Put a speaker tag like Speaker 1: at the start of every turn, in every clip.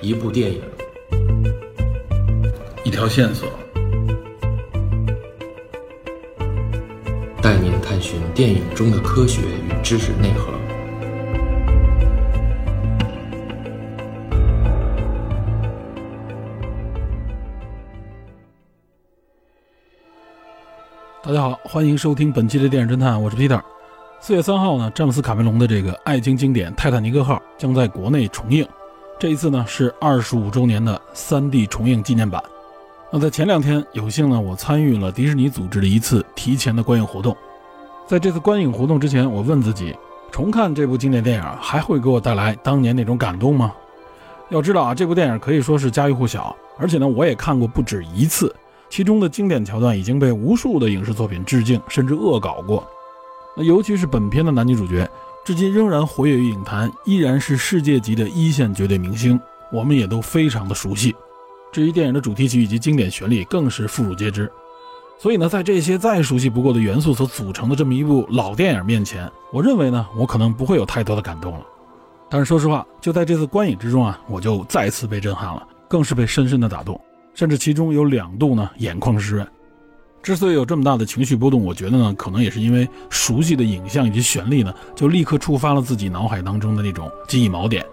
Speaker 1: 一部电影，
Speaker 2: 一条线索，
Speaker 1: 带您探寻电影中的科学与知识内核。
Speaker 3: 大家好，欢迎收听本期的电影侦探，我是 Peter。四月三号呢，詹姆斯·卡梅隆的这个爱情经典《泰坦尼克号》将在国内重映。这一次呢是二十五周年的 3D 重映纪念版。那在前两天，有幸呢我参与了迪士尼组织的一次提前的观影活动。在这次观影活动之前，我问自己，重看这部经典电影还会给我带来当年那种感动吗？要知道啊，这部电影可以说是家喻户晓，而且呢我也看过不止一次。其中的经典桥段已经被无数的影视作品致敬，甚至恶搞过。那尤其是本片的男女主角，至今仍然活跃于影坛，依然是世界级的一线绝对明星，我们也都非常的熟悉。至于电影的主题曲以及经典旋律，更是妇孺皆知。所以呢，在这些再熟悉不过的元素所组成的这么一部老电影面前，我认为呢，我可能不会有太多的感动了。但是说实话，就在这次观影之中啊，我就再次被震撼了，更是被深深的打动。甚至其中有两度呢，眼眶湿润。之所以有这么大的情绪波动，我觉得呢，可能也是因为熟悉的影像以及旋律呢，就立刻触发了自己脑海当中的那种记忆锚点，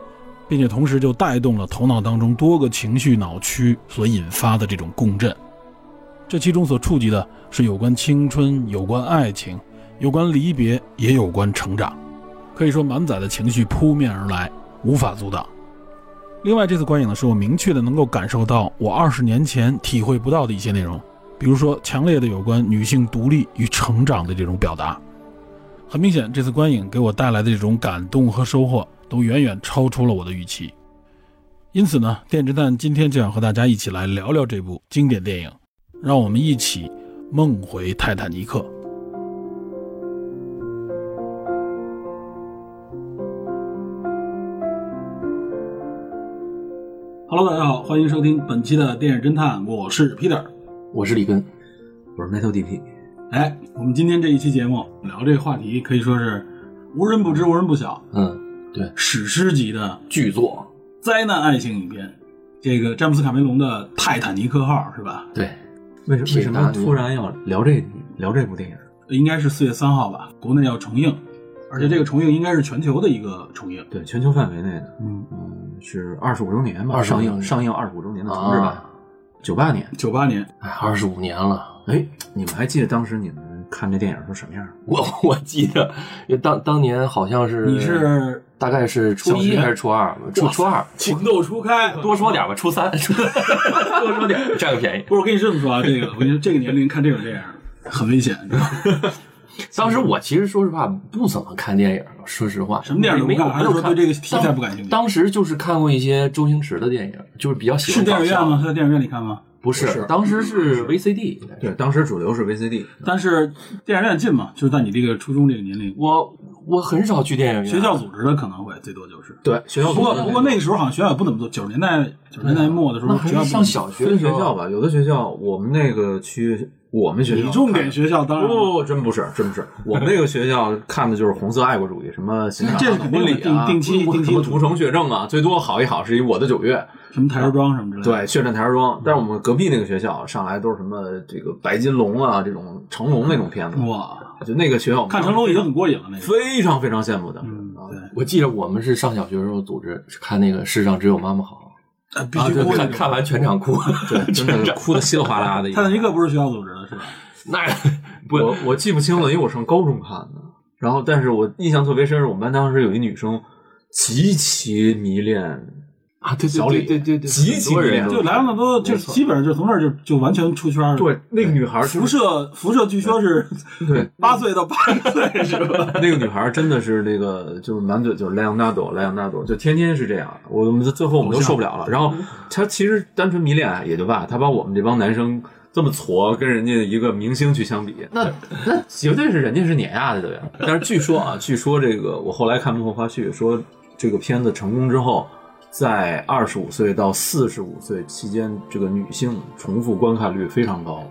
Speaker 3: 并且同时就带动了头脑当中多个情绪脑区所引发的这种共振。这其中所触及的是有关青春、有关爱情、有关离别，也有关成长，可以说满载的情绪扑面而来，无法阻挡。另外，这次观影呢，是我明确的能够感受到我二十年前体会不到的一些内容，比如说强烈的有关女性独立与成长的这种表达。很明显，这次观影给我带来的这种感动和收获，都远远超出了我的预期。因此呢，电侦探今天就想和大家一起来聊聊这部经典电影，让我们一起梦回泰坦尼克。Hello，大家好，欢迎收听本期的电影侦探，我是 Peter。
Speaker 1: 我是李根，
Speaker 4: 我是 Metal DP，
Speaker 3: 哎，我们今天这一期节目聊这个话题，可以说是无人不知、无人不晓，
Speaker 4: 嗯，
Speaker 3: 史诗级的
Speaker 4: 巨作，
Speaker 3: 灾难爱情影片。这个詹姆斯·卡梅隆的《泰坦尼克号》是吧？
Speaker 4: 对，
Speaker 5: 为什为什么
Speaker 4: 铁达尼
Speaker 5: 突然要聊这聊这部电影？
Speaker 3: 应该是四月三号吧，国内要重映，而且这个重映应该是全球的一个重映。
Speaker 5: 对，全球范围内的，
Speaker 3: 嗯，
Speaker 5: 嗯，是二十五周年吧，
Speaker 4: 25
Speaker 5: 上
Speaker 4: 周年
Speaker 5: 映上映二十五周年的重制版
Speaker 4: 啊，
Speaker 5: 九八年。
Speaker 3: 九八年，
Speaker 4: 哎，二十五年了，
Speaker 5: 哎，你们还记得当时你们看这电影时候什么样？
Speaker 4: 我 我记得，因为当当年好像是
Speaker 3: 你是
Speaker 4: 大概是初
Speaker 3: 小
Speaker 4: 一
Speaker 3: 学
Speaker 4: 还是初二？初初二，
Speaker 3: 情窦初开，
Speaker 4: 多说点吧，初 三，多说点占个便宜。
Speaker 3: 不是我跟你这么说啊，这个我跟你说，这个年龄看这种电影很危险，你知道吗？
Speaker 4: 当时我其实说实话不怎么看电影，说实话，
Speaker 3: 什么电影都
Speaker 4: 没
Speaker 3: 不
Speaker 4: 有
Speaker 3: 看，还是
Speaker 4: 没有
Speaker 3: 说
Speaker 4: 看
Speaker 3: 对这个题材不感兴趣？
Speaker 4: 当时就是看过一些周星驰的电影，就是比较喜欢
Speaker 3: 是电影
Speaker 4: 搞
Speaker 3: 院
Speaker 4: 笑？
Speaker 3: 吗？是在嗯电影院里看吗？
Speaker 4: 不是，当时是 VCD 应该是。
Speaker 5: 对，当时主流是 VCD，
Speaker 3: 但是电影院近嘛，就是在你这个初中这个年龄，
Speaker 4: 我我很少去电影院，啊
Speaker 3: 学校组织的可能会最多就是。
Speaker 5: 对，学校
Speaker 3: 不过不过那个时候好像学校也不怎么做，九十年代九十年代末的时
Speaker 4: 那
Speaker 3: 候，
Speaker 4: 还
Speaker 3: 学校
Speaker 4: 是
Speaker 3: 不
Speaker 4: 上小学的
Speaker 5: 分
Speaker 4: 时
Speaker 5: 学
Speaker 4: 候
Speaker 3: 啊
Speaker 5: 校吧，有的学校我们那个区，我们学校哦
Speaker 3: 你重点学校当然
Speaker 5: 不不不不，真不是，真不是，我们那个学校看的就是红色爱国主义，什么新
Speaker 3: 这是肯定的
Speaker 5: 啊，
Speaker 3: 定定期定期
Speaker 5: 什么屠城血证啊，最多好一好是一我的九月，
Speaker 3: 什么台儿庄什么之类的。
Speaker 5: 对，血战台儿庄。但是我
Speaker 3: 嗯
Speaker 5: 们隔壁那个学校上来都是什么这个白金龙啊，这种成龙那种片子，
Speaker 3: 哇，
Speaker 5: 就那个学校我们
Speaker 3: 看成龙已经很过瘾了那个。
Speaker 5: 非常非常羡慕的。
Speaker 3: 嗯，对，
Speaker 4: 我记得我们是上小学的时候组织是看那个《世上只有妈妈好
Speaker 3: 呃必》，
Speaker 4: 啊，
Speaker 3: 须
Speaker 4: 对
Speaker 3: 过
Speaker 4: 看
Speaker 3: 瘾。
Speaker 4: 看完全场哭。
Speaker 5: 对，真的哭的稀里哗啦的。
Speaker 3: 泰坦尼克不是学校组织的，是吧？
Speaker 4: 那
Speaker 5: 我我记不清了，因为我上高中看的。然后，但是我印象特别深，是我们班当时有一女生极其迷恋，
Speaker 4: 啊，对
Speaker 5: 小李极其
Speaker 4: 很多人
Speaker 5: 迷
Speaker 3: 就
Speaker 5: 恋
Speaker 3: 莱昂纳多就
Speaker 4: 没
Speaker 3: 是
Speaker 4: 错
Speaker 3: 基本上就从那儿就就完全出圈了。，
Speaker 5: 对那个女孩儿就
Speaker 3: 辐
Speaker 5: 是，
Speaker 3: 射辐射据说是
Speaker 5: 对
Speaker 3: 八岁到八十岁是吧？
Speaker 5: 那个女孩儿真的是那个就是满嘴就是莱昂纳多，莱昂纳多，就天天是这样。我们最后我们都受不了了。然后她其实单纯迷恋啊也就罢，她把我们这帮男生这么矬，跟人家一个明星去相比，
Speaker 4: 那那
Speaker 5: 绝对是人家是碾压的，对吧？但是据说啊，据说这个我后来看幕后花絮说，这个片子成功之后，在二十五岁到四十五岁期间，这个女性重复观看率非常高。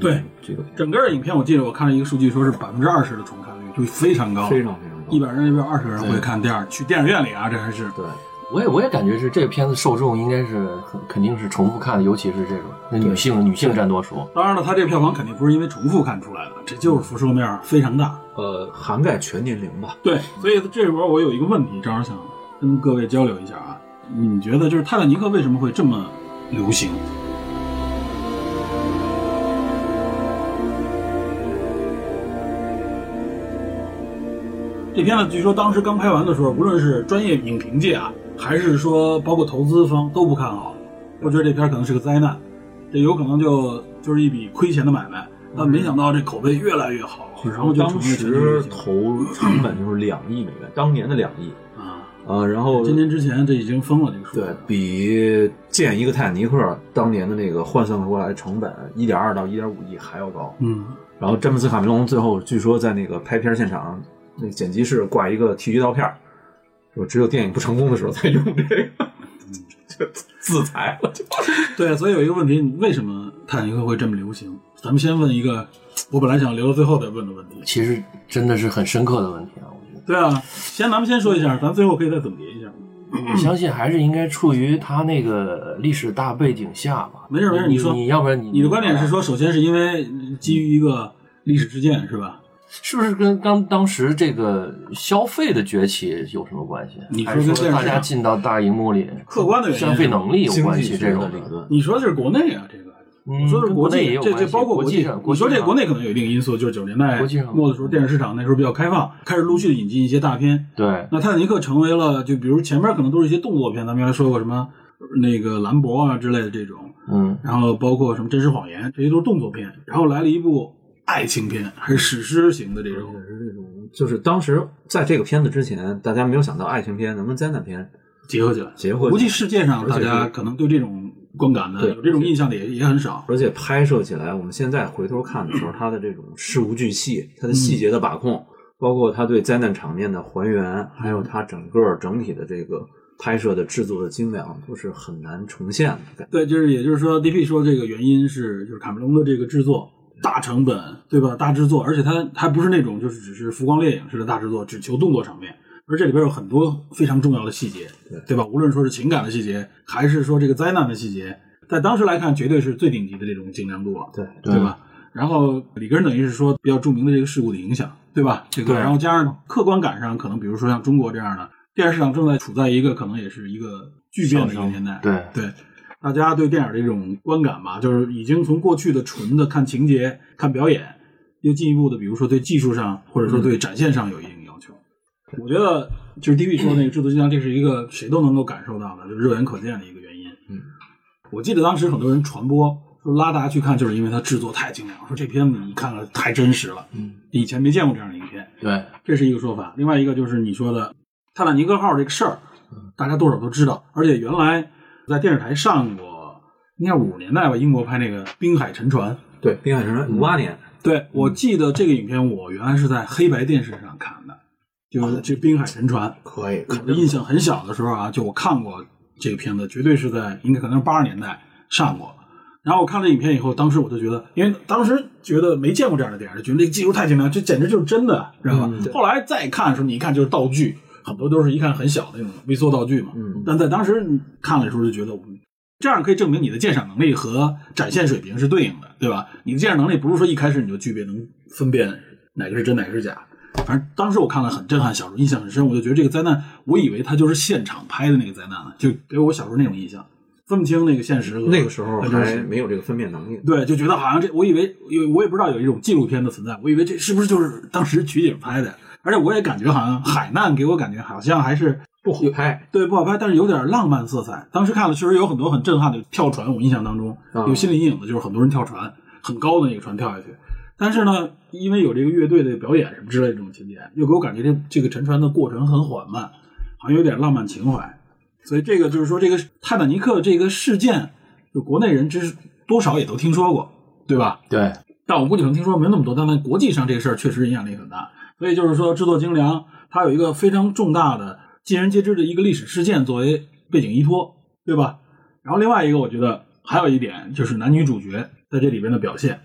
Speaker 3: 对，
Speaker 5: 这个
Speaker 3: 整个影片我记得我看了一个数据，说是百分之二十的重看率，就非常高，
Speaker 5: 非常非常高。
Speaker 3: 一百人里边有二十个人会看第二，去电影院里啊，这还是
Speaker 5: 对，
Speaker 4: 我也我也感觉是这个片子受众应该是肯肯定是重复看的，尤其是这种那女性女性占多数。
Speaker 2: 当然了，它这票房肯定不是因为重复看出来的，这就是辐射面非常大。
Speaker 5: 呃，涵盖全年龄吧。
Speaker 2: 对，所以这会儿我有一个问题，正好想跟各位交流一下啊，你们觉得就是《泰坦尼克》为什么会这么流行？这片子据说当时刚拍完的时候，无论是专业影评界啊，还是说包括投资方都不看好，我觉得这片儿可能是个灾难，这有可能就就是一笔亏钱的买卖。但没想到这口碑越来越好，然后就成
Speaker 5: 当
Speaker 2: 为全球流
Speaker 5: 时
Speaker 2: 行
Speaker 5: 投成本就是两亿美元，当年的两亿
Speaker 2: 啊。
Speaker 5: 啊、呃然后
Speaker 2: 今年之前这已经封了这个数
Speaker 5: 对
Speaker 2: 字，
Speaker 5: 比建一个泰坦尼克当年的那个换算过来成本一点二到一点五亿还要高。
Speaker 2: 嗯，
Speaker 5: 然后詹姆斯卡梅隆最后据说在那个拍片现场，那个剪辑室挂一个剃须刀片儿，说只有电影不成功的时候才用这个， 就自裁了。就
Speaker 2: 对，啊所以有一个问题，你为什么泰坦尼克会这么流行？咱们先问一个，我本来想留到最后再问的问题。
Speaker 4: 其实真的是很深刻的问题啊，我觉得。
Speaker 2: 对啊，先咱们先说一下，咱最后可以再总结一下。嗯
Speaker 4: 我相信还是应该处于他那个历史大背景下吧。
Speaker 2: 没事没事
Speaker 4: 你
Speaker 2: 你说
Speaker 4: 你要不然你哎
Speaker 2: 你的观点是，说，首先是因为基于一个历史事件是吧？
Speaker 4: 是不是跟当当时这个消费的崛起有什么关系？
Speaker 2: 你说
Speaker 4: 还是
Speaker 2: 跟电视
Speaker 4: 大家
Speaker 2: 上
Speaker 4: 进到大荧幕里，
Speaker 2: 客观的原因
Speaker 4: 消费能力有关系
Speaker 5: 经济
Speaker 4: 这
Speaker 5: 学
Speaker 4: 种
Speaker 5: 的理论，
Speaker 2: 你说的是国内啊，这个。
Speaker 4: 嗯
Speaker 2: 我说的是
Speaker 4: 跟
Speaker 2: 国
Speaker 4: 国内
Speaker 2: 际
Speaker 4: 也，有
Speaker 2: 这
Speaker 4: 关
Speaker 2: 这
Speaker 4: 系
Speaker 2: 包括
Speaker 4: 国际上
Speaker 2: 你
Speaker 4: 国际
Speaker 2: 说这
Speaker 4: 上
Speaker 2: 国内可能有一定因素，就是九十年代
Speaker 4: 国际上
Speaker 2: 末的时候，电视市场那时候比较开放，开始陆续的引进一些大片，
Speaker 4: 对，
Speaker 2: 那《泰坦尼克》成为了，就比如前面可能都是一些动作片，咱们原来说过什么那个兰博啊之类的这种，
Speaker 4: 嗯，
Speaker 2: 然后包括什么真实谎言，这些都是动作片。然后来了一部爱情片，还是史诗型的这种，
Speaker 5: 就是当时在这个片子之前，大家没有想到爱情片能跟灾难片
Speaker 2: 结合起来。
Speaker 5: 结合
Speaker 2: 我
Speaker 5: 起
Speaker 2: 估
Speaker 5: 来
Speaker 2: 计世界上大
Speaker 5: 而且
Speaker 2: 家
Speaker 5: 是
Speaker 2: 可能对这种观感的、
Speaker 5: 对
Speaker 2: 有这种印象的也也很少。
Speaker 5: 而且拍摄起来，我们现在回头看的时候，它的这种事无巨细，它的细节的把控，包括它对灾难场面的还原，还有它整个整体的这个拍摄的制作的精良，都是很难重现的感觉。
Speaker 2: 对，就是也就是说，DP 说这个原因是就是卡梅隆的这个制作大成本，对吧？大制作，而且它还不是那种就是只是浮光掠影式的大制作，只求动作场面，而这里边有很多非常重要的细节，对吧？无论说是情感的细节，还是说这个灾难的细节，在当时来看，绝对是最顶级的这种精良度了，
Speaker 5: 对
Speaker 2: 对吧？然后里根等于是说比较著名的这个事故的影响，对吧？这个，
Speaker 5: 对
Speaker 2: 然后加上客观感上，可能比如说像中国这样的电视市场正在处在一个可能也是一个巨变的一个年代，
Speaker 4: 对
Speaker 2: 对，大家对电影的这种观感吧，就是已经从过去的纯的看情节、看表演，又进一步的，比如说对技术上，或者说对展现上有一定要求。
Speaker 4: 嗯
Speaker 2: 我觉得就是 D B 说那个制作精良，这是一个谁都能够感受到的，就肉眼可见的一个原因。
Speaker 5: 嗯，
Speaker 2: 我记得当时很多人传播说拉达去看，就是因为它制作太精良，说这片子你看了太真实了，
Speaker 4: 嗯，
Speaker 2: 以前没见过这样的影片。
Speaker 4: 对，
Speaker 2: 这是一个说法。另外一个就是你说的泰坦尼克号这个事儿，大家多少都知道，而且原来在电视台上过，应该五十年代吧，英国拍那个《滨海沉船》。嗯
Speaker 5: 对，嗯《滨海沉船》五八年，
Speaker 2: 对，我记得这个影片，我原来是在黑白电视上看的，就是这《滨海沉船》。
Speaker 5: 可以
Speaker 2: 我印象很小的时候啊，就我看过这个片子，绝对是在应该可能是八十年代上过。然后我看了影片以后，当时我就觉得，因为当时觉得没见过这样的电影，觉得那个技术太精良，这简直就是真的，知道吧？嗯后来再看的时候，你一看就是道具，很多都是一看很小的那种微缩道具嘛。
Speaker 5: 嗯
Speaker 2: 但在当时你看了的时候，就觉得我们这样可以证明你的鉴赏能力和展现水平是对应的，对吧？你的鉴赏能力不是说一开始你就具备能分辨哪个是真哪个是假。反正当时我看了很震撼，小时候印象很深，我就觉得这个灾难，我以为它就是现场拍的那个灾难了，就给我小时候那种印象，分不清那个现实和
Speaker 5: 那个时候
Speaker 2: 和真
Speaker 5: 还
Speaker 2: 实
Speaker 5: 没有这个分辨能力。
Speaker 2: 对，就觉得好像这，我以为有，我也不知道有一种纪录片的存在，我以为这是不是就是当时取景拍的，而且我也感觉好像海难给我感觉好像还是
Speaker 5: 不好拍，
Speaker 2: 对，不好拍，但是有点浪漫色彩。当时看了确实有很多很震撼的跳船，我印象当中
Speaker 5: 啊
Speaker 2: 有心理阴影的就是很多人跳船，很高的那个船跳下去。但是呢，因为有这个乐队的表演什么之类的这种情节，又给我感觉这这个沉船的过程很缓慢，好像有点浪漫情怀。所以这个就是说，这个泰坦尼克这个事件，就国内人知多少也都听说过，对吧？
Speaker 4: 对，
Speaker 2: 但我估计可能听说没那么多，但在国际上这个事儿确实影响力很大。所以就是说，制作精良，它有一个非常重大的、尽人皆知的一个历史事件作为背景依托，对吧？然后另外一个，我觉得还有一点就是男女主角在这里边的表现，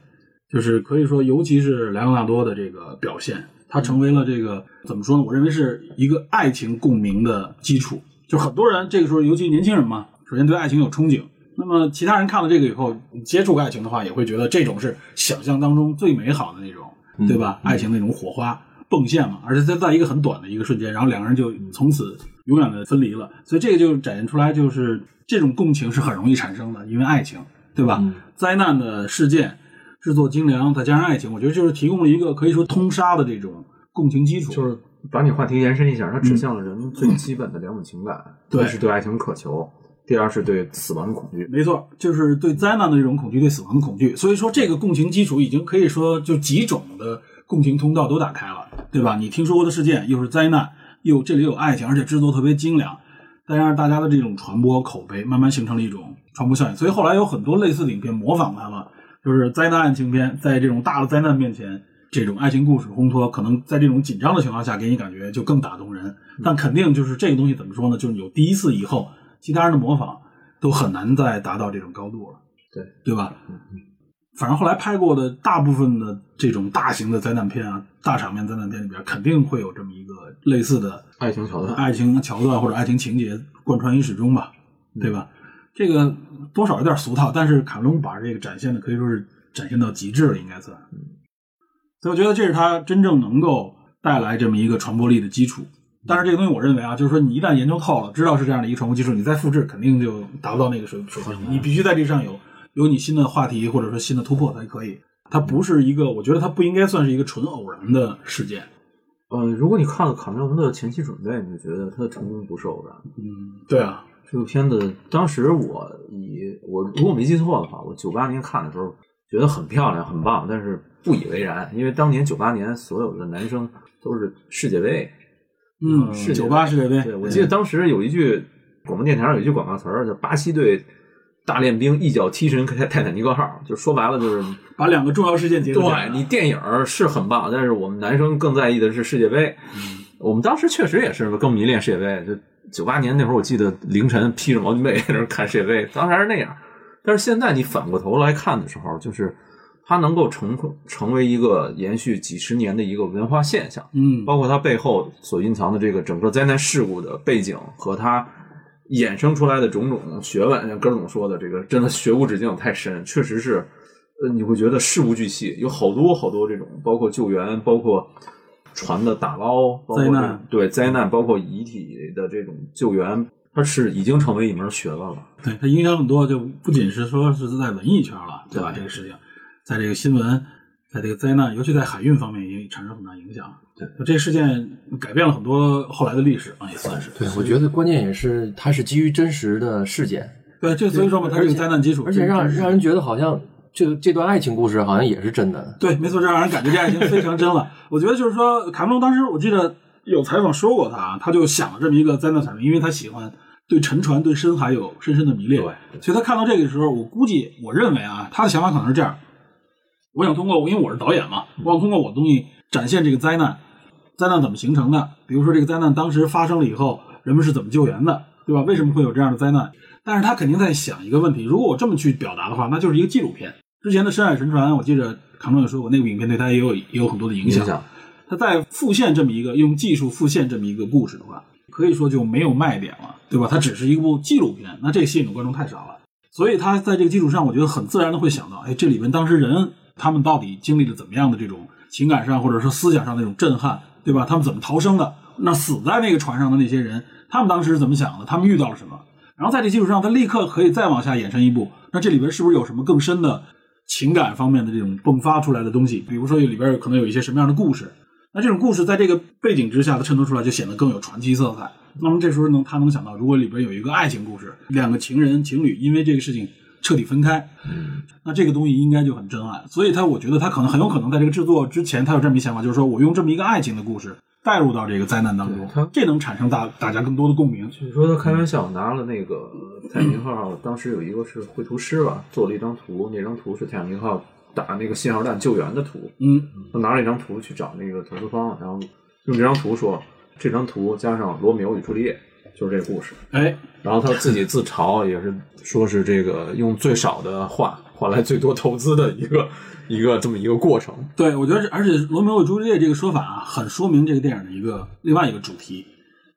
Speaker 2: 就是可以说，尤其是莱昂纳多的这个表现，他成为了这个怎么说呢？我认为是一个爱情共鸣的基础。就很多人这个时候，尤其年轻人嘛，首先对爱情有憧憬。那么其他人看了这个以后，接触过爱情的话，也会觉得这种是想象当中最美好的那种，
Speaker 5: 嗯
Speaker 2: 对吧？爱情那种火花迸现嘛，而且它在一个很短的一个瞬间，然后两个人就从此永远的分离了。所以这个就展现出来，就是这种共情是很容易产生的，因为爱情，对吧？
Speaker 5: 嗯
Speaker 2: 灾难的事件、制作精良，再加上爱情，我觉得就是提供了一个可以说通杀的这种共情基础。
Speaker 5: 就是把你话题延伸一下，它指向了人最基本的两种情感，
Speaker 2: 对
Speaker 5: 一嗯是对爱情渴求，第二是对死亡的恐惧。
Speaker 2: 没错，就是对灾难的一种恐惧，对死亡的恐惧。所以说，这个共情基础已经可以说就几种的共情通道都打开了，对吧？你听说过的事件又是灾难，又这里有爱情，而且制作特别精良，再加上大家的这种传播口碑，慢慢形成了一种传播效应。所以后来有很多类似的影片模仿它了，就是灾难爱情片，在这种大的灾难面前。这种爱情故事烘托，可能在这种紧张的情况下，给你感觉就更打动人。但肯定就是这个东西怎么说呢？就是有第一次以后，其他人的模仿都很难再达到这种高度了，
Speaker 5: 对
Speaker 2: 对吧？反正后来拍过的大部分的这种大型的灾难片啊、大场面灾难片里边，肯定会有这么一个类似的
Speaker 5: 爱情桥段
Speaker 2: 爱情桥段或者爱情情节贯穿于始终吧，对吧？这个多少有点俗套，但是卡梅隆把这个展现的可以说是展现到极致了，应该算。
Speaker 5: 嗯
Speaker 2: 所以我觉得这是他真正能够带来这么一个传播力的基础。但是这个东西，我认为啊，就是说你一旦研究透了，知道是这样的一个传播基础，你再复制肯定就达不到那个水水平。你必须在这上有有你新的话题或者说新的突破才可以。它不是一个，我觉得它不应该算是一个纯偶然的事件。
Speaker 5: 呃，如果你看了卡梅隆的前期准备，你就觉得他的成功不是偶然。
Speaker 2: 嗯，对啊，
Speaker 5: 这个片子当时我以我如果没记错的话，我九八年看的时候觉得很漂亮、很棒，但是不以为然，因为当年九八年所有的男生都是世界杯，
Speaker 2: 嗯，
Speaker 5: 世界
Speaker 2: 酒吧世界杯，
Speaker 5: 对，嗯我记得当时有一句广播电台上有一句广告词儿，叫“巴西队大练兵一脚踢沉泰坦尼克号”，就说白了就是，
Speaker 2: 把两个重要事件结合起来
Speaker 5: 对你电影儿是很棒，但是我们男生更在意的是世界杯。我们当时确实也是更迷恋世界杯，就九八年那会儿，我记得凌晨披着毛巾被在那儿看世界杯，当时还是那样。但是现在你反过头来看的时候，就是它能够成成为一个延续几十年的一个文化现象。
Speaker 2: 嗯，
Speaker 5: 包括它背后所蕴藏的这个整个灾难事故的背景和它衍生出来的种种学问，像根总说的，这个真的学无止境，太深，确实是，呃，你会觉得事无巨细，有好多好多这种，包括救援，包括船的打捞，包括这
Speaker 2: 灾难，
Speaker 5: 对灾难，包括遗体的这种救援，它是已经成为一门学问了。
Speaker 2: 对它影响很多，就不仅是说是在文艺圈了，对吧？
Speaker 5: 对
Speaker 2: 这个事情，在这个新闻，在这个灾难，尤其在海运方面，已经产生很大影响。
Speaker 5: 对，
Speaker 2: 这事件改变了很多后来的历史啊，也算是
Speaker 4: 对，我觉得关键也是它是基于真实的事件，
Speaker 2: 对。这所以说嘛，它是
Speaker 4: 而
Speaker 2: 有
Speaker 4: 且
Speaker 2: 灾难基础，
Speaker 4: 而且让
Speaker 2: 这是
Speaker 4: 让人觉得好像这这段爱情故事好像也是真的。
Speaker 2: 对，没错，这让人感觉这爱情非常真了。我觉得就是说，卡梅隆当时我记得有采访说过他啊，他就想了这么一个灾难产品，因为他喜欢对沉船、对深海有深深的迷恋。
Speaker 5: 对
Speaker 2: 所以他看到这个时候，我估计我认为啊，他的想法可能是这样：我想通过，因为我是导演嘛，我想通过我的东西展现这个灾难，灾难怎么形成的？比如说这个灾难当时发生了以后，人们是怎么救援的，对吧？为什么会有这样的灾难？但是他肯定在想一个问题：如果我这么去表达的话，那就是一个纪录片。之前的《深海神船》，我记着卡梅也说过，那部影片对他也有也有很多的影响。他在复现这么一个用技术复现这么一个故事的话，可以说就没有卖点了，对吧？它只是一部纪录片，那这吸引的观众太少了。所以他在这个基础上，我觉得很自然的会想到，哎，这里面当时人他们到底经历了怎么样的这种情感上或者说思想上的那种震撼，对吧？他们怎么逃生的？那死在那个船上的那些人，他们当时是怎么想的？他们遇到了什么？然后在这基础上，他立刻可以再往下延伸一步。那这里边是不是有什么更深的情感方面的这种迸发出来的东西？比如说里边可能有一些什么样的故事？那这种故事在这个背景之下，它衬托出来就显得更有传奇色彩。那么这时候能他能想到，如果里边有一个爱情故事，两个情人情侣因为这个事情彻底分开，
Speaker 5: 嗯
Speaker 2: 那这个东西应该就很真爱。所以他我觉得他可能很有可能在这个制作之前，他有这么一想法，就是说我用这么一个爱情的故事带入到这个灾难当
Speaker 5: 对
Speaker 2: 中
Speaker 5: 他，
Speaker 2: 这能产生大大家更多的共鸣。
Speaker 5: 你说他开玩笑拿了那个泰坦尼克号，当时有一个是绘图师吧，做了一张图，那张图是泰坦尼克号打那个信号弹救援的图。
Speaker 2: 嗯，
Speaker 5: 他拿了一张图去找那个投资方，然后用这张图说，这张图加上罗密欧与朱丽叶就是这个故事。
Speaker 2: 哎，
Speaker 5: 然后他自己自嘲也是说是这个用最少的话换来最多投资的一个一个这么一个过程。
Speaker 2: 对，我觉得这，而且罗密欧与朱丽叶这个说法啊，很说明这个电影的一个另外一个主题，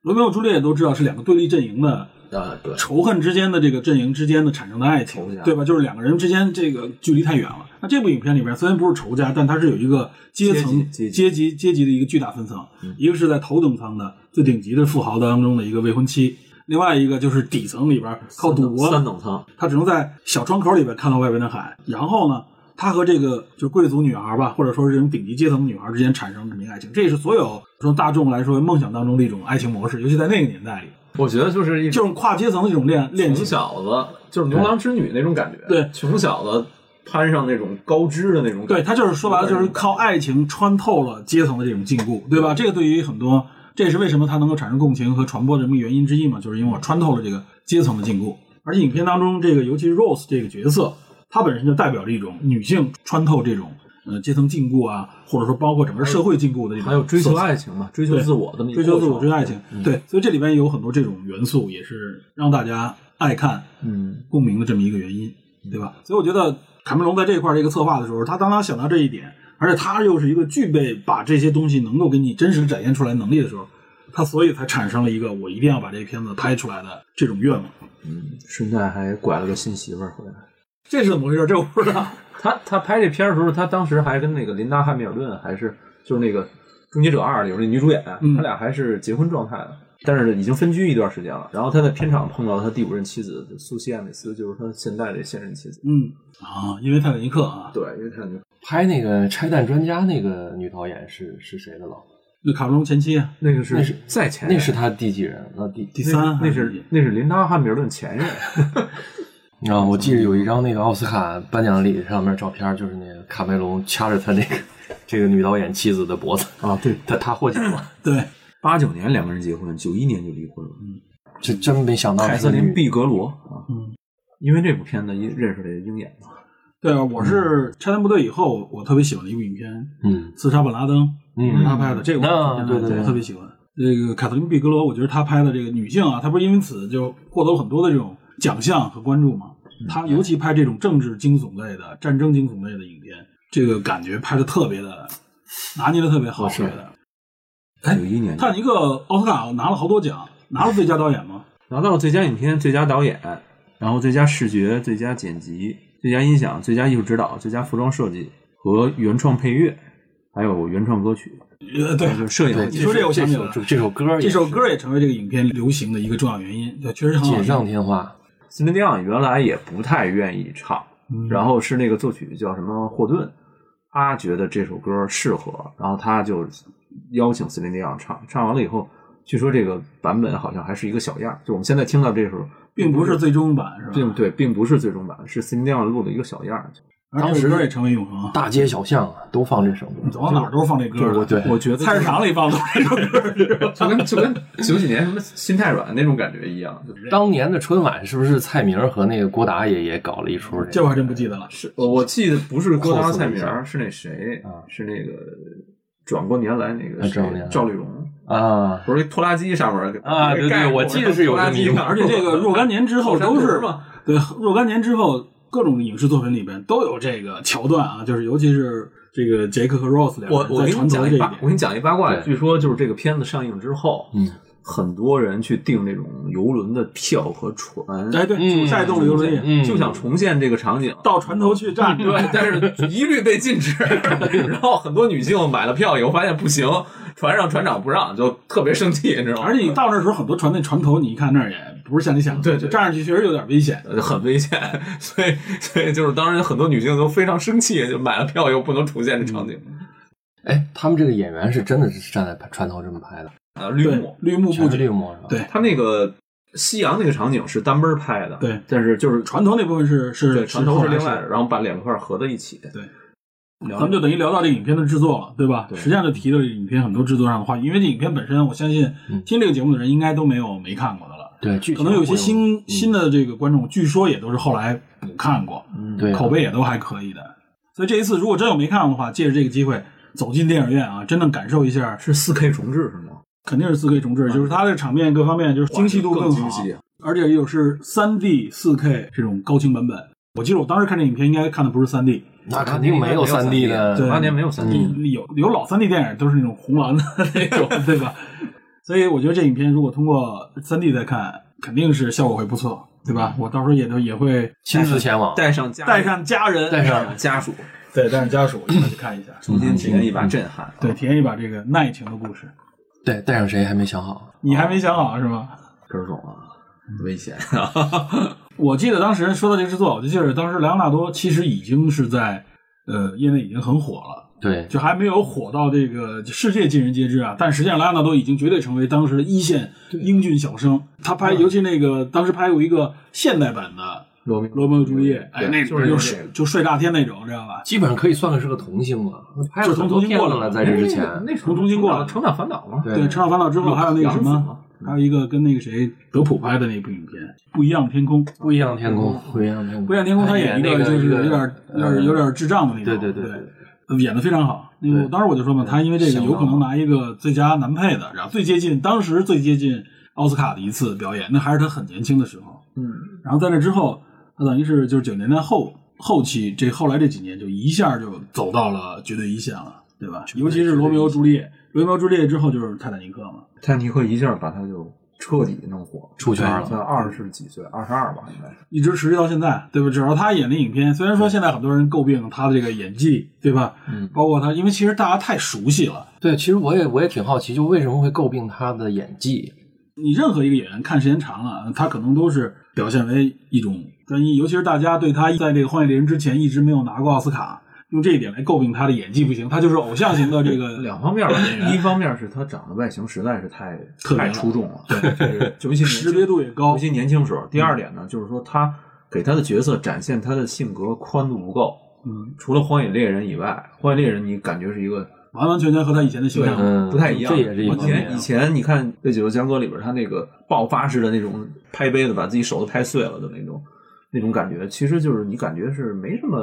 Speaker 2: 罗密欧朱丽叶都知道是两个对立阵营的
Speaker 5: 啊，对，
Speaker 2: 仇恨之间的这个阵营之间的产生的爱
Speaker 5: 仇
Speaker 2: 情
Speaker 5: 家，
Speaker 2: 对吧？就是两个人之间这个距离太远了。那这部影片里边虽然不是仇家，但它是有一个阶层、
Speaker 5: 阶级嗯
Speaker 2: 阶级、阶级的一个巨大分层，一个是在头等舱的最顶级的富豪当中的一个未婚妻，另外一个就是底层里边靠赌博
Speaker 5: 三等舱，
Speaker 2: 他只能在小窗口里边看到外边的海。然后呢，他和这个就贵族女孩吧，或者说是这种顶级阶层女孩之间产生这么一个爱情，这也是所有说大众来说梦想当中的一种爱情模式，尤其在那个年代里，
Speaker 5: 我觉得就是一
Speaker 2: 这种跨阶层的这种恋恋
Speaker 5: 穷
Speaker 2: 情。
Speaker 5: 小子，就是牛郎织女那种感觉，
Speaker 2: 对
Speaker 5: 穷小子攀上那种高枝的那种感觉，
Speaker 2: 对他就是说白了，就是靠爱情穿透了阶层的这种禁锢，对吧？这个对于很多，这也是为什么他能够产生共情和传播的这么一个原因之一嘛，就是因为我穿透了这个阶层的禁锢。而且影片当中，这个尤其是 Rose 这个角色，她本身就代表着一种女性穿透这种呃阶层禁锢啊，或者说包括整个社会禁锢的这种，
Speaker 5: 还有追求爱情嘛，追求
Speaker 2: 对
Speaker 5: 自我的嗯那
Speaker 2: 追求自我、追求爱情，对，嗯所以这里边有很多这种元素，也是让大家爱看
Speaker 5: 嗯，
Speaker 2: 共鸣的这么一个原因，对吧？所以我觉得卡梅隆在这一块儿这个策划的时候，他当他想到这一点，而且他又是一个具备把这些东西能够给你真实地展现出来能力的时候，他所以才产生了一个我一定要把这片子拍出来的这种愿望。
Speaker 5: 嗯，顺带还拐了个新媳妇儿回来。
Speaker 2: 这是怎么回事？这我不知道。
Speaker 5: 他他拍这片儿的时候，他当时还跟那个琳达汉密尔顿还是就是那个《终结者二》里边那女主演，
Speaker 2: 嗯
Speaker 5: 他俩还是结婚状态的，但是已经分居一段时间了。然后他在片场碰到了他第五任妻子苏西艾美斯，就是他现在的现任妻子。
Speaker 2: 嗯啊，因为泰坦尼克啊，
Speaker 5: 对，因为他
Speaker 4: 拍那个《拆弹专家》那个女导演是是谁的老婆？
Speaker 2: 那卡梅隆前妻啊，
Speaker 5: 那个是
Speaker 4: 那是
Speaker 5: 再前
Speaker 4: 那是他第几人？那第
Speaker 2: 第
Speaker 5: 那
Speaker 2: 三
Speaker 5: 那
Speaker 2: 还
Speaker 5: 是那是琳达汉密尔顿前任。
Speaker 4: 啊，我记得有一张那个奥斯卡颁奖礼上面照片，就是那个卡梅隆掐着他那个 这个女导演妻子的脖子
Speaker 5: 啊对，
Speaker 4: 他他获奖了，
Speaker 2: 对
Speaker 5: 八九年两个人结婚，九一年就离婚了。
Speaker 4: 这真没想到
Speaker 5: 凯
Speaker 4: 是
Speaker 5: 瑟琳
Speaker 4: 女
Speaker 5: 毕格罗啊，
Speaker 2: 嗯
Speaker 5: 因为这部片子认识了鹰眼嘛。
Speaker 2: 对啊，我是《拆弹部队》以后，我特别喜欢的一部影片
Speaker 4: 嗯
Speaker 2: 《刺杀本拉登》，
Speaker 4: 嗯
Speaker 2: 他拍的这个我
Speaker 4: 啊
Speaker 2: 真的
Speaker 4: 对对对
Speaker 2: 特别喜欢。这个凯瑟琳·毕格罗，我觉得她拍的这个女性啊，她不是因为此就获得了很多的这种奖项和关注吗？她尤其拍这种政治惊悚类的、战争惊悚类的影片，这个感觉拍的特别的，拿捏的特别好。我觉得哎
Speaker 5: 九一年就
Speaker 2: 泰坦尼克奥斯卡拿了好多奖，拿了最佳导演吗？
Speaker 5: 拿到了最佳影片、最佳导演，然后最佳视觉、最佳剪辑、最佳音响、最佳艺术指导、最佳服装设计和原创配乐，还有原创歌曲，
Speaker 2: 呃，对
Speaker 5: 就，是摄影和
Speaker 4: 对，
Speaker 5: 技
Speaker 2: 你说
Speaker 5: 术。
Speaker 2: 这个我想
Speaker 4: 这
Speaker 2: 起来了
Speaker 4: 首这首歌也
Speaker 2: 这
Speaker 4: 是
Speaker 2: 首歌也啊成为这个影片流行的一个重要原因，对，确实很好
Speaker 4: 锦上
Speaker 2: 听。
Speaker 4: 添花，
Speaker 5: 森林迪昂原来也不太愿意唱，
Speaker 2: 嗯
Speaker 5: 然后是那个作曲叫什么霍顿，他觉得这首歌适合，然后他就邀请森林迪昂唱，唱完了以后，据说这个版本好像还是一个小样儿，就我们现在听到这首，
Speaker 2: 并不是最终版，是吧？
Speaker 5: 并对，并不是最终版，是森林迪昂录的一个小样儿。
Speaker 2: 而这首歌也成为永恒，
Speaker 4: 大街小巷啊都放这首歌，
Speaker 2: 走到哪儿都是放这歌啊。
Speaker 4: 对
Speaker 5: 我觉得
Speaker 2: 菜市场里放的这首歌，
Speaker 5: 就跟就跟九几年什么心太软那种感觉一样。
Speaker 4: 当年的春晚是不是蔡明儿和那个郭达也也搞了一出
Speaker 2: 这
Speaker 4: 个
Speaker 2: 我还真不记 得了。
Speaker 5: 是我我记得不是郭达
Speaker 4: cos
Speaker 5: 蔡
Speaker 4: 一
Speaker 5: 明
Speaker 4: 下
Speaker 5: 儿，是那谁
Speaker 4: 啊
Speaker 5: 是那个转过年来那个
Speaker 4: 啊
Speaker 5: 谁
Speaker 4: 转过年来
Speaker 5: 赵丽蓉，
Speaker 4: 啊？
Speaker 5: 不是拖拉机上面
Speaker 4: 啊对对
Speaker 5: 盖过
Speaker 4: 我记得是有
Speaker 5: 拖拉机
Speaker 4: 这么一个
Speaker 5: 上
Speaker 2: 而且这个若干年之后都是
Speaker 5: 嘛，
Speaker 2: 对，若干年之后，各种影视作品里边都有这个桥段啊，就是尤其是这个杰克和 Rose 两
Speaker 5: 我
Speaker 2: 个
Speaker 5: 我
Speaker 2: 人在
Speaker 5: 给你
Speaker 2: 传承
Speaker 5: 讲
Speaker 2: 的这
Speaker 5: 一
Speaker 2: 一
Speaker 5: 八，我给
Speaker 2: 点。
Speaker 5: 你讲一八卦，
Speaker 4: 对
Speaker 5: 据说就是这个片子上映之后，
Speaker 4: 嗯，
Speaker 5: 很多人去订那种游轮的票和船，
Speaker 2: 哎，对，
Speaker 4: 嗯
Speaker 2: 就带动了游轮业，
Speaker 4: 嗯，
Speaker 5: 就想重现这个场景。
Speaker 2: 到船头去站 着。
Speaker 5: 对，但是一律被禁止。然后很多女性买了票以后发现不行，船上船长不让，就特别生气，你知道吗？
Speaker 2: 而且你到那时候，很多船那船头，你一看那儿也不是像你想的，
Speaker 5: 对对
Speaker 2: 就站上去确实有点危险。
Speaker 5: 呃很危险，所以所以就是当时很多女性都非常生气，就买了票又不能出现这场景
Speaker 2: 嗯
Speaker 4: 哎，他们这个演员是真的是站在船头这么拍的，
Speaker 5: 啊，绿
Speaker 2: 对
Speaker 5: 幕。
Speaker 2: 绿幕布
Speaker 4: 全是绿
Speaker 2: 景，
Speaker 4: 幕是吧？
Speaker 2: 对
Speaker 5: 他那个夕阳那个场景是单奔拍的，
Speaker 2: 对，
Speaker 5: 但是就是
Speaker 2: 船头那部分是是
Speaker 5: 对船头是
Speaker 2: 是后来
Speaker 5: 另外的，然后把两块合在一起。
Speaker 2: 对
Speaker 5: 聊，
Speaker 2: 咱们就等于聊到这个影片的制作了，对吧？
Speaker 5: 对
Speaker 2: 实际上就提到这影片很多制作上的话题，因为这影片本身，我相信
Speaker 4: 嗯
Speaker 2: 听这个节目的人应该都没有没看过的了。
Speaker 4: 对，剧
Speaker 2: 可
Speaker 4: 情
Speaker 2: 能有些
Speaker 4: 会
Speaker 2: 新新的这个观众，据说也都是后来补看过，
Speaker 5: 嗯
Speaker 4: 对啊
Speaker 2: 口碑也都还可以的。所以这一次如果真有没看过的话，借着这个机会走进电影院啊，真正感受一下，
Speaker 5: 是四 K 重置是吗？
Speaker 2: 肯定是四 K 重置，就是它的场面各方面就是精细啊度
Speaker 5: 更
Speaker 2: 好，
Speaker 5: 精
Speaker 4: 啊
Speaker 5: 细。啊
Speaker 2: 而且又是三 D 四 K 这种高清版本。我记得我当时看这影片，应该看的不是三 D，
Speaker 4: 那肯定没有三 D 的
Speaker 2: 啊嗯
Speaker 5: 八年没有三 D
Speaker 2: 有有老三 D 电影都是那种红蓝的那种，对吧？ 所以我觉得这影片如果通过三 D 再看，肯定是效果会不错，对吧？我到时候也都也会
Speaker 4: 亲自前往，
Speaker 5: 带上家
Speaker 2: 带上家人，
Speaker 5: 带上家属，
Speaker 2: 对，带上家属一块去看一下，
Speaker 5: 重新体验一把震撼。
Speaker 2: 嗯
Speaker 5: 啊
Speaker 2: 对，体验一把这个耐情的故事。
Speaker 4: 对，带上谁还没想好。
Speaker 2: 你还没想好啊是吗？
Speaker 5: 根总啊，危险！
Speaker 2: 我记得当时说到这个制作，我就记得当时莱昂纳多其实已经是在呃业内已经很火了，
Speaker 4: 对，
Speaker 2: 就还没有火到这个世界尽人皆知啊。但实际上莱昂纳多已经绝对成为当时的一线英俊小生。他拍，尤其那个当时拍过一个现代版的
Speaker 5: 罗密
Speaker 2: 《罗密欧与朱丽叶》，哎，
Speaker 5: 对
Speaker 2: 那
Speaker 5: 就是
Speaker 2: 就
Speaker 5: 那
Speaker 2: 睡
Speaker 5: 个
Speaker 2: 就睡大天那种，知道吧？
Speaker 4: 基本上可以算个是个童星了，拍了
Speaker 2: 就从
Speaker 4: 很多
Speaker 2: 童星
Speaker 4: 片
Speaker 2: 过
Speaker 4: 子
Speaker 2: 来
Speaker 4: 了，在这之前，
Speaker 5: 那时
Speaker 2: 候
Speaker 5: 候
Speaker 2: 中心过了
Speaker 5: 成长烦恼嘛。
Speaker 2: 对，《
Speaker 4: 对
Speaker 2: 陈小烦恼》之后还有那个什么，还有一个跟那个谁德普拍的那部影片《不一样的天空》。
Speaker 4: 不一样的天空，不一样的天空，
Speaker 2: 不眼天空，他演一
Speaker 4: 哎那
Speaker 2: 个就是有
Speaker 4: 一
Speaker 2: 点
Speaker 4: 个呃嗯
Speaker 2: 有点有点智障的那
Speaker 4: 对
Speaker 2: 种，
Speaker 4: 对对
Speaker 2: 对，演的非常好。那个
Speaker 4: 对
Speaker 2: 当时我就说嘛，他因为这个
Speaker 4: 相当
Speaker 2: 有
Speaker 4: 好
Speaker 2: 可能拿一个最佳男配的，然后最接近当时最接近奥斯卡的一次表演，那还是他很年轻的时候。
Speaker 5: 嗯，
Speaker 2: 然后在那之后，他等于是就是九十年代后后期这后来这几年就一下就走到了绝对一线了，对吧？尤其是罗密欧朱丽叶，罗密欧朱丽叶之后就是泰坦尼克嘛，
Speaker 5: 泰坦尼克一下把他就彻底弄火，
Speaker 4: 出圈了
Speaker 5: 在二十几岁，二十二吧，应该是。
Speaker 2: 一直持续到现在，对吧？只要他演的影片，虽然说现在很多人诟病他的这个演技，对吧？
Speaker 5: 嗯
Speaker 2: 包括他，因为其实大家太熟悉了。
Speaker 4: 对，其实我也我也挺好奇，就为什么会诟病他的演技？
Speaker 2: 你任何一个演员看时间长了，他可能都是表现为一种专一，尤其是大家对他在这个《荒野猎人》之前一直没有拿过奥斯卡，用这一点来诟病他的演技不行，他就是偶像型的这个
Speaker 5: 两方面吧，一方面是他长得外形实在是太
Speaker 2: 特别
Speaker 5: 太
Speaker 2: 了
Speaker 5: 出众了，对，尤其年轻
Speaker 2: 识别度也高
Speaker 5: 尤其年轻时候。第二点呢，就是说他给他的角色展现他的性格宽度不够。
Speaker 2: 嗯，
Speaker 5: 除了《荒野猎人》以外，《荒野猎人》你感觉是一个
Speaker 2: 完完全全和他以前的形象。
Speaker 4: 嗯，
Speaker 5: 不太一样，
Speaker 4: 这也是一
Speaker 5: 以
Speaker 4: 方面
Speaker 5: 前
Speaker 4: 啊
Speaker 5: 以。前你看《对九州江歌》里边，他那个爆发式的那种拍杯子，把自己手都拍碎了的那种那种感觉，其实就是你感觉是没什么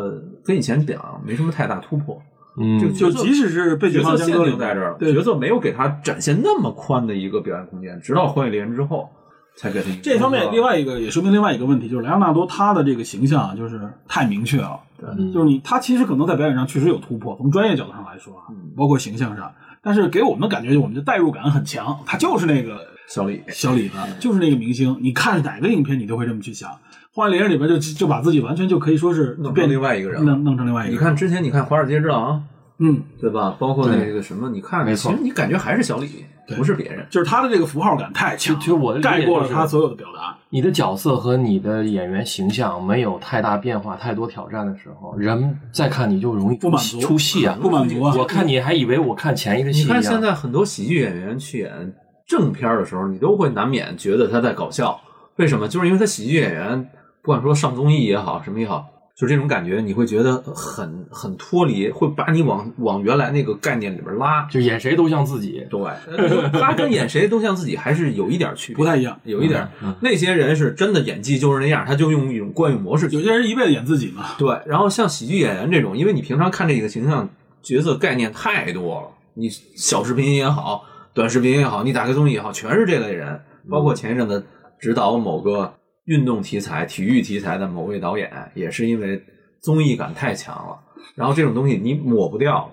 Speaker 5: 跟以前讲没什么太大突破，
Speaker 4: 嗯，
Speaker 5: 就
Speaker 2: 就
Speaker 5: 角色
Speaker 2: 即使是被
Speaker 5: 角
Speaker 2: 解
Speaker 5: 色
Speaker 2: 放
Speaker 5: 限
Speaker 2: 江歌里
Speaker 5: 定在这儿了，
Speaker 2: 对
Speaker 5: 角色没有给他展现那么宽的一个表演空间，直到《荒野猎人》之后才给他一个
Speaker 2: 这方面，另外一个也说明另外一个问题，就是莱昂纳多他的这个形象啊就是太明确了。
Speaker 4: 嗯
Speaker 2: 就是你他其实可能在表演上确实有突破，从专业角度上来说啊，
Speaker 5: 嗯
Speaker 2: 包括形象上，但是给我们的感觉，我们的代入感很强，他就是那个
Speaker 5: 小李
Speaker 2: 小李子，就是那个明星。你看哪个影片，你都会这么去想。《荒野猎人》里边就就把自己完全就可以说是
Speaker 5: 弄
Speaker 2: 变
Speaker 5: 成另外一个人了
Speaker 2: 弄。弄成另外一个。
Speaker 5: 你，看之前你看《华尔街之狼》，
Speaker 2: 嗯，
Speaker 5: 对吧？包括那个什么，你看，
Speaker 4: 没错
Speaker 5: 其实你感觉还是小李，不是别人。
Speaker 2: 就是他的这个符号感太强了，
Speaker 4: 其实我的理解
Speaker 2: 盖过了
Speaker 4: 就是
Speaker 2: 他所有的表达。
Speaker 4: 你的角色和你的演员形象没有太大变化、太多挑战的时候，人再看你就容易
Speaker 2: 不满足
Speaker 4: 出戏啊，
Speaker 2: 不满足啊
Speaker 4: 我看你还以为我看前一个戏
Speaker 5: 你
Speaker 4: 一样。
Speaker 5: 看现在很多喜剧演员去演正片儿的时候，你都会难免觉得他在搞笑。为什么？就是因为他喜剧演员，不管说上综艺也好，什么也好，就这种感觉，你会觉得很很脱离，会把你往往原来那个概念里边拉。
Speaker 4: 就演谁都像自己，
Speaker 5: 对，呃他跟演谁都像自己，还是有一点区别，
Speaker 2: 不太一样
Speaker 5: 有一点儿。那些人是真的演技就是那样，他就用一种惯用模式去
Speaker 2: 有些人一辈子演自己嘛，
Speaker 5: 对，然后像喜剧演员这种，因为你平常看这个形象角色概念太多了，你小视频也好，短视频也好，你打开综艺也好，全是这类人。包括前一阵子指导某个运动题材、体育题材的某位导演，也是因为综艺感太强了，然后这种东西你抹不掉，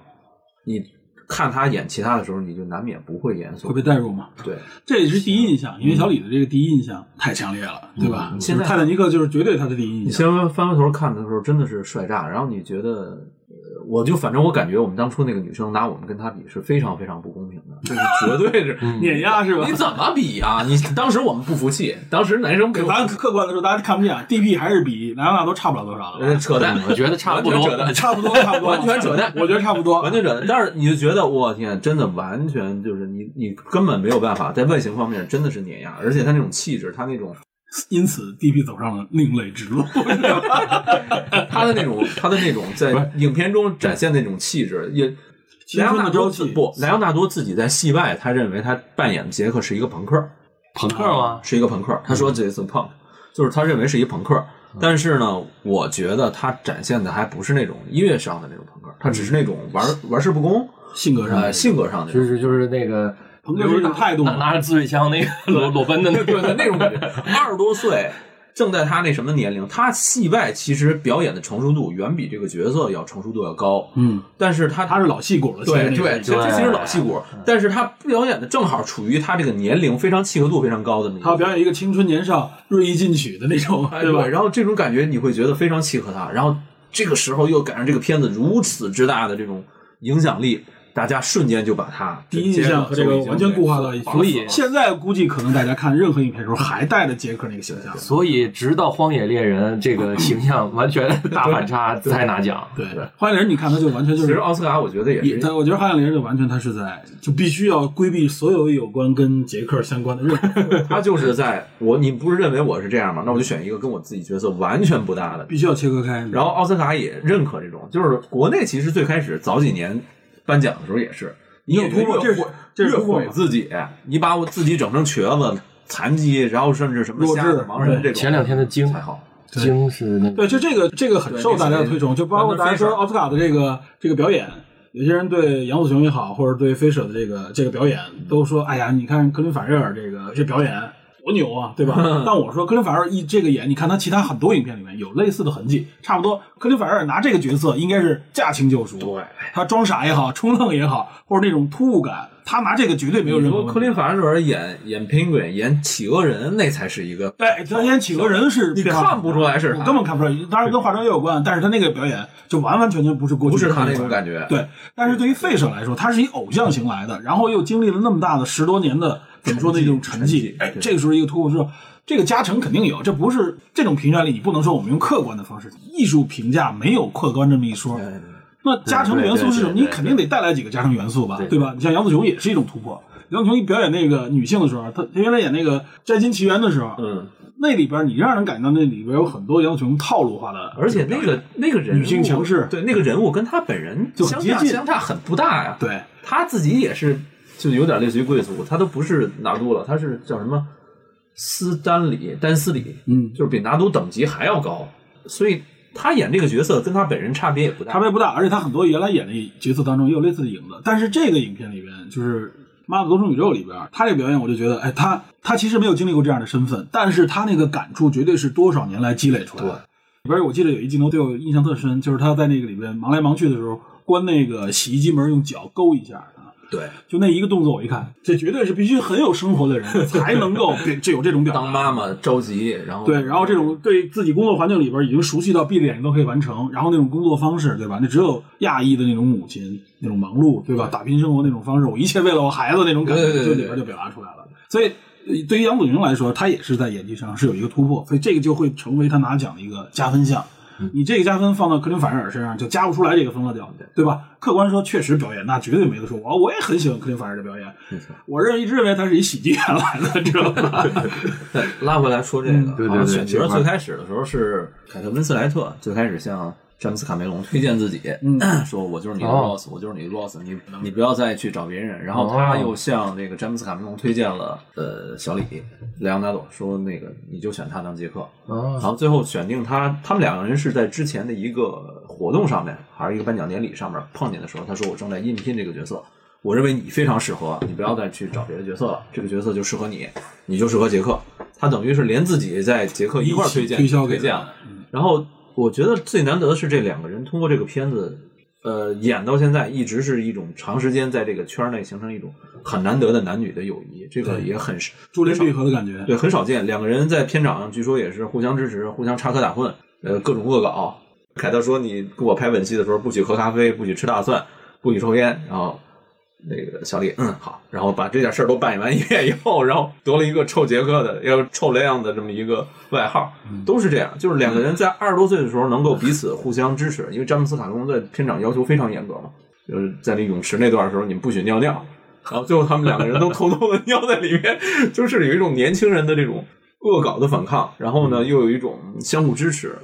Speaker 5: 你看他演其他的时候，你就难免不会严肃
Speaker 2: 会。被代入嘛。
Speaker 5: 对，
Speaker 2: 这也是第一印象，因为小李的这个第一印象太强烈了，对吧？
Speaker 5: 嗯现在
Speaker 2: 就是泰坦尼克就是绝对他的第一
Speaker 5: 你
Speaker 2: 印象。
Speaker 5: 先翻回头看的时候，真的是帅炸。然后你觉得，呃我就反正我感觉我们当初那个女生拿我们跟她比是非常非常不公平的，就是绝对是
Speaker 2: 碾压是吧？
Speaker 5: 你怎么比啊？你当时我们不服气，当时男生给
Speaker 2: 给
Speaker 5: 我
Speaker 2: 咱客观的说，大家看不见，DP 还是比莱昂纳多差不了多少
Speaker 5: 呃
Speaker 2: 了，
Speaker 5: 扯淡，
Speaker 4: 我觉得差不多
Speaker 5: 完全扯淡，
Speaker 2: 差不多，差不多，
Speaker 5: 完全扯淡
Speaker 2: 我觉得差不多，
Speaker 5: 完全扯淡。但是你就觉得我天，真的完全就是你你根本没有办法在外形方面真的是碾压，而且他那种气质，他那 种
Speaker 2: 因此，DP 走上了另类之路。
Speaker 5: 他的那种他的那种在影片中展现那种气质，也
Speaker 2: 青春
Speaker 5: 莱昂纳
Speaker 2: 的朝气
Speaker 5: 多自不，莱昂纳多自己在戏外，他认为他扮演的杰克是一个朋克，
Speaker 4: 朋克吗？
Speaker 5: 是一个朋克。他说这是 punk，就是他认为是一朋克。但是呢，我觉得他展现的还不是那种音乐上的那种朋克，他只是那种玩玩世不恭，
Speaker 2: 性格上
Speaker 5: 呃，，性格上的
Speaker 4: 就。是就是那个
Speaker 2: 朋克是一种态度
Speaker 4: 拿
Speaker 2: 嘛，
Speaker 4: 拿着自卫枪那个裸裸奔的那
Speaker 5: 对对，
Speaker 4: 个
Speaker 5: 那种感觉。二十多岁，正在他那什么年龄，他戏外其实表演的成熟度远比这个角色要成熟度要高，
Speaker 2: 嗯，
Speaker 5: 但是他
Speaker 2: 他是老戏骨了，
Speaker 5: 对
Speaker 2: 其实那
Speaker 5: 对，
Speaker 2: 个
Speaker 5: 其实
Speaker 4: 对
Speaker 5: 这其实老戏骨，
Speaker 2: 嗯
Speaker 5: 但是他表演的正好处于他这个年龄非常契合度非常高的那
Speaker 2: 他要
Speaker 5: 个。
Speaker 2: 表演一个青春年少、锐意进取的那种，
Speaker 5: 哎
Speaker 2: 对吧？
Speaker 5: 然后这种感觉你会觉得非常契合他，然后这个时候又赶上这个片子如此之大的这种影响力，大家瞬间就把他
Speaker 2: 第一印象和这个完全固化到一起，
Speaker 5: 所
Speaker 2: 所
Speaker 5: 以
Speaker 2: 以现在估计可能大家看任何影片的时候还带着杰克那个形象。
Speaker 4: 所以直到《荒野猎人》这个形象完全大反差才拿奖。
Speaker 2: 对，花样人你看他就完全就
Speaker 5: 其
Speaker 2: 是
Speaker 5: 实奥斯卡我觉得也
Speaker 2: 也，
Speaker 5: 是
Speaker 2: 但我觉得《花样猎人》就完全他是在就必须要规避所有有关跟杰克相关的任何，
Speaker 5: 他就是在我，你不是认为我是这样吗？那我就选一个跟我自己角色完全不搭的。
Speaker 2: 必须要切割开。
Speaker 5: 然后奥斯卡也认可这种，就是国内其实最开始早几年颁奖的时候也是，你
Speaker 2: 有突破
Speaker 5: 越
Speaker 2: 这是
Speaker 5: 毁
Speaker 2: 这是
Speaker 5: 越
Speaker 2: 突破
Speaker 5: 毁
Speaker 2: 嘛
Speaker 5: 自己，你把我自己整成瘸子、残疾，然后甚至什么
Speaker 2: 弱
Speaker 5: 瞎
Speaker 2: 智
Speaker 5: 子、盲人这种。
Speaker 4: 前两天的鲸
Speaker 5: 还好，
Speaker 2: 对
Speaker 4: 鲸是那个
Speaker 2: 对，就这个这个很受大家的推崇，就包括大家说奥斯卡的这个这个表演，有些人对杨紫琼也好，或者对飞舍的这个这个表演，都说哎呀，你看克林法瑞尔这个这表演多牛啊，对吧？但我说克林法瑞尔一这个演，你看他其他很多影片里面有类似的痕迹，差不多。克林法瑞尔拿这个角色应该是驾轻就熟，对，他装傻也好，冲愣也好，或者那种突兀感，他拿这个绝对没有
Speaker 5: 你
Speaker 2: 任何
Speaker 5: 说
Speaker 2: 问题。
Speaker 5: 科林法瑞尔演演 Penguin 演企鹅人，那才是一个
Speaker 2: 对，哎他演企鹅人是
Speaker 5: 你
Speaker 2: 变化
Speaker 5: 看不出来是
Speaker 2: 我
Speaker 5: 他
Speaker 2: 根本看不出来。当然跟化妆也有关，但是他那个表演就完完全全不是过去
Speaker 5: 不是
Speaker 2: 的
Speaker 5: 他
Speaker 2: 那
Speaker 5: 那种感觉。
Speaker 2: 对，但是对于费舍来说，他是以偶像型来的，然后又经历了那么大的十多年的怎么说呢一种沉
Speaker 5: 沉
Speaker 2: 寂
Speaker 5: 寂，
Speaker 2: 哎，这个时候一个突破之后，这个加成肯定有，这不是这种评价力，你不能说我们用客观的方式，艺术评价没有客观这么一说。
Speaker 5: 嗯，
Speaker 2: 那加成元素是什
Speaker 5: 对
Speaker 2: 么？
Speaker 5: 对对
Speaker 2: 你肯定得带来几个加成元素吧，
Speaker 4: 对
Speaker 2: 对吧？你像杨紫琼也是一种突破。杨紫琼一表演那个女性的时候，她她原来演那个《摘金奇缘》的时候，
Speaker 5: 嗯，
Speaker 2: 那里边你让人感觉到那里边有很多杨紫琼套路化的，
Speaker 5: 而且那个那个人物
Speaker 2: 女性强势
Speaker 5: 对那个人物跟他本人
Speaker 2: 就
Speaker 5: 相
Speaker 2: 很接
Speaker 5: 差
Speaker 2: 近
Speaker 5: 相差很不大呀。，
Speaker 2: 对
Speaker 5: 他自己也是，就有点类似于贵族，他都不是拿督了，他是叫什么斯丹里丹斯里，
Speaker 2: 嗯
Speaker 5: 就是比拿督等级还要高，所以他演这个角色跟他本人差别也不大。
Speaker 2: 差别不大。而且她很多原来演的角色当中也有类似的影子，但是这个影片里边就是《妈的多重宇宙》里边，她这个表演我就觉得，哎，她她其实没有经历过这样的身份，但是她那个感触绝对是多少年来积累出来的。里边我记得有一镜头对我印象特深，就是她在那个里边忙来忙去的时候，关那个洗衣机门用脚勾一下啊。
Speaker 5: 对，
Speaker 2: 就那一个动作，我一看，这绝对是必须很有生活的人才能够 这这有这种表达。
Speaker 5: 当妈妈着急，然后
Speaker 2: 对，然后这种
Speaker 5: 嗯
Speaker 2: 对自己工作环境里边已经熟悉到闭着眼睛都可以完成，然后那种工作方式，对吧？那只有亚裔的那种母亲那种忙碌，对吧？打拼生活那种方式，我一切为了我孩子那种感觉，
Speaker 5: 对对对对
Speaker 2: 这里边就表达出来了。所以呃对于杨紫琼来说，她也是在演技上是有一个突破，所以这个就会成为她拿奖的一个加分项。
Speaker 5: 嗯
Speaker 2: 你这个加分放到克林法瑞尔身上就加不出来这个分了，就对吧？客观说，确实表演那绝对没得说。我我也很喜欢克林法瑞尔的表演，我认为一直认为他是以喜剧演来的，知道吧？
Speaker 5: 对，拉回来说这个，
Speaker 4: 嗯对对
Speaker 5: 好像
Speaker 4: 对
Speaker 5: 啊选角
Speaker 4: 这块儿
Speaker 5: 最开始的时候是凯特温斯莱特，最开始向詹姆斯卡梅隆推荐自己， 说我就是你的
Speaker 4: 嗯哦
Speaker 5: boss，、我就是你的 boss，你你不要再去找别人。然后他
Speaker 4: 哦
Speaker 5: 又向这个詹姆斯卡梅隆推荐了呃小李莱昂纳多，说那个你就选他当杰克。然
Speaker 4: 啊，
Speaker 5: 后最后选定他，他们两个人是在之前的一个活动上面，还是一个颁奖典礼上面碰见的时候，他说我正在应聘这个角色，我认为你非常适合，你不要再去找别的角色了，这个角色就适合你，你就适合杰克。他等于是连自己在杰克 一块儿推荐
Speaker 2: 一起推销给
Speaker 5: 推荐啊
Speaker 2: 他
Speaker 5: 了。然后我觉得最难得的是这两个人通过这个片子，呃，演到现在一直是一种长时间在这个圈儿内形成一种很难得的男女的友谊，这个
Speaker 2: 对
Speaker 5: 也很
Speaker 2: 珠联璧合的感觉，
Speaker 5: 对，很少见。两个人在片场上据说也是互相支持，互相插科打诨，呃，各种恶搞。凯特说：“你给我拍吻戏的时候，不许喝咖啡，不许吃大蒜，不许抽烟。”然后那个小李，嗯，好，然后把这点事儿都扮演完一遍以后，然后得了一个臭杰克的，要臭莱昂的这么一个外号，都是这样。就是两个人在二十多岁的时候能够彼此互相支持，因为詹姆斯卡隆在片场要求非常严格嘛，就是在那泳池那段的时候，你们不许尿尿。然后最后他们两个人都偷偷的尿在里面，就是有一种年轻人的这种恶搞的反抗，然后
Speaker 2: 嗯
Speaker 5: 呢又有一种相互支持，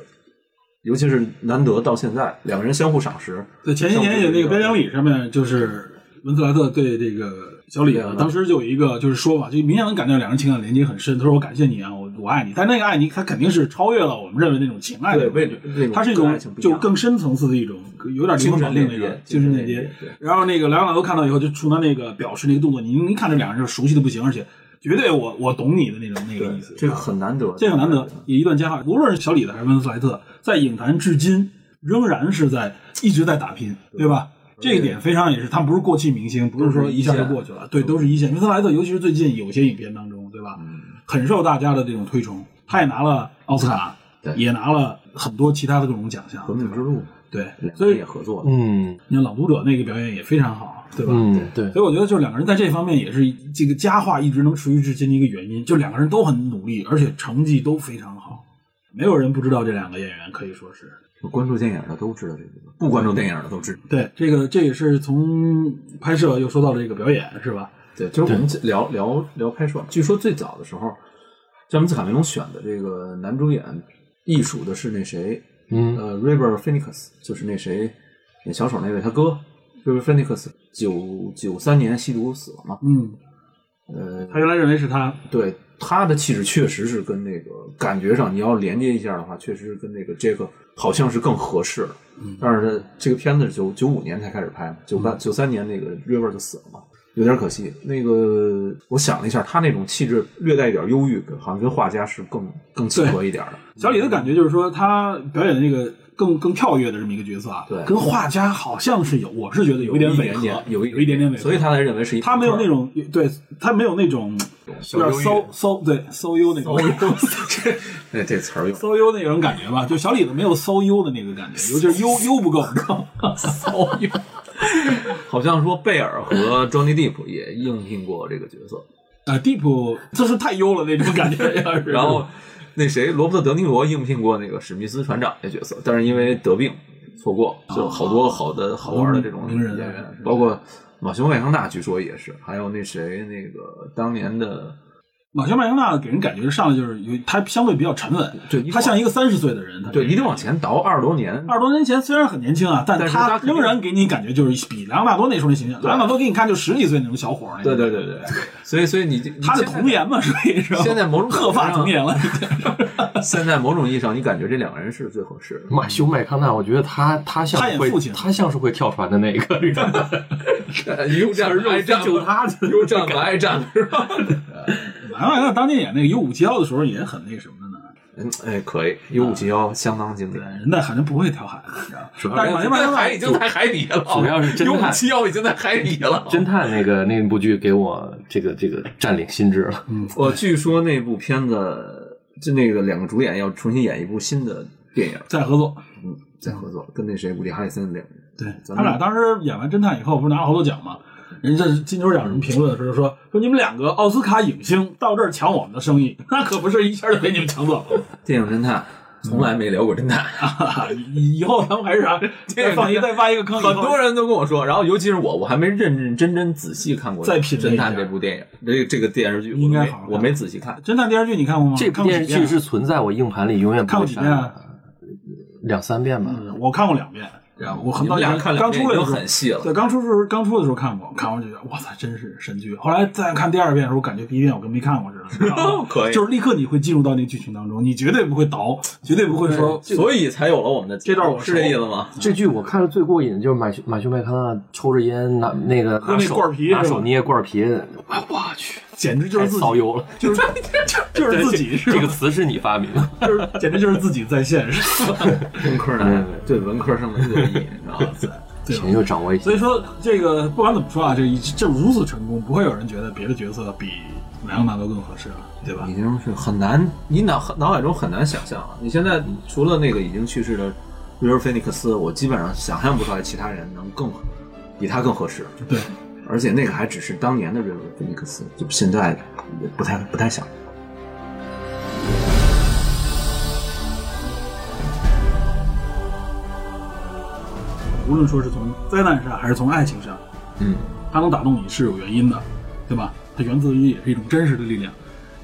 Speaker 5: 尤其是难得到现在两个人相互赏识，
Speaker 2: 对，前些年有那个颁奖礼上面，就是文斯莱特对这个小李啊，当时就有一个就是说法，就明显能感觉到两人情感连接很深。他说：“我感谢你啊，我我爱你。”但那个爱你，他肯定是超越了我们认为那种情爱
Speaker 5: 对，
Speaker 2: 的
Speaker 5: 为
Speaker 2: 感觉，
Speaker 5: 那种
Speaker 2: 它是一
Speaker 5: 跟
Speaker 2: 种
Speaker 5: 爱情不一
Speaker 2: 就
Speaker 5: 样
Speaker 2: 更深层次的一种，有点灵魂
Speaker 5: 精
Speaker 2: 绑
Speaker 5: 神
Speaker 2: 定
Speaker 5: 链
Speaker 2: 那个
Speaker 5: 接，
Speaker 2: 精神链
Speaker 5: 链
Speaker 2: 接
Speaker 5: 接。对
Speaker 2: 然后那个莱昂纳多看到以后，就冲他那个表示那个动作，你你看这两个人是熟悉的不行，而且绝对我我懂你的那种那个意思。
Speaker 5: 这个很难得，
Speaker 2: 这个难得，也一段佳话。无论是小李子还是温斯莱特，在影坛至今仍然是在一直在打拼，对吧？这一点非常也是，他们不是过气明星，不是说一下就过去了，对，都是嗯一线。温斯莱特，尤其是最近有些影片当中，对吧？很受大家的这种推崇，他也拿了奥斯卡，
Speaker 5: 对
Speaker 2: 也拿了很多其他的各种奖项，
Speaker 5: 革命之路，
Speaker 2: 对。
Speaker 5: 两
Speaker 2: 所
Speaker 5: 个
Speaker 2: 以
Speaker 5: 也合作了，
Speaker 4: 嗯
Speaker 2: 你看《朗读者》那个表演也非常好，对吧？
Speaker 4: 嗯，对，
Speaker 2: 所以我觉得，就是两个人在这方面也是这个佳话一直能持续至今的一个原因，就两个人都很努力，而且成绩都非常好，没有人不知道这两个演员，可以说是
Speaker 5: 关注电影的都知道这个，不关注电影的都知道。
Speaker 2: 对这个，这也是从拍摄又说到这个表演，是吧？
Speaker 5: 对，就是我们聊聊聊拍摄。据说最早的时候，詹姆斯卡梅隆选的这个男主演艺术的是那谁，
Speaker 4: 嗯
Speaker 5: 呃，River Phoenix，就是那谁演小丑那位他哥，River Phoenix，九九三年吸毒死了嘛。
Speaker 2: 嗯，
Speaker 5: 呃，
Speaker 2: 他原来认为是他，
Speaker 5: 对他的气质确实是跟那个感觉上，你要连接一下的话，确实是跟那个 Jack 好像是更合适。
Speaker 2: 嗯
Speaker 5: 但是他这个片子是九九五年才开始拍嘛，九八九三年那个 River 就死了嘛，有点可惜。那个我想了一下，他那种气质略带一点忧郁，好像跟画家是更更契合一点的。
Speaker 2: 小李的感觉就是说，他表演的那个更更跳跃的这么一个角色啊，
Speaker 5: 对
Speaker 2: 跟画家好像是有，我是觉得
Speaker 5: 有
Speaker 2: 有点违
Speaker 5: 点
Speaker 2: 和，
Speaker 5: 点，
Speaker 2: 有
Speaker 5: 有
Speaker 2: 一点点违和，
Speaker 5: 所以他才认为是一
Speaker 2: 他没有那种对他没有那种有点骚骚对骚优那种。
Speaker 5: 哎这词儿用
Speaker 2: 骚优那种感觉吧，就小李子没有骚优的那个感觉，尤其是优优不够。
Speaker 5: 骚用，好像说贝尔和 Johnny Depp 也应聘过这个角色。
Speaker 2: 呃，Deep 就是太优了那种感觉，要是
Speaker 5: 然后那谁，罗伯特·德尼罗应聘过那个史密斯船长这角色，但是因为得病错过，就好多好的好玩的这种
Speaker 2: 名人啊
Speaker 5: 演员，包括马修·麦康纳，据说也是，还有那谁，那个当年的
Speaker 2: 马修麦康纳给人感觉上来就是有他相对比较沉稳，
Speaker 5: 对一
Speaker 2: 他像一个三十岁的人，他
Speaker 5: 对，一定往前倒二十多年，
Speaker 2: 二十多年前虽然很年轻啊，但
Speaker 5: 但是
Speaker 2: 他
Speaker 5: 他肯定
Speaker 2: 仍然给你感觉就是比莱昂纳多那时候那形象，莱昂纳多给你看就十几岁那种小伙儿那
Speaker 5: 对
Speaker 2: 种，
Speaker 5: 对对对，所以所以你你
Speaker 2: 他
Speaker 5: 现
Speaker 2: 的
Speaker 5: 在
Speaker 2: 童颜嘛，所以是吧
Speaker 5: 现在某种
Speaker 2: 鹤发
Speaker 5: 感觉上
Speaker 2: 童颜了，
Speaker 5: 现在某种意义上，你感觉这两个人是最合适的。
Speaker 4: 马修麦康纳，我觉得他他像
Speaker 2: 他演
Speaker 4: 是会
Speaker 2: 父亲
Speaker 4: 他像是会跳船的那一个，
Speaker 5: 又这样爱战
Speaker 4: 就他
Speaker 5: 又战不爱战是吧？
Speaker 2: 莱昂纳多当年演那个 U 五七幺的时候也很那什么的呢。
Speaker 5: 嗯，哎，可以，一五七幺相当经典。
Speaker 2: 人家好像不会跳海，你知道吗？但是马修麦
Speaker 5: 在
Speaker 2: 康
Speaker 5: 海已经
Speaker 2: 纳
Speaker 5: 在海底下了，
Speaker 4: 主要是侦探
Speaker 5: U 七幺已经在海底下了。
Speaker 4: 侦探那个那部剧给我这个这个占领心智了。
Speaker 2: 嗯
Speaker 5: 我据说那部片子，就那个两个主演要重新演一部新的电影，
Speaker 2: 再合作，
Speaker 5: 嗯，再合作，跟那谁伍迪·哈里森两个人。
Speaker 2: 对
Speaker 5: 咱
Speaker 2: 他
Speaker 5: 们
Speaker 2: 俩当时演完侦探以后，不是拿了好多奖吗？人家金球奖什么评论的时候说说你们两个奥斯卡影星到这儿抢我们的生意，那可不是一下就给你们抢走了。
Speaker 5: 电影侦探从来没聊过侦探，
Speaker 2: 以后咱们还是啥，再放一再挖一个坑，
Speaker 5: 很多人都跟我说，然后尤其是我，我还没认认真真仔细看过
Speaker 2: 再品味一
Speaker 5: 侦
Speaker 2: 下
Speaker 5: 探这部电影，这这个电视剧我
Speaker 2: 应该
Speaker 5: 没
Speaker 2: 好好看
Speaker 5: 我没仔细看。
Speaker 2: 侦探电视剧你看过吗？
Speaker 4: 这部
Speaker 2: 看过
Speaker 4: 电
Speaker 2: 几
Speaker 4: 视
Speaker 2: 遍
Speaker 4: 剧是存在我硬盘里，永远不
Speaker 2: 看
Speaker 4: 会
Speaker 2: 过几
Speaker 4: 删
Speaker 2: 遍啊
Speaker 4: 的，两三遍吧。
Speaker 2: 嗯我看过两遍，然后我很
Speaker 5: 啊你
Speaker 2: 早
Speaker 5: 们
Speaker 2: 以
Speaker 5: 俩
Speaker 2: 前
Speaker 5: 看两
Speaker 2: 刚
Speaker 5: 遍
Speaker 2: 出来
Speaker 5: 已
Speaker 2: 的
Speaker 5: 经
Speaker 2: 时候
Speaker 5: 很细了，
Speaker 2: 对，刚出时候刚出的时候看过，看完就觉得哇塞，真是神剧。后来再看第二遍的时候，感觉第一遍我跟没看过似的 你知道吗，
Speaker 5: 可以
Speaker 2: 就是立刻你会进入到那个剧情当中，你绝对不会倒，绝对不会说
Speaker 5: 所以才有了我们的
Speaker 2: 这段我熟
Speaker 5: 是这意思吗？
Speaker 4: 这剧我看着最过瘾的就是马修马修麦康纳抽着烟拿那个
Speaker 2: 喝那
Speaker 4: 拿手
Speaker 2: 罐儿啤
Speaker 4: 拿
Speaker 2: 是吧
Speaker 4: 手捏罐儿啤，哎我去，
Speaker 2: 简直就
Speaker 4: 太
Speaker 2: 是自
Speaker 4: 骚
Speaker 2: 己，
Speaker 4: 油了。
Speaker 2: 就是就是自己是
Speaker 4: 这个
Speaker 2: 吧？
Speaker 4: 词是你发明的，
Speaker 2: 就是简直就是自己在线 是吧？
Speaker 5: 文科男哎对文科生的恶意，你知道吗？
Speaker 2: 对吧
Speaker 4: 钱又掌握一些
Speaker 2: 所以。说这个不管怎么说啊，这一这如此成功，不会有人觉得别的角色比莱昂纳多更合适了，对吧
Speaker 5: 已？经是很难，你脑脑海中很难想象啊！你现在除了那个已经去世的瑞尔菲尼克斯，我基本上想象不出来其他人能更比他更合适。
Speaker 2: 对，
Speaker 5: 而且那个还只是当年的瑞尔菲尼克斯，就现在也不太不太想。
Speaker 2: 无论说是从灾难上还是从爱情上，
Speaker 5: 嗯，
Speaker 2: 它能打动你是有原因的，对吧？它源自于也是一种真实的力量。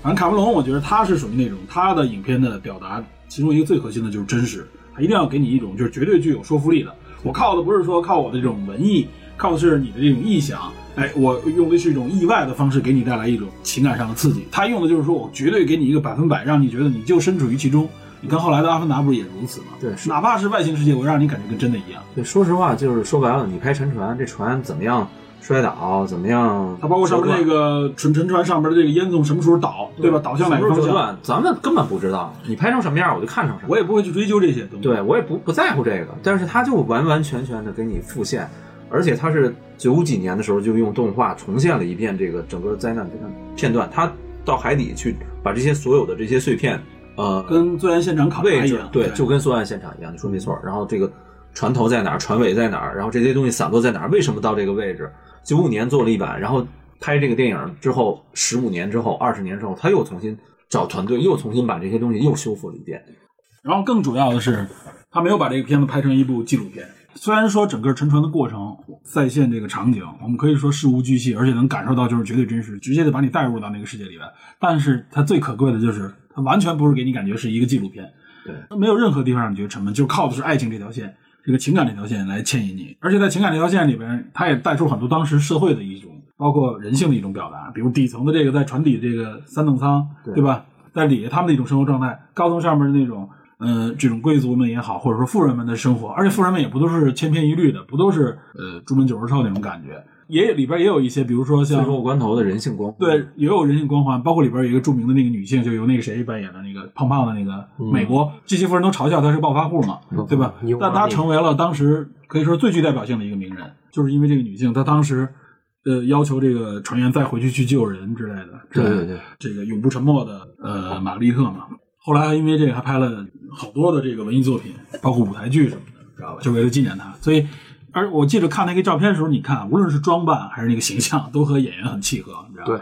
Speaker 2: 反正卡梅隆，我觉得他是属于那种他的影片的表达，其中一个最核心的就是真实，他一定要给你一种就是绝对具有说服力的。我靠的不是说靠我的这种文艺，靠的是你的这种臆想。哎，我用的是一种意外的方式给你带来一种情感上的刺激。他用的就是说我绝对给你一个百分百，让你觉得你就身处于其中。你看后来的《阿凡达》不是也如此吗？
Speaker 5: 对是
Speaker 2: 哪怕是外星世界，我让你感觉跟真的一样。
Speaker 5: 对，说实话，就是说白了，你拍沉船，这船怎么样摔倒，怎么样？
Speaker 2: 它包括上面那个沉沉船上面的这个烟囱什么时候倒，对吧？倒向哪
Speaker 5: 什
Speaker 2: 个
Speaker 5: 么时
Speaker 2: 方
Speaker 5: 候折
Speaker 2: 向，
Speaker 5: 断，咱们根本不知道。你拍成什么样，我就看成什么样。
Speaker 2: 我也不会去追究这些东西。
Speaker 5: 对我也不不在乎这个，但是他就完完全全的给你复现，而且他是九几年的时候就用动画重现了一遍这个整个灾难片片段，他到海底去把这些所有的这些碎片，呃，
Speaker 2: 跟最原现场考察
Speaker 5: 位
Speaker 2: 一
Speaker 5: 置
Speaker 2: 样，
Speaker 5: 对，就跟作案现场一样，你说没错。然后这个船头在哪儿，船尾在哪儿，然后这些东西散落在哪儿，为什么到这个位置？九五年做了一版，然后拍这个电影之后，十五年之后，二十年之后，他又重新找团队，又重新把这些东西又修复了一遍。
Speaker 2: 然后更主要的是，他没有把这个片子拍成一部纪录片。虽然说整个沉船的过程再现这个场景，我们可以说事无巨细，而且能感受到就是绝对真实，直接的把你带入到那个世界里边。但是它最可贵的就是，它完全不是给你感觉是一个纪录片，
Speaker 5: 对，
Speaker 2: 没有任何地方让你觉得沉闷，就靠的是爱情这条线，这个情感这条线来牵引你。而且在情感这条线里边，它也带出很多当时社会的一种，包括人性的一种表达，比如底层的这个在船底这个三等舱，
Speaker 5: 对
Speaker 2: 对吧？在里他们的一种生活状态，高层上面的那种，呃，这种贵族们也好，或者说富人们的生活，而且富人们也不都是千篇一律的，不都是呃朱门酒肉臭那种感觉，也里边也有一些，比如说像
Speaker 5: 最后关头的人性光辉，
Speaker 2: 对，也有人性光环，包括里边有一个著名的那个女性，就由那个谁扮演的那个胖胖的那个
Speaker 5: 嗯
Speaker 2: 美国，这些夫人都嘲笑她是暴发户嘛，对吧
Speaker 4: 有？
Speaker 2: 但
Speaker 4: 啊
Speaker 2: 她
Speaker 4: 那
Speaker 2: 成为了当时可以说最具代表性的一个名人，就是因为这个女性，她当时呃要求这个船员再回去去救人之类的，
Speaker 5: 对对对，
Speaker 2: 这个永不沉没的呃玛格丽特嘛。后来因为这个还拍了好多的这个文艺作品，包括舞台剧什么的，知道吧？就为了纪念他。所以，而我记得看那个照片的时候，你看，无论是装扮还是那个形象，都和演员很契合，你知道吧？
Speaker 4: 对，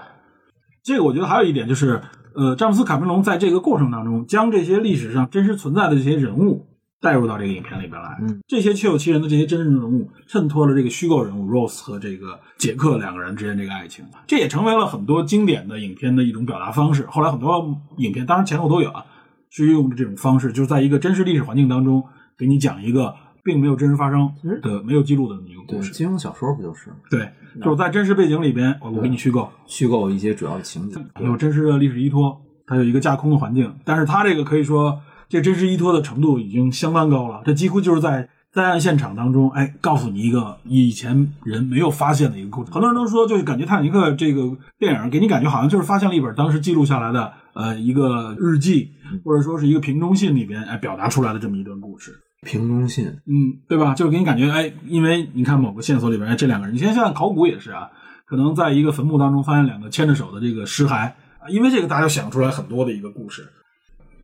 Speaker 2: 这个我觉得还有一点就是，呃，詹姆斯·卡梅隆在这个过程当中，将这些历史上真实存在的这些人物带入到这个影片里边来。
Speaker 5: 嗯，
Speaker 2: 这些确有其人的这些真实人物，衬托了这个虚构人物 Rose 和这个杰克两个人之间这个爱情，这也成为了很多经典的影片的一种表达方式。后来很多影片，当然前后都有啊，是用这种方式，就是在一个真实历史环境当中，给你讲一个并没有真实发生
Speaker 5: 实
Speaker 2: 的、没有记录的这么一个
Speaker 5: 嗯对，
Speaker 2: 故事。
Speaker 5: 金庸小说不就是
Speaker 2: 对，就是在真实背景里边，我我给你虚构。
Speaker 5: 虚构一些主要的情节？
Speaker 2: 有真实的历史依托，它有一个架空的环境，但是它这个可以说这真实依托的程度已经相当高了，这几乎就是在灾案现场当中，哎，告诉你一个以前人没有发现的一个故事。很多人都说，就是感觉《泰坦尼克》这个电影给你感觉好像就是发现了一本当时记录下来的呃一个日记，或者说是一个瓶中信里边哎表达出来的这么一段故事。
Speaker 5: 瓶中信，
Speaker 2: 嗯，对吧？就是给你感觉，哎，因为你看某个线索里边，哎，这两个人，你现在像考古也是啊，可能在一个坟墓当中发现两个牵着手的这个尸骸，啊因为这个大家想出来很多的一个故事。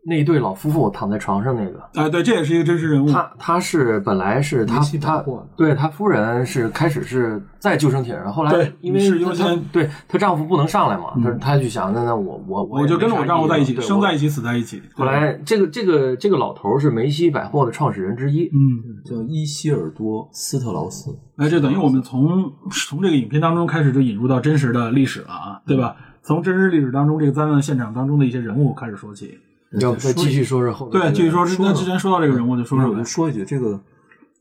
Speaker 4: 那一对老夫妇躺在床上那个，
Speaker 2: 哎，对，这也是一个真实人物。
Speaker 4: 他他是本来是他
Speaker 5: 离奇
Speaker 4: 他
Speaker 5: 捕获的
Speaker 4: 对他夫人是开始是在救生艇上，后来
Speaker 2: 对
Speaker 4: 因为
Speaker 2: 是因为
Speaker 4: 她
Speaker 2: 她
Speaker 4: 她对她丈夫不能上来嘛，
Speaker 2: 嗯
Speaker 4: 她她就想那那我我
Speaker 2: 我就跟着我丈夫在一起，生在一
Speaker 4: 起。
Speaker 2: 起，死在一起。
Speaker 4: 后来这个这个这个老头是梅西百货的创始人之一，
Speaker 2: 嗯，
Speaker 5: 叫伊希尔多·斯特劳斯，
Speaker 2: 哎，这等于我们从从这个影片当中开始就引入到真实的历史了啊，对吧？从真实历史当中这个灾难现场当中的一些人物开始嗯说起。
Speaker 4: 要不再继续说说后面这
Speaker 2: 对，
Speaker 4: 个
Speaker 2: 继续说，
Speaker 5: 说
Speaker 2: 那
Speaker 5: 吧
Speaker 2: 之前说到这个人物就说
Speaker 4: 嗯
Speaker 5: 不是，
Speaker 2: 说
Speaker 5: 我
Speaker 2: 吧
Speaker 5: 就。说一句，这个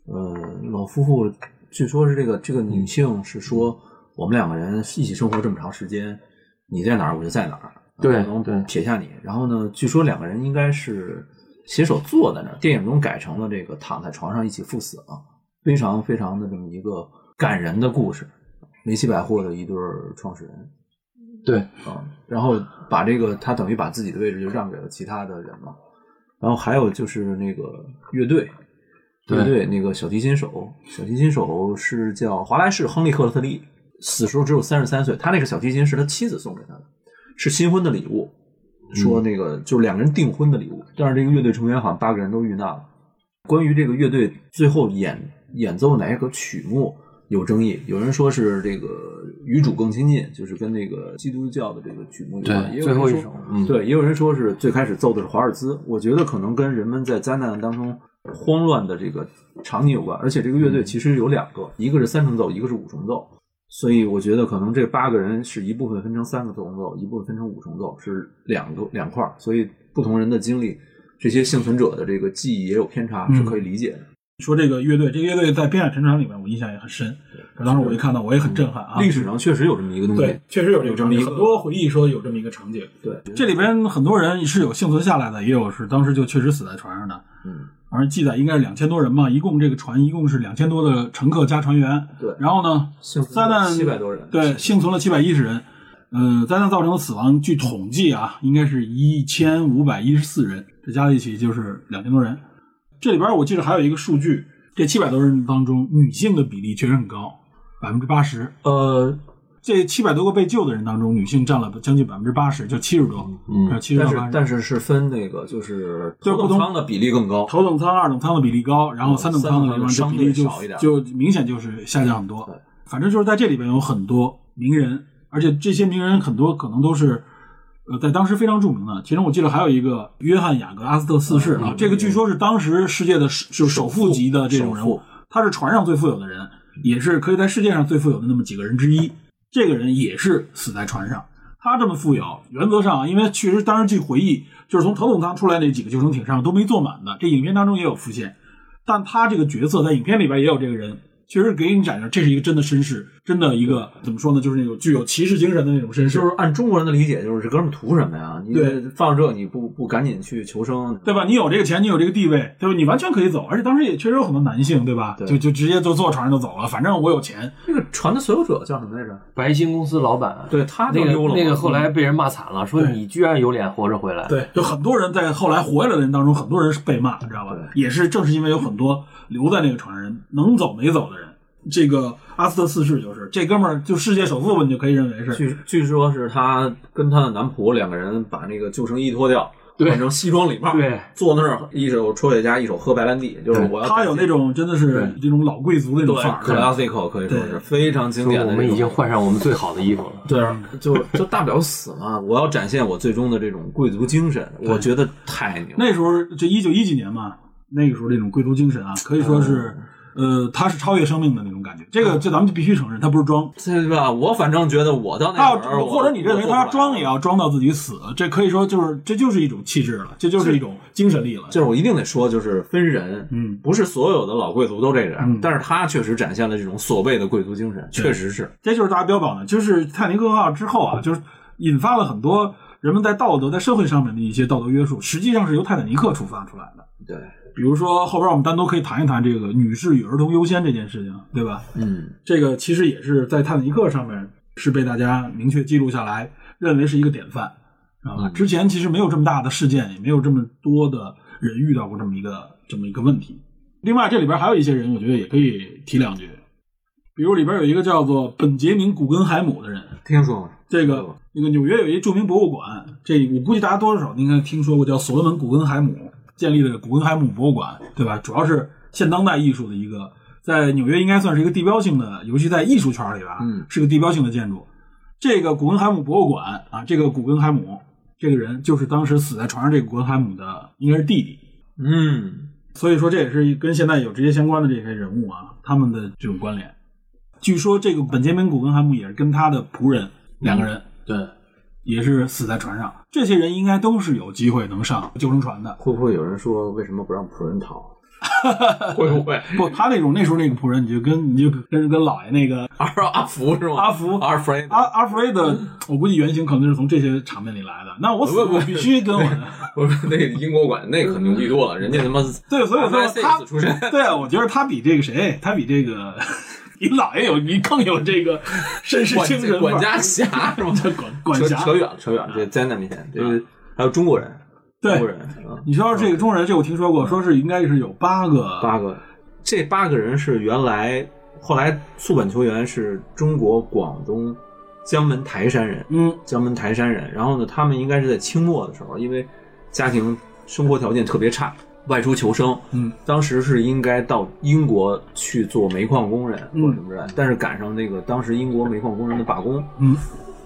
Speaker 5: 呃，老夫妇据说是这个这个女性是说，我们两个人一起生活这么长时间，你在哪儿我就在哪儿，
Speaker 4: 对
Speaker 5: 我不能
Speaker 4: 对
Speaker 5: 撇下你。然后呢，据说两个人应该是携手坐在那儿，电影中改成了这个躺在床上一起赴死啊，非常非常的这么一个感人的故事。梅西百货的一对儿创始人
Speaker 4: 对
Speaker 5: 啊、然后把这个他等于把自己的位置就让给了其他的人嘛。然后还有就是那个乐队，
Speaker 4: 对
Speaker 5: 乐队那个小提琴手，小提琴手是叫华莱士·亨利·克特利，死时候只有三十三岁。他那个小提琴是他妻子送给他的，是新婚的礼物，说那个就是两个人订婚的礼物。但是这个乐队成员好像八个人都遇难了。关于这个乐队最后演演奏哪个曲目有争议，有人说是这个与主更亲近，就是跟那个基督教的这个曲目有关。也
Speaker 4: 对，
Speaker 5: 有
Speaker 4: 最
Speaker 5: 人
Speaker 4: 后一
Speaker 5: 说
Speaker 4: 首，嗯，
Speaker 5: 对，也有人说是最开始奏的是华尔兹，我觉得可能跟人们在灾难当中慌乱的这个场景有关，而且这个乐
Speaker 4: 嗯
Speaker 5: 队其实有两个，一个是三重奏，一个是五重奏，所以我觉得可能这八个人是一部分分成三个重奏，一部分分成五重奏，是两个两块儿，所以不同人的经历，这些幸存者的这个记忆也有偏差，是可以理解的。
Speaker 2: 说这个乐队，这个乐队在《边海沉船》里面，我印象也很深。当时我一看到，我也很震撼啊！
Speaker 5: 历史上确实有这么一个东西，
Speaker 2: 对，确实有这个场景，
Speaker 5: 有这么一个
Speaker 2: 很多回忆说有这么一个场景。
Speaker 5: 对，
Speaker 2: 这里边很多人是有幸存下来的，也有是当时就确实死在船上的。
Speaker 5: 嗯，
Speaker 2: 反正记载应该是两千多人嘛，一共这个船一共是两千多的乘客加船员。
Speaker 5: 对
Speaker 2: 然后呢，
Speaker 5: 幸福
Speaker 2: 灾难
Speaker 5: 七百多人，
Speaker 2: 对，幸存了七百一十人。嗯，灾难造成的死亡，据统计啊，应该是一千五百一十四人，这加在一起就是两千多人。这里边我记得还有一个数据，这七百多人当中，女性的比例确实很高，百分之八十。
Speaker 5: 呃，
Speaker 2: 这七百多个被救的人当中，女性占了将近百分之八十，就七十多，
Speaker 4: 嗯，
Speaker 2: 七十
Speaker 5: 但
Speaker 2: 到
Speaker 5: 是
Speaker 2: 八十。
Speaker 5: 但是是分那个就是
Speaker 2: 对
Speaker 5: 头
Speaker 2: 不
Speaker 5: 等
Speaker 2: 同
Speaker 5: 舱的比例更高，
Speaker 2: 头等舱、二等舱的比例高，然后
Speaker 5: 嗯
Speaker 2: 三等舱的地方这
Speaker 5: 三等舱
Speaker 2: 比
Speaker 5: 相
Speaker 2: 例就
Speaker 5: 对少一点
Speaker 2: 就明显就是下降很多
Speaker 5: 对。
Speaker 2: 反正就是在这里边有很多名人，而且这些名人很多可能都是。呃，在当时非常著名的，其中我记得还有一个约翰·雅各·阿斯特四世啊，这个据说是当时世界的首就是首富级的这种人
Speaker 5: 首
Speaker 2: 物
Speaker 5: 富，
Speaker 2: 他是船上最富有的人，也是可以在世界上最富有的那么几个人之一。这个人也是死在船上，他这么富有，原则上啊因为确实当时据回忆，就是从头等舱出来那几个救生艇上都没坐满的，这影片当中也有浮现。但他这个角色在影片里边也有这个人，其实给你展示这是一个真的绅士，真的一个怎么说呢，就是那种具有骑士精神的那种绅士
Speaker 5: 就，是按中国人的理解，就是这哥们儿图什么呀？你
Speaker 2: 对
Speaker 5: 放这你不不赶紧去求生，
Speaker 2: 对吧？你有这个钱，你有这个地位，对吧？你完全可以走，而且当时也确实有很多男性，对吧？
Speaker 5: 对
Speaker 2: 就就直接就坐船上就走了，反正我有钱，
Speaker 5: 那个船的所有者叫什么来着？
Speaker 4: 白星公司老板，
Speaker 5: 对他就
Speaker 4: 那
Speaker 5: 溜了
Speaker 4: 个
Speaker 5: 嘛
Speaker 4: 那个后来被人骂惨了，说
Speaker 2: 嗯对
Speaker 4: 你居然有脸活着回来，
Speaker 2: 对，就很多人在后来活下来的人当中，很多人是被骂，你知道吧？也是正是因为有很多留在那个船上人能走没走的人，这个阿斯特四世就是这哥们儿，就世界首富吧，你就可以认为是。
Speaker 5: 据据说是她跟她的男仆两个人把那个救生衣脱掉，
Speaker 4: 对
Speaker 5: 换成西装里帽，
Speaker 4: 对，
Speaker 5: 坐那儿一手抽雪茄，一手喝白兰地，就是
Speaker 4: 对
Speaker 5: 我要
Speaker 2: 他有那种真的是这种老贵族那种
Speaker 5: 对
Speaker 2: 范儿，对吧
Speaker 5: classical 可以说是
Speaker 2: 对
Speaker 5: 非常经
Speaker 4: 说
Speaker 5: 典的
Speaker 4: 我
Speaker 5: 那种。
Speaker 4: 们已经换上我们最好的衣服了。
Speaker 5: 对啊，就就大不了死嘛，我要展现我最终的这种贵族精神，我觉得太牛。
Speaker 2: 那时候这一九一几年嘛，那个时候这种贵族精神啊，可以说是，
Speaker 5: 嗯
Speaker 2: 呃，他是超越生命的那种感觉。这个这咱们就必须承认，他不是装。
Speaker 5: 对吧？我反正觉得我到
Speaker 2: 他
Speaker 5: 那会儿
Speaker 2: 要
Speaker 5: 我，
Speaker 2: 或者你认为
Speaker 5: 我
Speaker 2: 他
Speaker 5: 做不来
Speaker 2: 装也要装到自己死，这可以说就是这就是一种气质了，这就是一种精神力了。
Speaker 5: 就是我一定得说，就是分人，
Speaker 2: 嗯
Speaker 5: 不是所有的老贵族都这样，
Speaker 2: 嗯
Speaker 5: 但是他确实展现了这种所谓的贵族精神，确实是。
Speaker 2: 这就是大家标榜的，就是《泰坦尼克号》之后啊，就是引发了很多人们在道德、在社会上面的一些道德约束，实际上是由《泰坦尼克》出发出来的。
Speaker 5: 对，
Speaker 2: 比如说，后边我们单独可以谈一谈这个女士与儿童优先这件事情，对吧？
Speaker 5: 嗯，
Speaker 2: 这个其实也是在《泰坦尼克》上面是被大家明确记录下来，认为是一个典范，知道吧？之前其实没有这么大的事件，也没有这么多的人遇到过这么一个这么一个问题。另外，这里边还有一些人，我觉得也可以提两句，比如里边有一个叫做本杰明·古根海姆的人，
Speaker 5: 听说过。
Speaker 2: 这个
Speaker 5: 嗯
Speaker 2: 那个纽约有一著名博物馆，这我估计大家多少应该听说过，叫所罗门古根海姆建立的古根海姆博物馆，对吧？主要是现当代艺术的一个，在纽约应该算是一个地标性的，尤其在艺术圈里吧，
Speaker 5: 嗯
Speaker 2: 是个地标性的建筑。这个古根海姆博物馆啊，这个古根海姆这个人就是当时死在船上这个古根海姆的，应该是弟弟。
Speaker 5: 嗯，
Speaker 2: 所以说这也是跟现在有直接相关的这些人物啊，他们的这种关联。据说这个本杰明·古根海姆也是跟他的仆人两个人，
Speaker 4: 对，
Speaker 2: 也是死在船上。这些人应该都是有机会能上救生船的。
Speaker 5: 会不会有人说为什么不让仆人逃？
Speaker 4: 会不会？
Speaker 2: 不，他那种那时候那个仆人，你就跟你就跟跟老爷那个
Speaker 5: 阿阿福是吗？
Speaker 2: 阿福
Speaker 5: 阿福，
Speaker 2: 阿阿弗瑞的，我估计原型可能是从这些场面里来的。那我死，
Speaker 6: 不不
Speaker 2: 我必须跟我的。
Speaker 6: 不是那英国馆那可牛逼多了，人家他妈
Speaker 2: 对，所以说
Speaker 6: FSA
Speaker 2: 他
Speaker 6: 出身
Speaker 2: 对啊，我觉得他比这个谁，他比这个 比老爷有你更有这个绅士精神味儿
Speaker 6: 管管家侠是吗？
Speaker 2: 这 管管
Speaker 5: 扯
Speaker 2: 辖。
Speaker 5: 扯远了，扯远了，这灾难面前，这个还有中国人，中国
Speaker 2: 对，
Speaker 5: 人，嗯，
Speaker 2: 你知道这个中国人，这我听说过，说是应该是有八个
Speaker 5: 八个，这八个人是原来后来宿本球员是中国广东江门台山人，
Speaker 2: 嗯，
Speaker 5: 江门台山人。然后呢，他们应该是在清末的时候，因为家庭生活条件特别差，外出求生。
Speaker 2: 嗯，
Speaker 5: 当时是应该到英国去做煤矿工人
Speaker 2: 嗯
Speaker 5: 或者什么之类的，但是赶上那个当时英国煤矿工人的罢工。
Speaker 2: 嗯。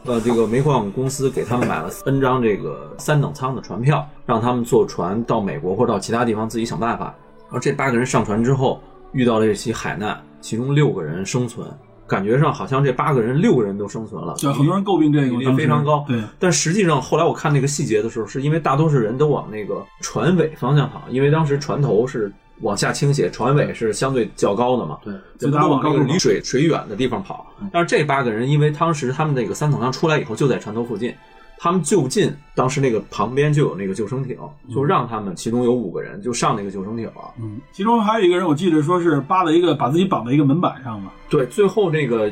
Speaker 5: 呃，这个煤矿公司给他们买了 N 张这个三等舱的船票，让他们坐船到美国或者到其他地方自己想办法。然后这八个人上船之后，遇到了这起海难，其中六个人生存，感觉上好像这八个人六个人都生存了，
Speaker 2: 对，很多人诟病这
Speaker 5: 比
Speaker 2: 个，
Speaker 5: 例
Speaker 2: 当时
Speaker 5: 非常高
Speaker 2: 对，
Speaker 5: 但实际上，后来我看那个细节的时候，是因为大多数人都往那个船尾方向跑，因为当时船头是往下倾斜，船尾是相对较高的嘛，
Speaker 4: 对，
Speaker 5: 就
Speaker 2: 所以大家
Speaker 5: 都往
Speaker 2: 往高
Speaker 5: 那
Speaker 2: 处
Speaker 5: 个
Speaker 2: 跑
Speaker 5: 离水水远的地方跑。但是这八个人，因为当时他们那个三等舱出来以后就在船头附近，他们就近当时那个旁边就有那个救生艇，就让他们其中有五个人就上那个救生艇了。
Speaker 2: 嗯，其中还有一个人，我记得说是扒了一个，把自己绑在一个门板上嘛。
Speaker 5: 对，最后这个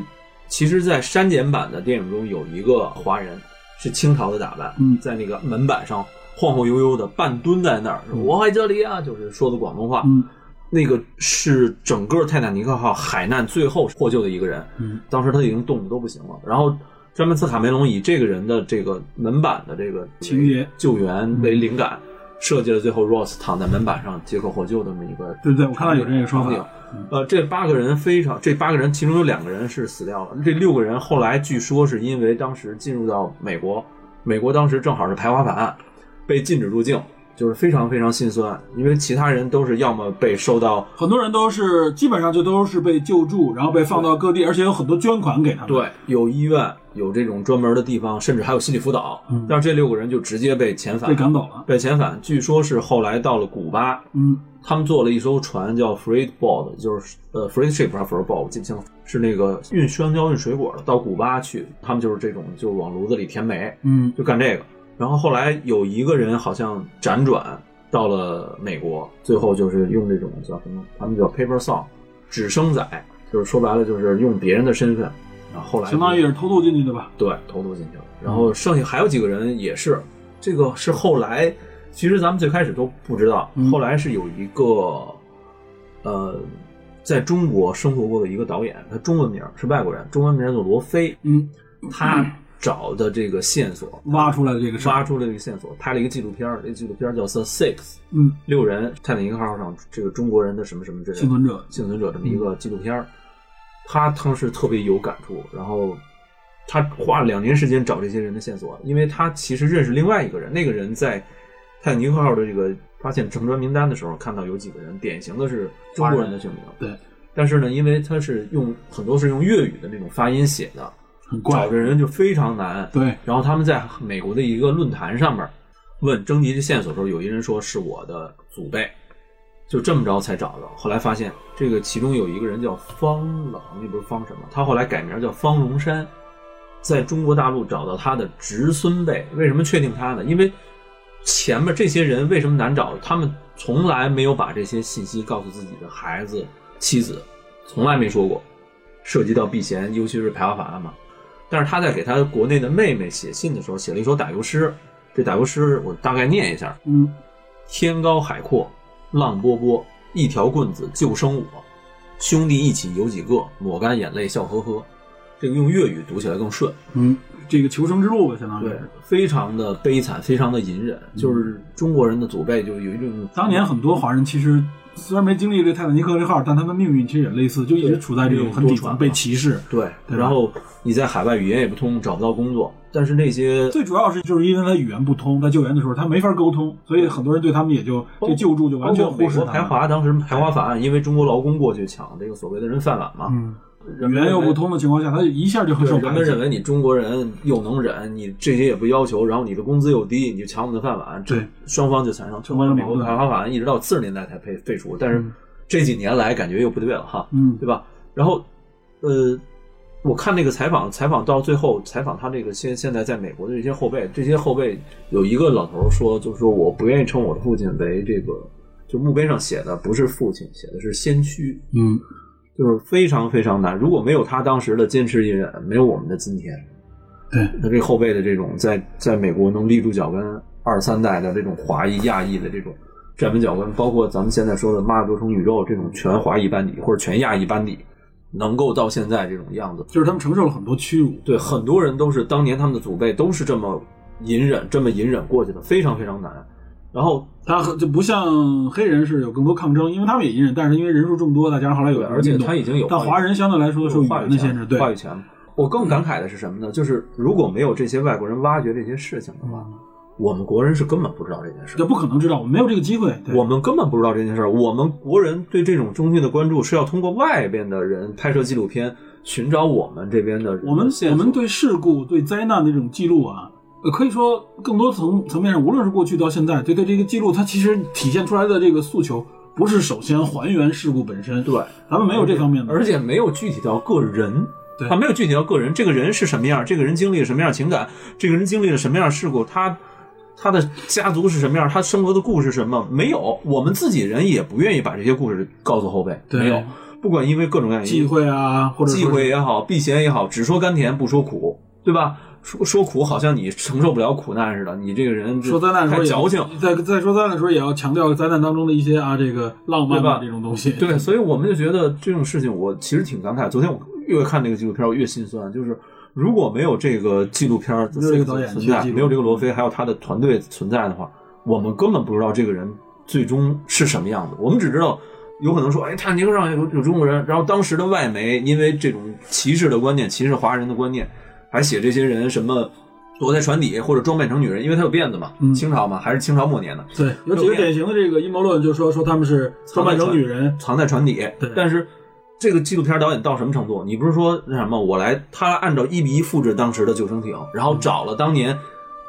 Speaker 5: 其实，在删减版的电影中有一个华人是清朝的打扮，
Speaker 2: 嗯
Speaker 5: 在那个门板上晃晃悠悠的半蹲在那儿，说我爱这里啊，就是说的广东话。
Speaker 2: 嗯，
Speaker 5: 那个是整个泰坦尼克号海难最后获救的一个人，
Speaker 2: 嗯，
Speaker 5: 当时他已经冻得都不行了。然后詹姆斯卡梅隆以这个人的这个门板的这个
Speaker 2: 情节
Speaker 5: 救
Speaker 2: 嗯
Speaker 5: 援为灵感，设计了最后 Ross 躺在门板上接受获救的这么一个
Speaker 2: 对对，我看到有这个说
Speaker 5: 场景
Speaker 2: 法。嗯
Speaker 5: 呃，这八个人非常，这八个人其中有两个人是死掉了，这六个人后来据说是因为当时进入到美国，美国当时正好是排华法案，被禁止入境，就是非常非常心酸，因为其他人都是要么被受到
Speaker 2: 很多人都是基本上就都是被救助，然后被放到各地，而且有很多捐款给他们。，
Speaker 5: 对啊有医院有这种专门的地方，甚至还有心理辅导，
Speaker 2: 嗯
Speaker 5: 但是这六个人就直接被遣返
Speaker 2: 被，赶走了。
Speaker 5: 被遣返，据说是后来到了古巴，
Speaker 2: 嗯，
Speaker 5: 他们做了一艘船叫 freight boat，就是呃 freight ship 还是 freight boat，我记不清了，是那个运香蕉、运水果的，到古巴去，他们就是这种，就往炉子里填煤，
Speaker 2: 嗯，
Speaker 5: 就干这个。然后后来有一个人好像辗转到了美国，最后就是用这种叫什么，他们叫 paper saw，纸生仔，就是说白了就是用别人的身份，然后后来
Speaker 2: 相当于也是偷渡进去的吧？
Speaker 5: 对，投毒进去了。然后剩下还有几个人也是，这个是后来，其实咱们最开始都不知道，
Speaker 2: 嗯
Speaker 5: 后来是有一个，呃，在中国生活过的一个导演，他中文名儿是外国人，中文名儿叫罗非，
Speaker 2: 嗯，
Speaker 5: 他找的这个线索
Speaker 2: 挖出来的这个事儿。
Speaker 5: 挖出了这个线索，拍了一个纪录片儿，这个纪录片儿叫《The Six》，
Speaker 2: 嗯，
Speaker 5: 六人泰坦尼克号上这个中国人的什么什么之类的
Speaker 2: 幸存者
Speaker 5: 幸存者这么
Speaker 2: 嗯
Speaker 5: 一个纪录片儿，他当时特别有感触，然后他花了两年时间找这些人的线索，因为他其实认识另外一个人，那个人在泰坦尼克号的这个发现成专名单的时候，看到有几个人典型的是中国人的姓名，
Speaker 2: 对，
Speaker 5: 但是呢，因为他是用很多是用粤语的那种发音写的，
Speaker 2: 很怪
Speaker 5: 找。这人就非常难，
Speaker 2: 对，
Speaker 5: 然后他们在美国的一个论坛上面问征集这线索的时候，有一人说是我的祖辈，就这么着才找到。后来发现这个其中有一个人叫方冷，那不是方什么，他后来改名叫方荣山，在中国大陆找到他的侄孙辈。为什么确定他呢？因为前面这些人为什么难找？他们从来没有把这些信息告诉自己的孩子、妻子，从来没说过。涉及到避嫌，尤其是排华法案嘛，但是他在给他国内的妹妹写信的时候，写了一首打油诗。这打油诗我大概念一下：
Speaker 2: 嗯，
Speaker 5: 天高海阔，浪波波，一条棍子救生我，兄弟一起有几个，抹干眼泪笑呵呵。这个用粤语读起来更顺。
Speaker 2: 嗯，这个求生之路吧，相当于
Speaker 5: 对。，非常的悲惨，非常的隐忍，就是中国人的祖辈就有一种
Speaker 2: 嗯当年很多华人其实虽然没经历这泰坦尼克这号，但他们命运其实也类似，就一直处在这种很底层被歧视。
Speaker 5: 对，
Speaker 2: 对吧
Speaker 5: 然后你在海外语言也不通，找不到工作，但是那些
Speaker 2: 最主要是就是因为他语言不通，在救援的时候他没法沟通，所以很多人对他们也就这救助就完全
Speaker 5: 包括
Speaker 2: 忽
Speaker 5: 美
Speaker 2: 视
Speaker 5: 国
Speaker 2: 他
Speaker 5: 排
Speaker 2: 们。
Speaker 5: 华当时排华法案，因为中国劳工过去抢这个所谓的人饭碗嘛，
Speaker 2: 嗯，
Speaker 5: 啊人们
Speaker 2: 语言又
Speaker 5: 认为
Speaker 2: 不。通的情况下，他一下就很受
Speaker 5: 对，人
Speaker 2: 排
Speaker 5: 们
Speaker 2: 挤
Speaker 5: 认。为你中国人又能忍，你这些也不要求，然后你的工资又低，你就抢我们的饭碗，这
Speaker 2: 对
Speaker 5: 双方就产生
Speaker 2: 双方有
Speaker 5: 美
Speaker 2: 矛
Speaker 5: 国
Speaker 2: 盾
Speaker 5: 排华法案一直到四十年代才废废除，但是这几年来感觉又不对了哈，
Speaker 2: 嗯
Speaker 5: 对吧？然后，呃，我看那个采访，采访到最后，采访他这个现现在在美国的这些后辈，这些后辈有一个老头儿说，就是说我不愿意称我的父亲为这个，就墓碑上写的不是父亲，写的是先驱，
Speaker 2: 嗯，
Speaker 5: 就是非常非常难。如果没有他当时的坚持隐忍，没有我们的今天。
Speaker 2: 对，
Speaker 5: 那这后辈的这种在在美国能立住脚跟，二三代的这种华裔、亚裔的这种站稳脚跟，包括咱们现在说的马尔多重宇宙这种全华裔班底或者全亚裔班底，能够到现在这种样子，
Speaker 2: 就是他们承受了很多屈辱。
Speaker 5: 对很多人都是当年他们的祖辈都是这么隐忍、这么隐忍过去的，非常非常难。然后
Speaker 2: 他很就不像黑人是有更多抗争，因为他们也隐忍，但是因为人数众多，再加上后来有
Speaker 5: 对，而且
Speaker 2: 运动
Speaker 5: 他已经有
Speaker 2: 但
Speaker 5: 话语
Speaker 2: 华人相对来说受语
Speaker 5: 话
Speaker 2: 言
Speaker 5: 语
Speaker 2: 的
Speaker 5: 权，
Speaker 2: 限制，对，
Speaker 5: 话语权。我更感慨的是什么呢？就是如果没有这些外国人挖掘这些事情的
Speaker 2: 嗯
Speaker 5: 话，我们国人是根本不知道这件事
Speaker 2: 这。不可能知道，我们没有这个机会。对
Speaker 5: 我们根本不知道这件事儿。我们国人对这种中心的关注是要通过外边的人拍摄纪录片，寻找我们这边的人的
Speaker 2: 我们
Speaker 5: 线
Speaker 2: 我
Speaker 5: 索
Speaker 2: 们对事故、对灾难的这种记录啊，呃，可以说更多层层面上，无论是过去到现在，对对这个记录，它其实体现出来的这个诉求，不是首先还原事故本身，
Speaker 5: 对，
Speaker 2: 咱们没有这方面的，
Speaker 5: 而且没有具体到个人。
Speaker 2: 对
Speaker 5: 他没有具体到个人，这个人是什么样，这个人经历了什么样的情感，这个人经历了什么样的事故，他他的家族是什么样，他生活的故事是什么，没有，我们自己人也不愿意把这些故事告诉后辈，
Speaker 2: 对
Speaker 5: 没有，不管因为各种各样的
Speaker 2: 忌讳啊，或者说
Speaker 5: 忌
Speaker 2: 是
Speaker 5: 讳也好，避嫌也好，只说甘甜不说苦，对吧？说说苦好像你承受不了苦难似的，你这个人
Speaker 2: 说灾难的时
Speaker 5: 太
Speaker 2: 候也
Speaker 5: 矫情，
Speaker 2: 在在说灾难的时候也要强调灾难当中的一些啊这个浪漫
Speaker 5: 对吧
Speaker 2: 啊这种东西。
Speaker 5: 对，所以我们就觉得这种事情，我其实挺感慨。昨天我越看那个纪录片，我越心酸。就是如果没有这个纪录片儿
Speaker 2: 没有这个导演
Speaker 5: 存
Speaker 2: 去
Speaker 5: 在，
Speaker 2: 记录
Speaker 5: 没有这个罗非还有他的团队存在的话，我们根本不知道这个人最终是什么样子。我们只知道有可能说，哎，泰坦尼克上有有中国人，然后当时的外媒因为这种歧视的观念，歧视华人的观念，还写这些人什么。躲在船底，或者装扮成女人，因为他有辫子嘛，
Speaker 2: 嗯
Speaker 5: 清朝嘛，还是清朝末年的，
Speaker 2: 对，有几个典型的这个阴谋论，就说说他们是装扮成女人，
Speaker 5: 藏在船底
Speaker 2: 对。
Speaker 5: 但是这个纪录片导演到什么程度？你不是说那什么？我来，他按照一比一复制当时的救生艇，然
Speaker 2: 嗯
Speaker 5: 后找了当年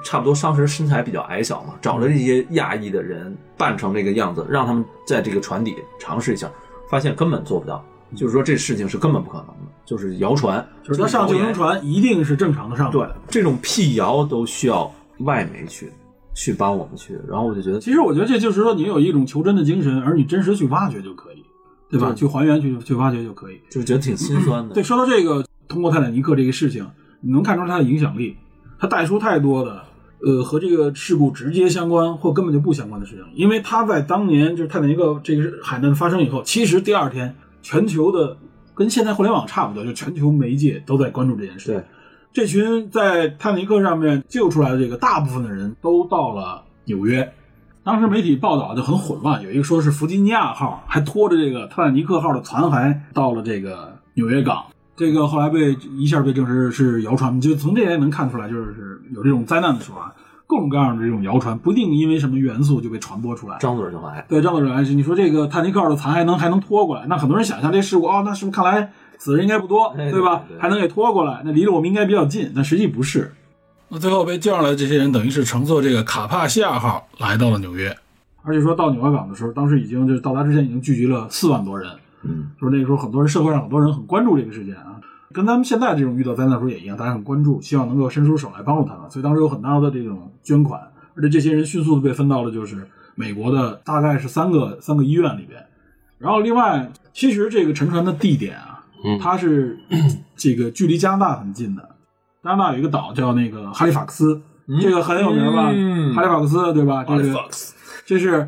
Speaker 5: 差不多当时身材比较矮小嘛，找
Speaker 2: 嗯
Speaker 5: 了这些亚裔的人扮成这个样子，让他们在这个船底尝试一下，发现根本做不到。就是说这事情是根本不可能的，就是谣传，
Speaker 2: 嗯就是他上救生船一定是正常的上。
Speaker 5: 对，这种辟谣都需要外媒去去帮我们去。然后我就觉得，
Speaker 2: 其实我觉得这就是说你有一种求真的精神，而你真实去挖掘就可以，对吧？
Speaker 5: 对
Speaker 2: 去还原去去挖掘就可以。
Speaker 5: 就觉得挺心酸的。
Speaker 2: 嗯对，说到这个，通过泰坦尼克这个事情，你能看出它的影响力，它带出太多的呃和这个事故直接相关或根本就不相关的事情，因为它在当年就是泰坦尼克这个海难发生以后，其实第二天全球的跟现在互联网差不多，就全球媒介都在关注这件事。
Speaker 5: 对，
Speaker 2: 这群在泰坦尼克上面救出来的这个大部分的人都到了纽约。当时媒体报道就很混乱，有一个说是弗吉尼亚号还拖着这个泰坦尼克号的残骸到了这个纽约港，这个后来被一下被证实是谣传，就从这也能看出来，就是有这种灾难的时候啊，各种各样的这种谣传，不定因为什么元素就被传播出来。
Speaker 5: 张嘴就来，
Speaker 2: 对，张作人是你说这个泰坦尼克号的残骸能还能拖过来，那很多人想象这事故哦，那是不是看来死人应该不多，
Speaker 5: 哎
Speaker 2: 对吧？
Speaker 5: 对对
Speaker 2: 还能给拖过来，那离着我们应该比较近，但实际不是。
Speaker 3: 那最后被救上来的这些人，等于是乘坐这个卡帕西亚号来到了纽约。
Speaker 2: 而且说到纽约港的时候，当时已经就是到达之前已经聚集了四万多人，
Speaker 5: 嗯，
Speaker 2: 说那个时候很多人社会上很多人很关注这个事件啊，跟咱们现在这种遇到灾难的时候也一样，大家很关注，希望能够伸出手来帮助他们，所以当时有很大的这种捐款，而且这些人迅速的被分到了就是美国的大概是三个三个医院里边，然后另外其实这个沉船的地点啊，
Speaker 4: 嗯
Speaker 2: 它 是这个距离加拿大很近的，加拿大有一个岛叫那个哈利法克斯，这个很有名吧？
Speaker 5: 嗯
Speaker 2: 哈利法克斯对吧？这个这是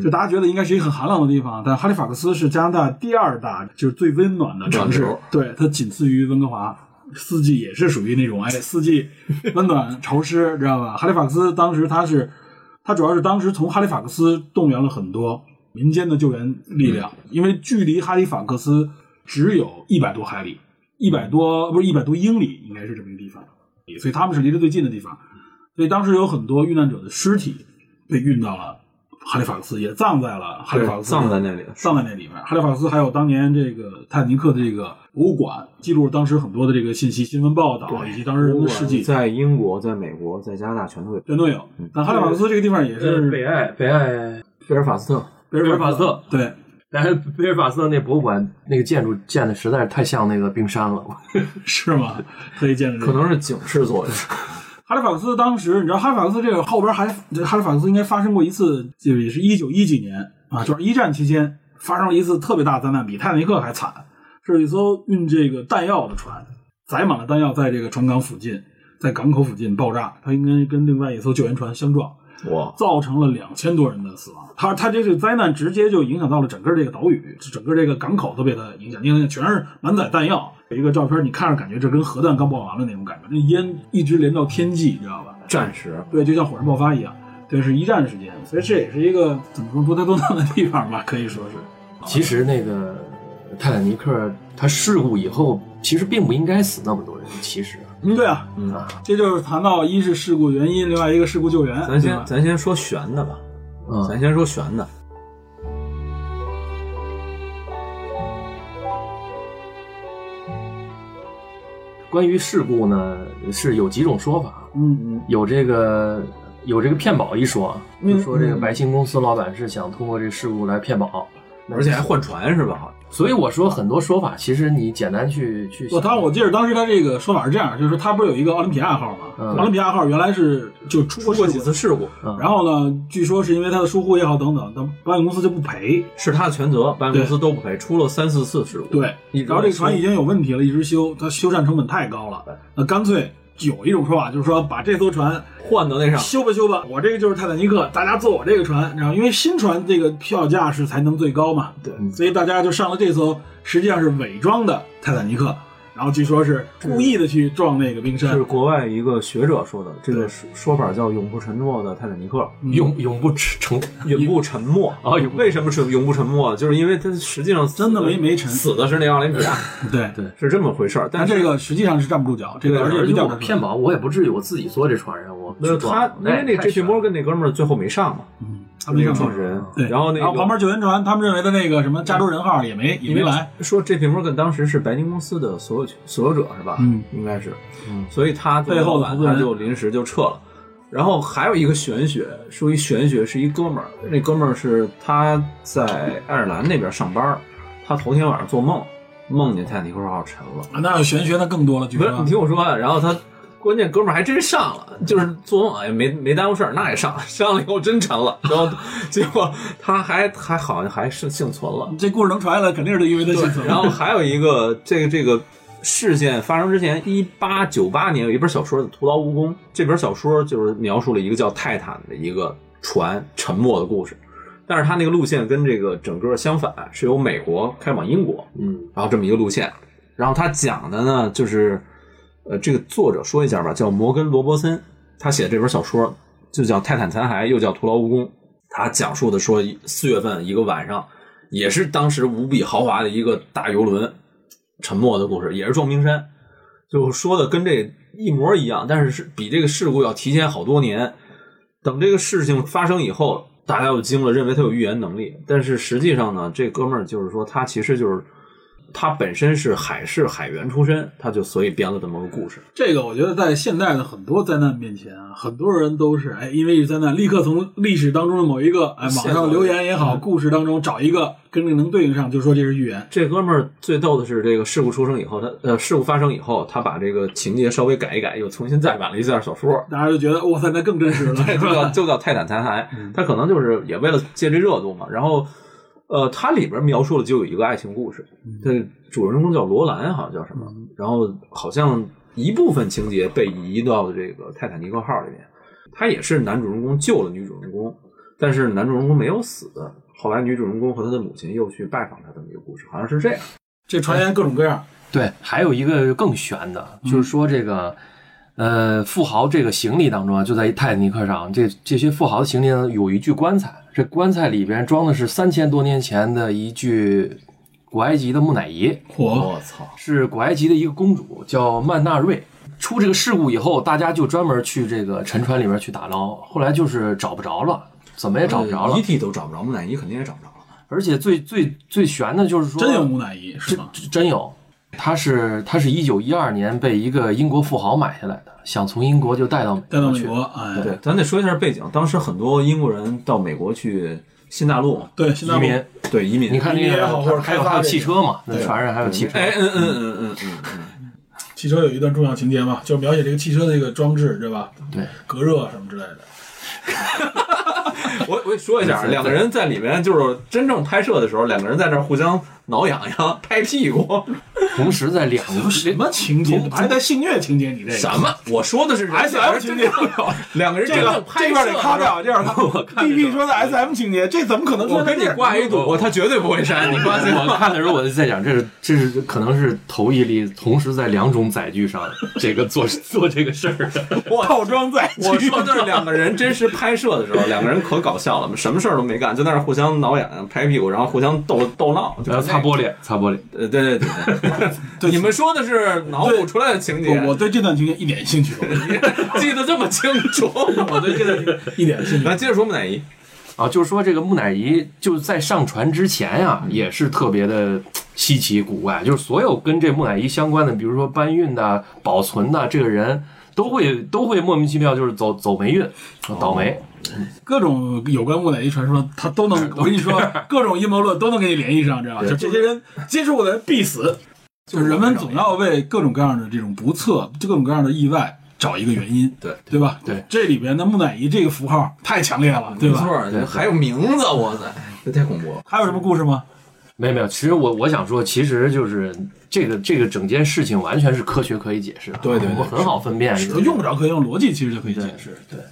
Speaker 2: 就大家觉得应该是一个很寒冷的地方，但哈利法克斯是加拿大第二大就是最温暖的城市
Speaker 5: 暖流，
Speaker 2: 对，它仅次于温哥华。四季也是属于那种哎，四 季温暖潮湿，知道吧？哈利法克斯当时它是，它主要是当时从哈利法克斯动员了很多民间的救援力量，因为距离哈利法克斯只有一百多海里，一百多不是一百多英里，应该是这么一个地方，所以他们是离得最近的地方。所以当时有很多遇难者的尸体被运到了哈利法克斯，也葬在了哈利法克斯，
Speaker 5: 葬在那里，
Speaker 2: 葬在那里面。哈利法克斯还有当年这个泰坦尼克的这个博物馆，记录了当时很多的这个信息、新闻报道以及当时人们的事迹，
Speaker 5: 在英国、在美国、在加拿大全都有。
Speaker 2: 全都有。但哈利法克斯这个地方也
Speaker 4: 呃，
Speaker 2: 是
Speaker 4: 北爱北爱
Speaker 5: 贝尔法斯特，
Speaker 2: 贝
Speaker 4: 贝尔法斯特，
Speaker 2: 对，
Speaker 4: 但是贝尔法斯特那博物馆那个建筑建的实在是太像那个冰山了，
Speaker 2: 是吗？特意见了这个
Speaker 5: 可能是警示作用。
Speaker 2: 哈利法克斯当时，你知道哈利法克斯这个后边还这哈利法克斯应该发生过一次，就也是一九一几年啊，就是一战期间发生了一次特别大灾难，比泰坦尼克还惨，是一艘运这个弹药的船，载满了弹药，在这个船港附近，在港口附近爆炸，它应该跟另外一艘救援船相撞，
Speaker 5: 哇，
Speaker 2: 造成了两千多人的死亡。它它这个灾难直接就影响到了整个这个岛屿，整个这个港口都被它影响，因为全是满载弹药。有一个照片，你看着感觉这跟核弹刚爆完了那种感觉，那烟一直连到天际，你知道吧？
Speaker 5: 战时
Speaker 2: 对，就像火山爆发一样，对，是一战时间，所以这也是一个怎么说多灾多难的地方吧，可以说是。
Speaker 4: 其实那个泰坦尼克它事故以后，其实并不应该死那么多人。其实啊
Speaker 2: 对啊，
Speaker 5: 嗯
Speaker 4: 啊，
Speaker 2: 这就是谈到一是事故原因，另外一个事故救援，
Speaker 5: 咱
Speaker 2: 对吧
Speaker 5: 先咱先说悬的吧，咱
Speaker 4: 嗯，
Speaker 5: 先说悬的。
Speaker 4: 关于事故呢是有几种说法，
Speaker 2: 嗯
Speaker 4: 有这个有这个骗保一说啊，
Speaker 2: 嗯嗯
Speaker 4: 就说这个白星公司老板是想通过这个事故来骗保，
Speaker 5: 而且还换船是吧？
Speaker 4: 所以我说很多说法，其实你简单去去想，
Speaker 2: 我当我记得当时他这个说法是这样，就是说他不是有一个奥林匹亚号嘛？
Speaker 4: 嗯
Speaker 2: 奥林匹亚号原来是就出过
Speaker 5: 出过
Speaker 2: 事
Speaker 5: 几
Speaker 2: 故
Speaker 5: 次
Speaker 2: 的，
Speaker 5: 事故，
Speaker 2: 然后呢，据说是因为他的疏忽也好等等，他保险公司就不赔。
Speaker 5: 是他的全责，保险公司都不赔，出了三四次事故。
Speaker 2: 对，
Speaker 5: 一直
Speaker 2: 然后这个船已经有问题了，一直修，它修缮成本太高了，那干脆有一种说法就是说把这艘船
Speaker 5: 换到那上，
Speaker 2: 修吧修吧，我这个就是泰坦尼克，大家坐我这个船，然后因为新船这个票价是才能最高嘛，对，所以大家就上了这艘实际上是伪装的泰坦尼克，然后据说是故意的去撞那个冰山
Speaker 5: 是，国外一个学者说的，这
Speaker 2: 对
Speaker 5: 个说说法叫“永不沉没”的泰坦尼 克，
Speaker 4: 永永不成
Speaker 5: 永不沉没
Speaker 4: 啊永不
Speaker 5: 为什么是永不沉没？就是因为它实际上死
Speaker 2: 真的没没沉
Speaker 5: 死的是那奥林匹 亚，
Speaker 2: 对，
Speaker 5: 是这么回事儿。
Speaker 2: 但
Speaker 5: 但
Speaker 2: 这
Speaker 5: 是
Speaker 2: 个实际上是站不住脚，这个
Speaker 5: 对
Speaker 2: 而且
Speaker 4: 而
Speaker 2: 比
Speaker 4: 且
Speaker 2: 较
Speaker 4: 我骗保，我也不至于我自己坐这船上，我
Speaker 5: 没有他，因
Speaker 2: 哎
Speaker 5: 为那 J.P. 摩根
Speaker 4: 根
Speaker 5: 那哥们儿最后没上嘛，
Speaker 2: 他们那个
Speaker 5: 创始人
Speaker 2: 嗯对，，
Speaker 5: 然后那
Speaker 2: 然后
Speaker 5: 个
Speaker 2: 旁边救援船他们认为的那个什么加州人号也没也没来，
Speaker 5: 说 J.P. 摩根当时是白金公司的所有所有者是吧？
Speaker 2: 嗯，
Speaker 5: 应该是，所以他
Speaker 2: 背后的投资人
Speaker 5: 他就临时就撤了。然后还有一个玄学，说一玄学是一哥们儿，那哥们儿是他在爱尔兰那边上班儿，他头天晚上做梦，梦见泰坦尼克号沉了。
Speaker 2: 啊那玄学那更多了，据
Speaker 5: 不是，你
Speaker 2: 说
Speaker 5: 听我说啊，然后他关键哥们儿还真上了，就是做梦哎没没耽误事儿，那也上了， 上了以后真沉了，然后结果他还还好像还是幸存了。
Speaker 2: 这故事能传下来，肯定是因为他幸存。
Speaker 5: 然后还有一个这个这个事件发生之前，一八九八年有一本小说叫《徒劳无功》，这本小说就是描述了一个叫泰坦的一个船沉没的故事，但是它那个路线跟这个整个相反，是由美国开往英国，
Speaker 4: 嗯，
Speaker 5: 然后这么一个路线。然后他讲的呢，就是呃，这个作者说一下吧，叫摩根·罗伯森，他写这本小说就叫《泰坦残骸》，又叫《徒劳无功》。他讲述的说，四月份一个晚上，也是当时无比豪华的一个大游轮沉没的故事，也是撞冰山，就说的跟这一模一样，但是是比这个事故要提前好多年。等这个事情发生以后，大家又惊了，认为他有预言能力，但是实际上呢，这哥们儿就是说，他其实就是他本身是海事海员出身，他就所以编了这么个故事。
Speaker 2: 这个我觉得在现在的很多灾难面前啊，很多人都是哎，因为一灾难，立刻从历史当中的某一个哎网
Speaker 5: 线索
Speaker 2: 上留言也好，故事当中找一个跟这个能对应上，就说这是预言。
Speaker 5: 这哥们儿最逗的是，这个事故出生以后，他呃事故发生以后，他把这个情节稍微改一改，又重新再版了一下小说，
Speaker 2: 大家就觉得哇塞，那更真实了，
Speaker 5: 对，
Speaker 2: 是
Speaker 5: 就 叫
Speaker 2: 吧？
Speaker 5: 就叫泰坦残骸，
Speaker 4: 嗯
Speaker 5: 他可能就是也为了借这热度嘛。然后，呃，它里边描述的就有一个爱情故事，
Speaker 4: 嗯
Speaker 5: 这主人公叫罗兰，啊好像叫什么，然后好像一部分情节被移到这个泰坦尼克号里面。他也是男主人公救了女主人公，但是男主人公没有死。后来女主人公和她的母亲又去拜访他，这么一个故事，好像是这样。
Speaker 2: 这传言各种各样，
Speaker 4: 对，还有一个更悬的，
Speaker 2: 嗯
Speaker 4: 就是说这个，呃，富豪这个行李当中啊，就在一泰坦尼克上，这这些富豪的行李呢有一具棺材，这棺材里边装的是三千多年前的一具古埃及的木乃伊，
Speaker 2: 火
Speaker 5: 我操！
Speaker 4: 是古埃及的一个公主，叫曼纳瑞。出这个事故以后，大家就专门去这个沉船里面去打捞，后来就是找不着了，怎么也找不着
Speaker 2: 嗯
Speaker 4: 了
Speaker 5: 遗。体都找不着，木乃伊肯定也找不着了。
Speaker 4: 而且最最最悬的就是说，
Speaker 2: 真有木乃伊是
Speaker 4: 真
Speaker 2: 吗？
Speaker 4: 真有，他是他是一九一二年被一个英国富豪买下来的，想从英国就带到美
Speaker 2: 带到
Speaker 4: 国
Speaker 2: 美
Speaker 4: 去。
Speaker 2: 国，哎，
Speaker 5: 对，咱得说一下背景。当时很多英国人到美国去新大陆，
Speaker 2: 对，新大
Speaker 4: 移
Speaker 2: 陆
Speaker 4: 民，
Speaker 5: 对移民。
Speaker 4: 你看那
Speaker 2: 移民也啊好或者
Speaker 4: 个，还
Speaker 2: 开
Speaker 4: 有
Speaker 2: 发
Speaker 4: 还有
Speaker 2: 这个
Speaker 4: 汽车嘛，那船上还有汽车。
Speaker 5: 哎，嗯嗯嗯嗯嗯嗯，
Speaker 2: 汽车有一段重要情节嘛，就是描写这个汽车的这个装置，对吧？
Speaker 4: 对，
Speaker 2: 隔热什么之类的。
Speaker 5: 我我说一下，啊两个人在里面就是真正拍摄的时候，两个人在那儿互相挠痒痒、拍屁股，
Speaker 4: 同时在两个
Speaker 2: 有什么情节？
Speaker 4: 从
Speaker 2: 还在性虐情节？你这个
Speaker 5: 什么？我说的是
Speaker 2: S M 情节？
Speaker 5: 两个人
Speaker 2: 这个
Speaker 5: 拍
Speaker 2: 这
Speaker 5: 摄啊
Speaker 2: 段得咔掉，这段我 B B 说的 S M 情节，这怎么可能？
Speaker 5: 我跟你挂一赌，他绝对不会删，你放心。
Speaker 2: 啊
Speaker 4: 我看的时候我就在想，这是这是可能是头一例同时在两种载具上这个做做这个事儿的。
Speaker 2: 套装在
Speaker 5: 我说的是两个人真实拍摄的时候，两个人可搞笑了，什么事儿都没干，就在那儿互相挠痒痒、拍屁股，然后互相逗逗闹，就
Speaker 4: 然呃后擦玻璃，擦玻璃。
Speaker 5: 呃，对对 对，对你们说的是脑补出来的情节，
Speaker 2: 我我对这段情节一点兴趣都没 有，
Speaker 5: 记得这么清楚。
Speaker 2: 我对这段情节 一点兴趣。
Speaker 5: 来，接着说木乃伊，
Speaker 4: 啊，就是说这个木乃伊就是在上船之前呀、
Speaker 2: 嗯
Speaker 4: 也是特别的稀奇古怪，就是所有跟这木乃伊相关的，比如说搬运的、保存的，这个人都会都会莫名其妙就是走走霉运，
Speaker 2: 哦
Speaker 4: 倒霉。
Speaker 2: 各种有关木乃伊传说，他都 能，我跟你说，各种阴谋论都能给你联系上，知道吧？就这些人接触过的人必死，就是人们总要为各种各样的这种不测、就各种各样的意外找一个原因，
Speaker 5: 对
Speaker 2: 对吧？
Speaker 4: 对，
Speaker 2: 这里边的木乃伊这个符号太强烈了，对
Speaker 6: 没
Speaker 2: 吧？
Speaker 6: 错，还有名字，我操，这太恐怖了。
Speaker 2: 还有什么故事吗？
Speaker 4: 没有没有，其实我我想说，其实就是这个这个整件事情完全是科学可以解释的，
Speaker 2: 对对对
Speaker 4: 我们很好分辨，
Speaker 2: 就用不着科学，用逻辑其实就可以解释。
Speaker 4: 对。
Speaker 2: 啊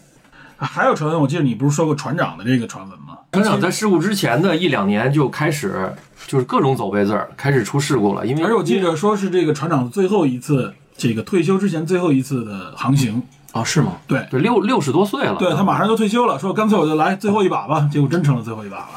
Speaker 2: 还有传闻，我记得你不是说过船长的这个传闻吗？
Speaker 4: 船长在事故之前的一两年就开始就是各种走背字儿，开始出事故了，因为
Speaker 2: 而且我记得说是这个船长最后一次，这个退休之前最后一次的航
Speaker 4: 嗯
Speaker 2: 行，
Speaker 5: 啊，是吗？
Speaker 2: 对，
Speaker 4: 对六六十多岁了，
Speaker 2: 对他马上就退休了，说干脆我就来最后一把
Speaker 4: 嗯
Speaker 2: 吧，结果真成了最后一把了。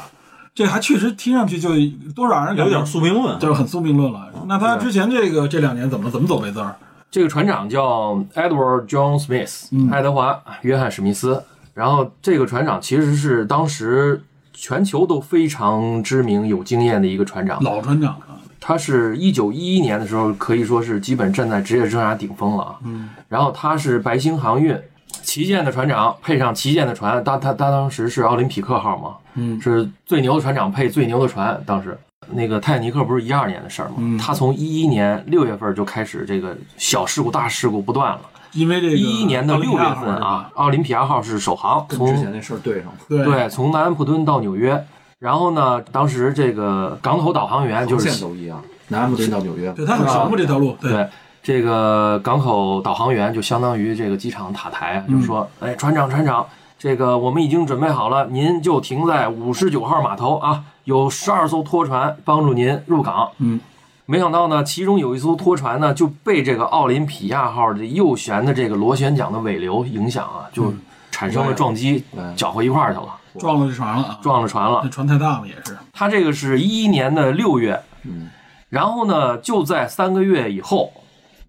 Speaker 2: 这还确实听上去就多少让人感
Speaker 5: 有
Speaker 2: 觉
Speaker 5: 点宿命论，
Speaker 2: 就是很宿命论了。那他之前这个这两年怎么怎么走这字儿？
Speaker 4: 这个船长叫 Edward John Smith，、爱德华·约翰·史密斯。然后这个船长其实是当时全球都非常知名、有经验的一个船长。
Speaker 2: 老船长啊，
Speaker 4: 他是一九一一年的时候，可以说是基本站在职业生涯顶峰了啊。嗯。然后他是白星航运旗舰的船长，配上旗舰的船，他他他当时是奥林匹克号嘛，嗯，是最牛的船长配最牛的船。当时那个泰坦尼克不是一二年的事儿嘛，他从一一年六月份就开始这个小事故、大事故不断了。
Speaker 2: 因为这个
Speaker 4: 一一年的六月
Speaker 2: 奥林匹
Speaker 4: 份
Speaker 2: 克号
Speaker 4: 啊，奥林匹亚号是首航，
Speaker 5: 跟之
Speaker 4: 从
Speaker 5: 前那事儿对上了。
Speaker 2: 是吧，对，
Speaker 4: 对从南安普敦到纽约。然后呢，当时这个港口导航员就
Speaker 5: 航
Speaker 4: 是
Speaker 5: 线都一样，南安普敦到纽约，
Speaker 2: 对他很熟悉这条路，对，
Speaker 4: 对，这个港口导航员就相当于这个机场塔台，
Speaker 2: 嗯
Speaker 4: 就说：“哎，船长，船长，这个我们已经准备好了，您就停在五十九号码头啊，有十二艘拖船帮助您入港。”
Speaker 2: 嗯。
Speaker 4: 没想到呢，其中有一艘拖船呢就被这个奥林匹亚号的右舷的这个螺旋桨的尾流影响啊，就
Speaker 2: 嗯
Speaker 4: 产生了撞击，搅和一块儿去了，
Speaker 2: 撞了这船了啊，
Speaker 4: 撞了船了
Speaker 2: 那。船太大了也是，
Speaker 4: 他这个是一一年的六月，嗯，然后呢，就在三个月以后，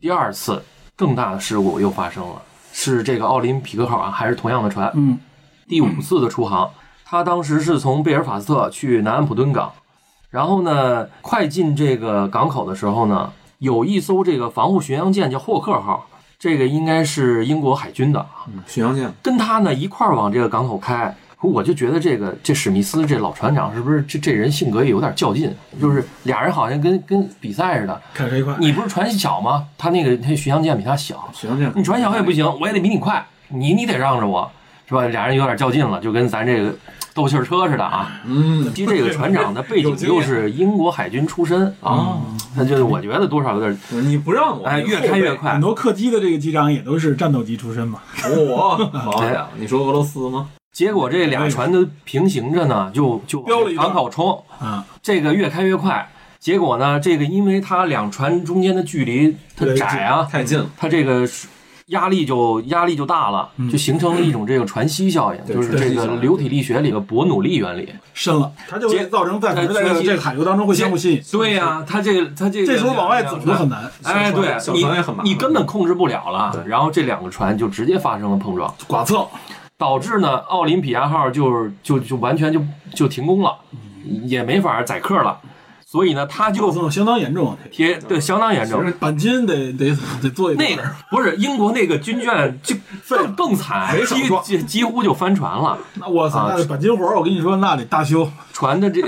Speaker 4: 第二次更大的事故又发生了，是这个奥林匹克号啊，还是同样的船，
Speaker 2: 嗯，
Speaker 4: 第五次的出航，他当时是从贝尔法斯特去南安普敦港，然后呢，快进这个港口的时候呢，有一艘这个防护巡洋舰叫霍克号，这个应该是英国海军的啊，
Speaker 5: 巡洋舰
Speaker 4: 跟他呢一块儿往这个港口开。我就觉得这个这史密斯这老船长是不是这这人性格也有点较劲？就是俩人好像跟跟比赛似的。
Speaker 2: 看谁快。
Speaker 4: 你不是船小吗？他那个他巡洋舰比他小，
Speaker 5: 巡洋舰，
Speaker 4: 你船小也不行，我也得比你快，你你得让着我，是吧？俩人有点较劲了，就跟咱这个斗气儿车似的啊。
Speaker 6: 嗯，
Speaker 4: 其实这个船长的背景又是英国海军出身啊，那就是我觉得多少有点
Speaker 6: 你不
Speaker 5: 哦
Speaker 6: 让我，
Speaker 4: 哎越开越快
Speaker 2: 很。多客机的这个机长也都是战斗机出身嘛，
Speaker 5: 哦
Speaker 6: 我，好家伙，你说俄罗斯吗？
Speaker 4: 结果这俩船都平行着呢，就就
Speaker 2: 嗯飙了一段
Speaker 4: 港口冲，
Speaker 2: 啊，
Speaker 4: 这个越开越快。结果呢，这个因为它两船中间的距离它
Speaker 2: 对
Speaker 4: 窄啊，
Speaker 6: 太近了，
Speaker 4: 它这个压力就压力就大了，
Speaker 2: 嗯
Speaker 4: 就形成了一种这个船吸效应，就是
Speaker 2: 船
Speaker 4: 这
Speaker 2: 吸
Speaker 4: 个流体力学里的伯努利原理。
Speaker 2: 深了，他就会
Speaker 4: 接
Speaker 2: 造成在
Speaker 4: 在
Speaker 2: 在这
Speaker 4: 船
Speaker 2: 个
Speaker 4: 机
Speaker 2: 这个海流当中会相互吸引，
Speaker 4: 对呀、它这个它这个
Speaker 2: 这时候往外走就很难，
Speaker 4: 哎，对
Speaker 6: 小
Speaker 4: 你
Speaker 6: 船也很麻烦
Speaker 4: 你根本控制不了了，然后这两个船就直接发生了碰撞，
Speaker 2: 剐蹭，
Speaker 4: 导致呢奥林匹亚号就是就就完全就就停工了，也没法载客了，所以呢，它
Speaker 2: 剐
Speaker 4: 就
Speaker 2: 蹭相当严重啊，这个
Speaker 4: 贴对相当严重。
Speaker 2: 钣金得得得做一
Speaker 4: 那
Speaker 2: 个
Speaker 4: 个不是英国那个军舰 就更更惨
Speaker 2: 没，少
Speaker 4: 几
Speaker 2: 撞
Speaker 4: 几几乎就翻船了。
Speaker 2: 那我操，
Speaker 4: 啊
Speaker 2: 那钣金活儿，我跟你说，那得大 修。
Speaker 4: 船的这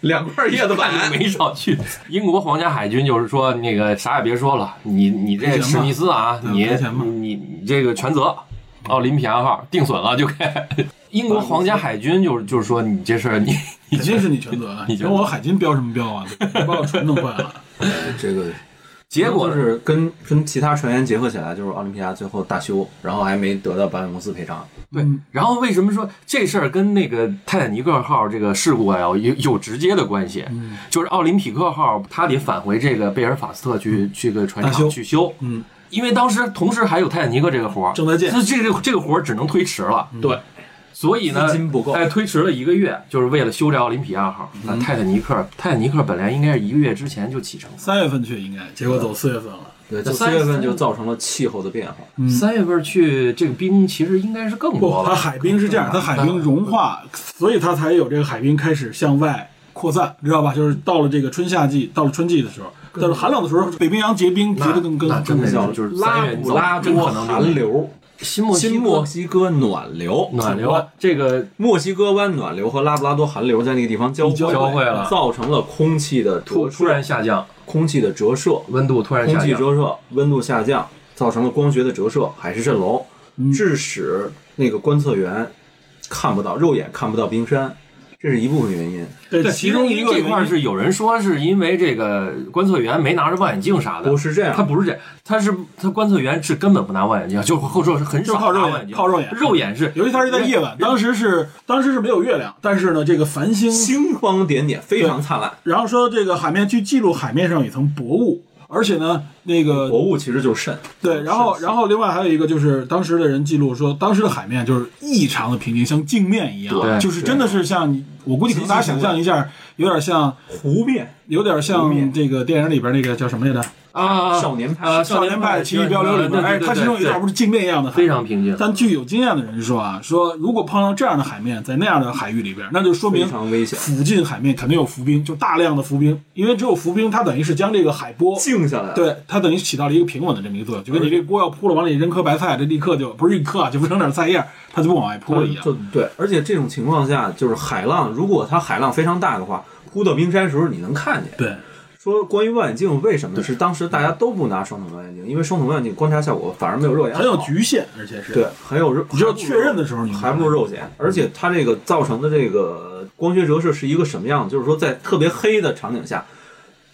Speaker 6: 两块叶子板，
Speaker 4: 没少去。英国皇家海军就是说，那个啥也别说了，你你这
Speaker 2: 赔钱
Speaker 4: 个
Speaker 2: 吧
Speaker 4: 史密斯啊，
Speaker 2: 对
Speaker 4: 你
Speaker 2: 赔钱吧
Speaker 4: 你你这个全责，奥林匹亚号定损了就该。英国皇家海军就是就是说，你这事儿你
Speaker 2: 海军是你全责，
Speaker 4: 你
Speaker 2: 你
Speaker 4: 觉
Speaker 2: 跟
Speaker 4: 得
Speaker 2: 我海军标什么标啊？ 你把我船弄坏了，
Speaker 5: 这个
Speaker 4: 结果
Speaker 5: 就是跟跟其他船员结合起来，就是奥林匹亚最后大修，然后还没得到保险公司赔偿。
Speaker 4: 对，
Speaker 2: 嗯
Speaker 4: 然后为什么说这事儿跟那个泰坦尼克号这个事故啊有有直接的关系？
Speaker 2: 嗯
Speaker 4: 就是奥林匹克号它得返回这个贝尔法斯特去去个船
Speaker 2: 大
Speaker 4: 厂
Speaker 2: 嗯修
Speaker 4: 去修，嗯，因为当时同时还有泰坦尼克这个活儿，
Speaker 2: 正在建嗯
Speaker 4: 那这个这个活儿只能推迟了，
Speaker 6: 对，
Speaker 4: 所以呢，
Speaker 5: 资金不够
Speaker 4: 哎，推迟了一个月，就是为了修这奥林匹亚号。
Speaker 2: 嗯
Speaker 4: 那泰坦尼克，泰坦尼克本来应该是一个月之前就启程了，
Speaker 2: 三月份去应该，结果走四月份了。
Speaker 5: 对，就四
Speaker 4: 三
Speaker 5: 月份就造成了气候的变化，
Speaker 4: 三月份去，这个冰其实应该是更多
Speaker 2: 嗯不，它
Speaker 4: 了。嗯
Speaker 2: 海冰是这样，它海冰融化，所以它才有这个海冰开始向外扩散，知道吧？就是到了这个春夏季，到了春季的时候，但是寒冷的时候，北冰洋结冰结的更更
Speaker 4: 那真
Speaker 2: 更
Speaker 4: 的
Speaker 2: 早
Speaker 4: 叫。就是
Speaker 5: 拉
Speaker 4: 三月
Speaker 5: 普拉
Speaker 4: 真
Speaker 5: 多
Speaker 4: 可能
Speaker 5: 寒流，
Speaker 4: 新墨西
Speaker 5: 新
Speaker 4: 哥
Speaker 5: 墨西哥暖流，
Speaker 4: 暖流，这个
Speaker 5: 墨西哥湾暖流和拉布拉多寒流在那个地方交
Speaker 4: 交汇了
Speaker 5: 造成了空气的
Speaker 4: 突
Speaker 5: 折
Speaker 4: 突然下降，
Speaker 5: 空气的折射，
Speaker 4: 温度突然
Speaker 5: 空
Speaker 4: 下
Speaker 5: 气
Speaker 4: 降，
Speaker 5: 折射，温度下降，造成了光学的折射，海市蜃楼，
Speaker 4: 嗯
Speaker 5: 致使那个观测员看不到，肉眼看不到冰山，这是一部分原因。
Speaker 2: 对，
Speaker 4: 其
Speaker 2: 其
Speaker 4: 中
Speaker 2: 中
Speaker 4: 一
Speaker 2: 一个
Speaker 4: 这
Speaker 2: 原
Speaker 4: 块
Speaker 2: 因
Speaker 4: 是有人说是因为这个观测员没拿着望远镜啥的，
Speaker 5: 不是这样
Speaker 4: 他不是这，他是他观测员是根本不拿望远镜，就后说是很少
Speaker 2: 就靠肉
Speaker 4: 拿
Speaker 2: 眼
Speaker 4: 望远镜，
Speaker 2: 靠肉眼
Speaker 4: 肉眼是，
Speaker 2: 尤其它是在夜晚，当时是当时是没有月亮，但是呢，这个繁星，
Speaker 5: 星光点点，非常灿烂。
Speaker 2: 然后说这个海面去记录海面上有一层薄雾，而且呢，那个
Speaker 5: 薄雾其实就是肾，
Speaker 2: 对，然后然后另外还有一个就是当时的人记录说，当时的海面就是异常的平静，像镜面一
Speaker 4: 对
Speaker 2: 样，就是真的是像你，我估计可能大家想象一下，有点像
Speaker 5: 湖面
Speaker 2: 有点像这个电影里边那个叫什么来着，《
Speaker 4: 啊，
Speaker 5: 少年派
Speaker 4: 啊，
Speaker 2: 少年派奇遇漂流》里边，哎，它其中有一
Speaker 4: 点
Speaker 2: 点不是镜面一样的海
Speaker 4: 非常平静，
Speaker 2: 但据有经验的人说啊，说如果碰上这样的海面，在那样的海域里边，那就说明
Speaker 5: 非常危险
Speaker 2: 附近海面肯定有浮冰，就大量的浮冰，因为只有浮冰，它等于是将这个海波，
Speaker 5: 静下来了，
Speaker 2: 对，它等于起到了一个平稳的这么一个作用，就跟你这锅要扑了，往里扔颗白菜，这立刻就不是一颗啊，就不扔点菜叶儿，它就不往外扑了一样。
Speaker 5: 就对，而且这种情况下，就是海浪，如果它海浪非常大的话，扑到冰山的时候你能看见。
Speaker 2: 对，嗯
Speaker 5: 说关于望远镜为什么是当时大家都不拿双筒望远镜，因为双筒望远镜观察效果反而没有肉眼
Speaker 2: 很有
Speaker 5: 好
Speaker 2: 局限，而且是
Speaker 5: 对，很有肉，
Speaker 2: 你只有确认的时候你
Speaker 5: 还不如肉眼。而
Speaker 2: 嗯
Speaker 5: 且它这个造成的这个光学折射是一个什么样？就是说在特别黑的场景下，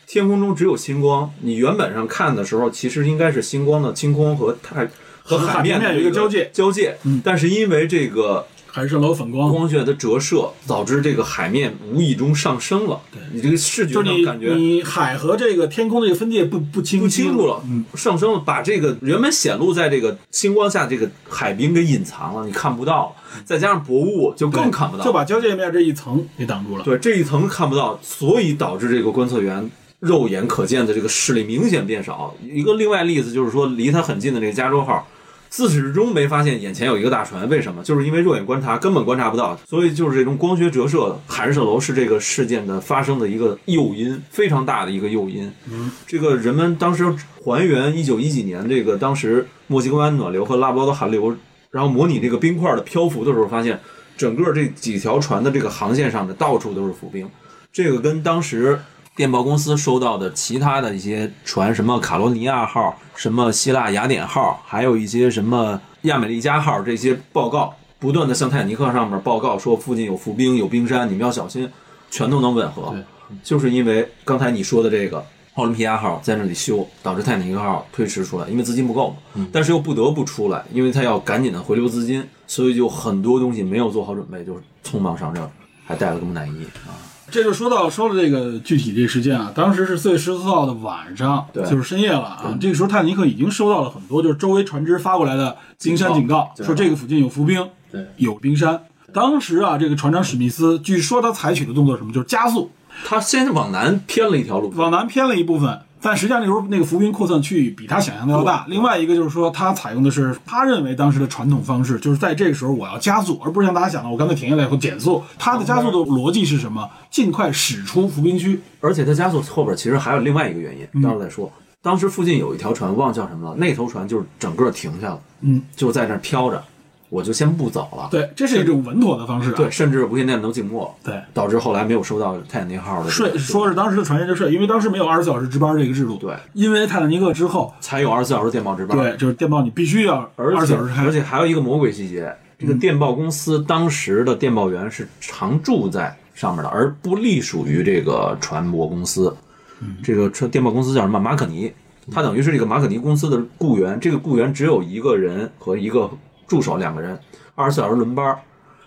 Speaker 5: 天空中只有星光，你原本上看的时候，其实应该是星光的星空和太和
Speaker 2: 和海
Speaker 5: 海面
Speaker 2: 面
Speaker 5: 的
Speaker 2: 有一
Speaker 5: 这
Speaker 2: 个
Speaker 5: 个
Speaker 2: 交界嗯
Speaker 5: 交界。但是因为这个
Speaker 2: 海市蜃楼粉光，
Speaker 5: 光学的折射，导致这个海面无意中上升了。你这个视觉
Speaker 2: 就是
Speaker 5: 上
Speaker 2: 你
Speaker 5: 感觉。
Speaker 2: 你海和这个天空的这个分界不不清
Speaker 5: 不清楚
Speaker 2: 楚
Speaker 5: 了，上升了，把这个原本显露在这个星光下这个海冰给隐藏了，你看不到了。再加上薄雾，就更看不到了。
Speaker 2: 就把交界面这一层给挡住了。
Speaker 5: 对这一层看不到，所以导致这个观测员肉眼可见的这个视力明显变少。一个另外例子就是说，离他很近的这个加州号。自始至终没发现眼前有一个大船，为什么？就是因为肉眼观察根本观察不到，所以就是这种光学折射，海市蜃楼是这个事件的发生的一个诱因，非常大的一个诱因。嗯，这个人们当时还原一九一几年这个当时墨西哥湾暖流和拉布拉多寒流，然后模拟这个冰块的漂浮的时候，发现整个这几条船的这个航线上的到处都是浮冰，这个跟当时电报公司收到的其他的一些船，什么卡罗尼亚号、什么希腊雅典号，还有一些什么亚美利加号这些报告，不断的向泰坦尼克上面报告说附近有浮冰、有冰山，你们要小心，全都能吻合。就是因为刚才你说的这个奥林匹亚号在那里修，导致泰坦尼克号推迟出来，因为资金不够嘛。但是又不得不出来，因为他要赶紧的回流资金，所以就很多东西没有做好准备，就匆忙上阵，还带了个木乃伊啊。
Speaker 2: 这就说到说了这个具体这事件啊，当时是四月十四号的晚上，
Speaker 5: 对
Speaker 2: 就是深夜了啊。这个时候，泰坦尼克已经收到了很多就是周围船只发过来的冰山警告，说这个附近有浮冰，
Speaker 4: 对
Speaker 2: 有冰山。当时啊，这个船长史密斯，据说他采取的动作是什么，就是加速
Speaker 5: 他先往南偏了一条路，
Speaker 2: 往南偏了一部分，但实际上那时候那个浮冰扩散区域比他想象的要大。另外一个就是说，他采用的是他认为当时的传统方式，就是在这个时候我要加速，而不是像大家想的我刚才停下来以后减速。他的加速的逻辑是什么？尽快驶出浮冰区。
Speaker 5: 而且他加速后边其实还有另外一个原因，待会儿再说。当时附近有一条船，忘叫什么了，那头船就是整个停下了，
Speaker 2: 嗯，
Speaker 5: 就在那儿飘着，我就先不走了。
Speaker 2: 对，这是一种稳妥的方式、啊。
Speaker 5: 对，甚至无线电都静默，
Speaker 2: 对
Speaker 5: 导致后来没有收到泰坦尼克号的
Speaker 2: 睡说是当时的船员就睡，因为当时没有二十四小时值班这个制度。
Speaker 5: 对，
Speaker 2: 因为泰坦尼克之后，
Speaker 5: 才有二十四小时电报值班。
Speaker 2: 对，就是电报你必须要
Speaker 5: 而
Speaker 2: 二十四
Speaker 5: 且
Speaker 2: 小时开嗯
Speaker 5: 而。且还有一个魔鬼细节，这个电报公司当时的电报员是常驻在上面的，而不隶属于这个船舶公司。
Speaker 2: 嗯
Speaker 5: 这个船电报公司叫什么？马可尼，他等于是这个马可尼公司的雇员。这个雇员只有一个人和一个助手两个人，二十四小时轮班儿。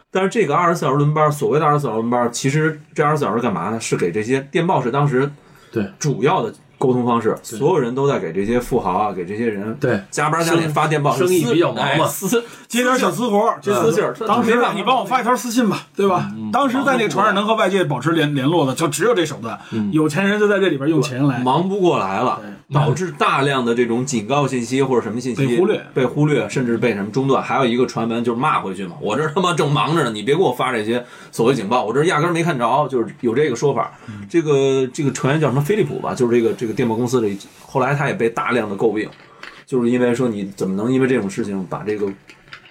Speaker 5: 但是这个二十四小时轮班儿，所谓的二十四小时轮班儿，其实这二十四小时干嘛呢？是给这些电报是当时
Speaker 4: 对
Speaker 5: 主要的沟通方式，所有人都在给这些富豪啊，给这些人
Speaker 4: 对
Speaker 5: 加班加点发电报，
Speaker 4: 生意
Speaker 5: 私
Speaker 4: 比较忙
Speaker 5: 哎
Speaker 4: 嘛
Speaker 5: 私
Speaker 2: 接点小私活儿，这
Speaker 5: 私信儿嗯
Speaker 2: 当时
Speaker 5: 没办法
Speaker 2: 你帮我发一条私信吧，对吧？当时在那个船上能和
Speaker 5: 嗯
Speaker 2: 外界保持联联络的，就只有这手段。有钱人就在这里边用钱来。
Speaker 5: 忙不过来了。导致大量的这种警告信息或者什么信息
Speaker 2: 被忽略
Speaker 5: 被忽略，甚至被什么中断。还有一个传闻就是骂回去嘛，我这他妈正忙着呢，你别给我发这些所谓警报，我这压根儿没看着，就是有这个说法。
Speaker 2: 嗯
Speaker 5: 这个这个成员叫什么飞利浦吧，就是这个这个电报公司的，后来他也被大量的诟病，就是因为说你怎么能因为这种事情把这个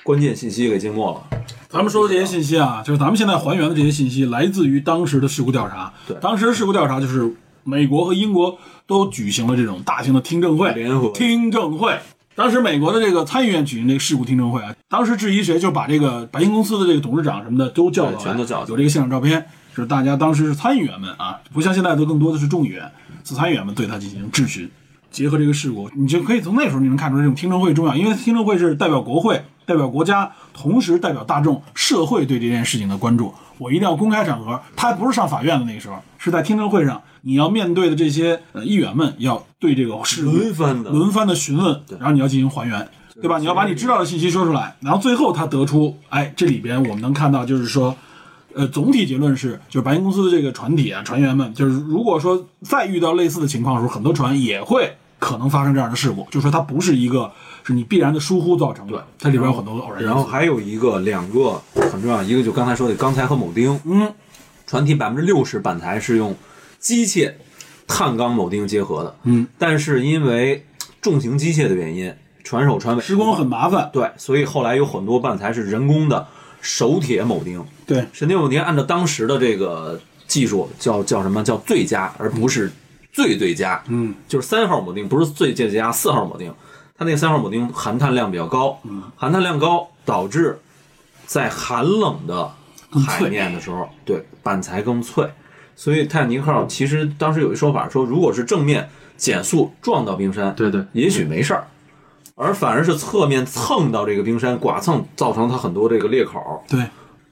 Speaker 5: 关键信息给静默了？
Speaker 2: 咱们说的这些信息啊，就是咱们现在还原的这些信息，来自于当时的事故调查。
Speaker 5: 对
Speaker 2: 当时的事故调查就是美国和英国都举行了这种大型的听证会，
Speaker 5: 联合
Speaker 2: 听证会。当时美国的这个参议院举行这个事故听证会啊，当时质疑谁就把这个白银公司的这个董事长什么的都叫到来，
Speaker 5: 对全都叫到来
Speaker 2: 有这个现场照片，就是大家当时是参议员们啊，不像现在都更多的是众议员，是参议员们对他进行质询。结合这个事故，你就可以从那时候你能看出这种听证会重要，因为听证会是代表国会、代表国家，同时代表大众、社会对这件事情的关注。我一定要公开场合，他不是上法院的那个时候，是在听证会上，你要面对的这些呃议员们要对这个事故
Speaker 5: 轮番的
Speaker 2: 轮番的询问，然后你要进行还原，对吧？你要把你知道的信息说出来，然后最后他得出，哎，这里边我们能看到就是说。呃，总体结论是，就是白银公司的这个船体啊，船员们，就是如果说再遇到类似的情况的时候，很多船也会可能发生这样的事故，就是说它不是一个是你必然的疏忽造成的，它里边有很多偶然因素。
Speaker 5: 然后还有一个两个很重要，一个就刚才说的钢材和铆钉，
Speaker 2: 嗯，
Speaker 5: 船体百分之六十板材是用机械碳钢铆钉结合的，
Speaker 2: 嗯，
Speaker 5: 但是因为重型机械的原因，船首船尾
Speaker 2: 施工很麻烦，
Speaker 5: 对，所以后来有很多板材是人工的手铁铆钉，
Speaker 2: 对，
Speaker 5: 神经铆钉按照当时的这个技术叫叫什么叫最佳，而不是最最佳。
Speaker 2: 嗯，
Speaker 5: 就是三号铆钉，不是最最佳四号铆钉。它那个三号铆钉含碳量比较高，
Speaker 2: 嗯
Speaker 5: 含碳量高导致在寒冷的海面的时候，对板材更脆。所以泰坦尼克号其实当时有一说法说，如果是正面减速撞到冰山，
Speaker 4: 对
Speaker 2: 嗯
Speaker 4: 对，
Speaker 5: 也许没事儿，而反而是侧面蹭到这个冰山，剐蹭造成它很多这个裂口。
Speaker 2: 对，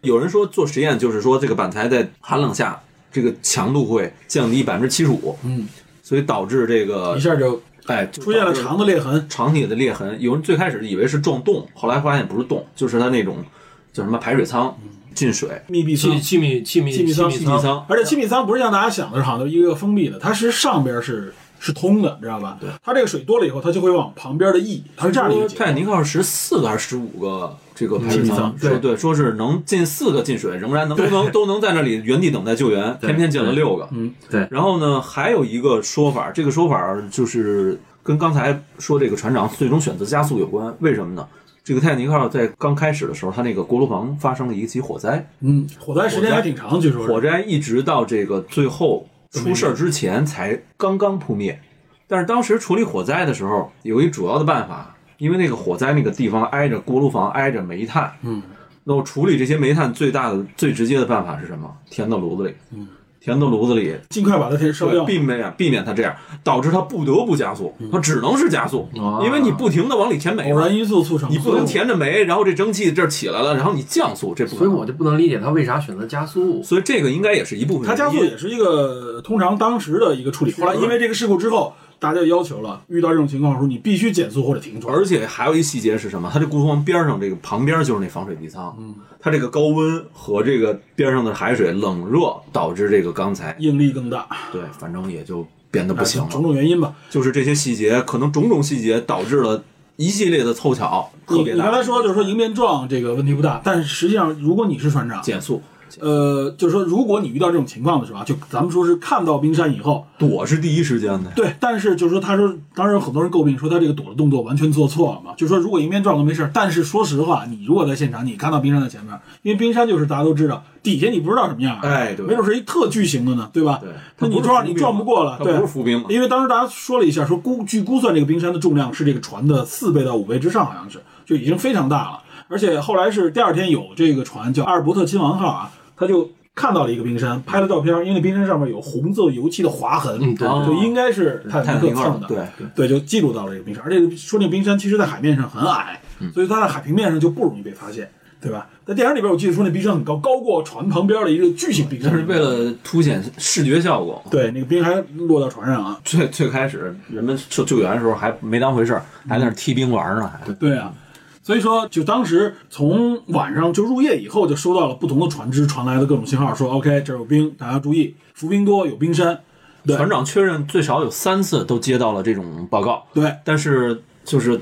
Speaker 5: 有人说做实验就是说这个板材在寒冷下，这个强度会降低百分之七十五，
Speaker 2: 嗯，
Speaker 5: 所以导致这个
Speaker 2: 一下就
Speaker 5: 哎
Speaker 2: 出现了
Speaker 5: 长
Speaker 2: 长的裂痕，
Speaker 5: 长体的裂痕。有人最开始以为是撞洞，后来发现不是洞，就是它那种叫什么排水舱进水，
Speaker 2: 密闭
Speaker 4: 气
Speaker 2: 舱。
Speaker 4: 气密气密
Speaker 2: 气密舱，
Speaker 4: 气密
Speaker 5: 密
Speaker 4: 舱，
Speaker 5: 舱
Speaker 2: 而且气密舱不是像大家想的，好像一个封闭的，它是上边是是通的，知道吧？对，它这个水多了以后，它就会往旁边的溢，它是这样的一个结
Speaker 5: 泰
Speaker 2: 构。
Speaker 5: 坦尼克号十四个还是十五个这个排水舱
Speaker 2: 嗯？
Speaker 5: 说对，说是能进四个进水，仍然能都能都能在那里原地等待救援，偏偏进了六个。嗯，
Speaker 4: 对
Speaker 5: 然后呢，还有一个说法，这个说法就是跟刚才说这个船长最终选择加速有关。为什么呢？这个泰坦尼克号在刚开始的时候，它那个锅炉房发生了一起火灾，
Speaker 2: 嗯，火灾时间还挺长，据说是
Speaker 5: 火灾一直到这个最后出事儿之前才刚刚扑灭。但是当时处理火灾的时候，有一主要的办法，因为那个火灾那个地方挨着锅炉房，挨着煤炭，
Speaker 2: 嗯，
Speaker 5: 那我处理这些煤炭最大的、最直接的办法是什么？填到炉子里，嗯，填到炉子里，
Speaker 2: 尽快把它给烧
Speaker 5: 对
Speaker 2: 掉。嗯
Speaker 5: 避免避免它这样，导致它不得不加速，它只能是加速，因为你不停的往里填煤
Speaker 2: 啊偶
Speaker 5: 嘛，
Speaker 2: 然因素促成，
Speaker 5: 你不能填着煤，然后这蒸汽这儿起来了，然后你降速，这不可
Speaker 4: 所以
Speaker 5: 能。
Speaker 4: 我就不能理解他为啥选择加速。
Speaker 5: 所以这个应该也是一部分
Speaker 2: 它加速
Speaker 5: 原因
Speaker 2: 也是一个通常当时的一个处理。后来因为这个事故之后，大家就要求了，遇到这种情况的时候，你必须减速或者停船。
Speaker 5: 而且还有一细节是什么？它这锅炉房边上这个旁边就是那防水地舱，嗯，它这个高温和这个边上的海水冷热导致这个钢材，
Speaker 2: 应力更大，哎
Speaker 5: 对，反正也就变得不行
Speaker 2: 种
Speaker 5: 了。
Speaker 2: 种原因吧。
Speaker 5: 就是这些细节，可能种种细节导致了一系列的凑巧，特
Speaker 2: 你
Speaker 5: 别
Speaker 2: 你
Speaker 5: 大。
Speaker 2: 刚才说就是说迎面撞这个问题不大，但是实际上如果你是船长，
Speaker 5: 减速，
Speaker 2: 呃，就是说如果你遇到这种情况的时候啊，就咱们说是看到冰山以后，
Speaker 5: 躲是第一时间的呀。
Speaker 2: 对，但是就是说，他说，当然有很多人诟病说他这个躲的动作完全做错了嘛，就说如果迎面撞了没事儿，但是说实话，你如果在现场，你看到冰山在前面，因为冰山就是大家都知道底下你不知道什么样啊，
Speaker 5: 哎对
Speaker 2: 没准是一特巨型的呢，对吧？
Speaker 5: 对
Speaker 2: 那你
Speaker 5: 它不是
Speaker 2: 撞
Speaker 5: 浮
Speaker 2: 你
Speaker 5: 冰
Speaker 2: 撞
Speaker 5: 嘛
Speaker 2: 不过了，
Speaker 5: 它
Speaker 2: 对，
Speaker 5: 不是浮冰嘛
Speaker 2: 因为当时大家说了一下，说估据估算这个冰山的重量是这个船的四倍到五倍之上，好像是就已经非常大了。而且后来是第二天有这个船叫阿尔伯特亲王号啊，他就看到了一个冰山，拍了照片，因为那冰山上面有红色油漆的划痕，
Speaker 4: 嗯对
Speaker 2: 就应该是泰坦尼克蹭的，
Speaker 5: 对对
Speaker 2: 对，就记录到了这个冰山。而且说那冰山其实在海面上很矮，
Speaker 5: 嗯
Speaker 2: 所以它在海平面上就不容易被发现，对吧？在电影里边我记得说那冰山很高，高过船旁边的一个巨型冰山，
Speaker 5: 但是为了凸显视觉效果，
Speaker 2: 对那个冰还落到船上啊，
Speaker 5: 最最开始人们救救援的时候还没当回事儿，还在那儿踢冰玩呢，还。
Speaker 2: 对啊，所以说就当时从晚上就入夜以后，就收到了不同的船只传来的各种信号，说 OK 这儿有冰，大家注意，浮冰多，有冰山。对
Speaker 5: 船长确认最少有三次都接到了这种报告，
Speaker 2: 对，
Speaker 5: 但是就是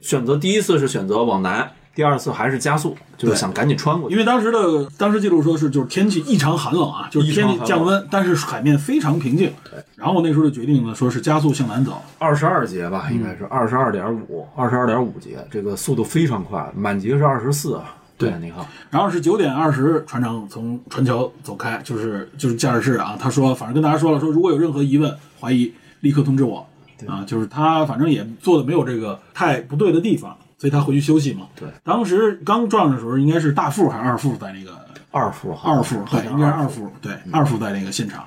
Speaker 5: 选择第一次是选择往南，第二次还是加速，就是
Speaker 2: 对
Speaker 5: 想赶紧穿过去。
Speaker 2: 因为当时的当时记录说是就是天气异常寒冷啊，就是天
Speaker 5: 异常寒
Speaker 2: 气
Speaker 5: 冷
Speaker 2: 降温，但是海面非常平静。然后那时候就决定了，说是加速向南走，
Speaker 5: 二十二节吧，应该是二十二点五，二十二点五节，这个速度非常快，满级是二十四。啊对，你看，
Speaker 2: 然后是九点二十，船长从船桥走开，就是就是驾驶室啊。他说，反正跟大家说了，说如果有任何疑问、怀疑，立刻通知我。啊，就是他反正也做的没有这个太不对的地方，所以他回去休息嘛。
Speaker 5: 对，
Speaker 2: 当时刚撞的时候，应该是大副还是二副在那个
Speaker 5: 二副好像
Speaker 2: 二副，对，应该是二副，嗯对，二副在那个现场。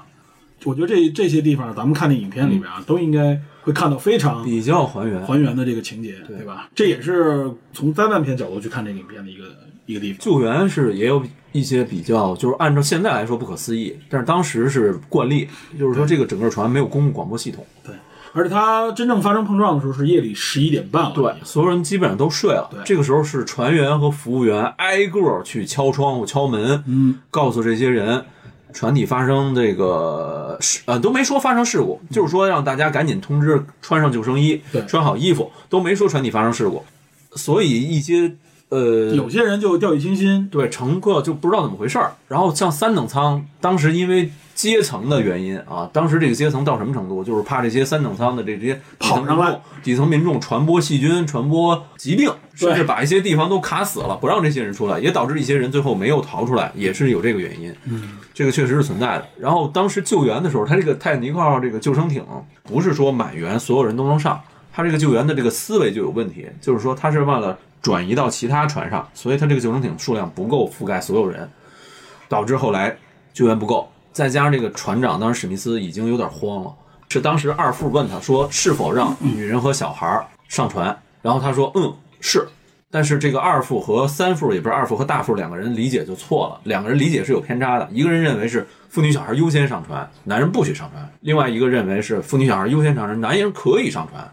Speaker 2: 我觉得这这些地方，咱们看那影片里边啊，都应该会看到非常
Speaker 5: 比较还原，
Speaker 2: 还原的这个情节，对吧？这也是从灾难片角度去看这个影片的一个一个地方。
Speaker 5: 救援是也有一些比较，就是按照现在来说不可思议，但是当时是惯例，就是说这个整个船没有公共广播系统，
Speaker 2: 对，而且它真正发生碰撞的时候是夜里十一点半了。
Speaker 5: 对，所有人基本上都睡了
Speaker 2: 对。
Speaker 5: 这个时候是船员和服务员挨个儿去敲窗户、敲门，嗯，告诉这些人船体发生这个事，呃，都没说发生事故，就是说让大家赶紧通知穿上救生衣
Speaker 2: 嗯对，
Speaker 5: 穿好衣服，都没说船体发生事故。所以一些呃，
Speaker 2: 有些人就掉以轻心，
Speaker 5: 对乘客就不知道怎么回事儿。然后像三等舱，当时因为阶层的原因啊，当时这个阶层到什么程度，就是怕这些三等舱的这些
Speaker 2: 跑上来
Speaker 5: 底层民众，底层民众传播细菌、传播疾病，
Speaker 2: 对
Speaker 5: 甚至把一些地方都卡死了，不让这些人出来，也导致一些人最后没有逃出来，也是有这个原因。嗯，这个确实是存在的。然后当时救援的时候，他这个泰坦尼克号这个救生艇不是说满员所有人都能上，他这个救援的这个思维就有问题，就是说他是为了转移到其他船上，所以他这个救生艇数量不够覆盖所有人，导致后来救援不够，再加上这个船长当时史密斯已经有点慌了，是当时二副问他说是否让女人和小孩儿上船，然后他说嗯是，但是这个二副和三副也不是二副和大副两个人理解就错了，两个人理解是有偏差的，一个人认为是妇女小孩优先上船，男人不许上船，另外一个认为是妇女小孩优先上船，男人可以上船。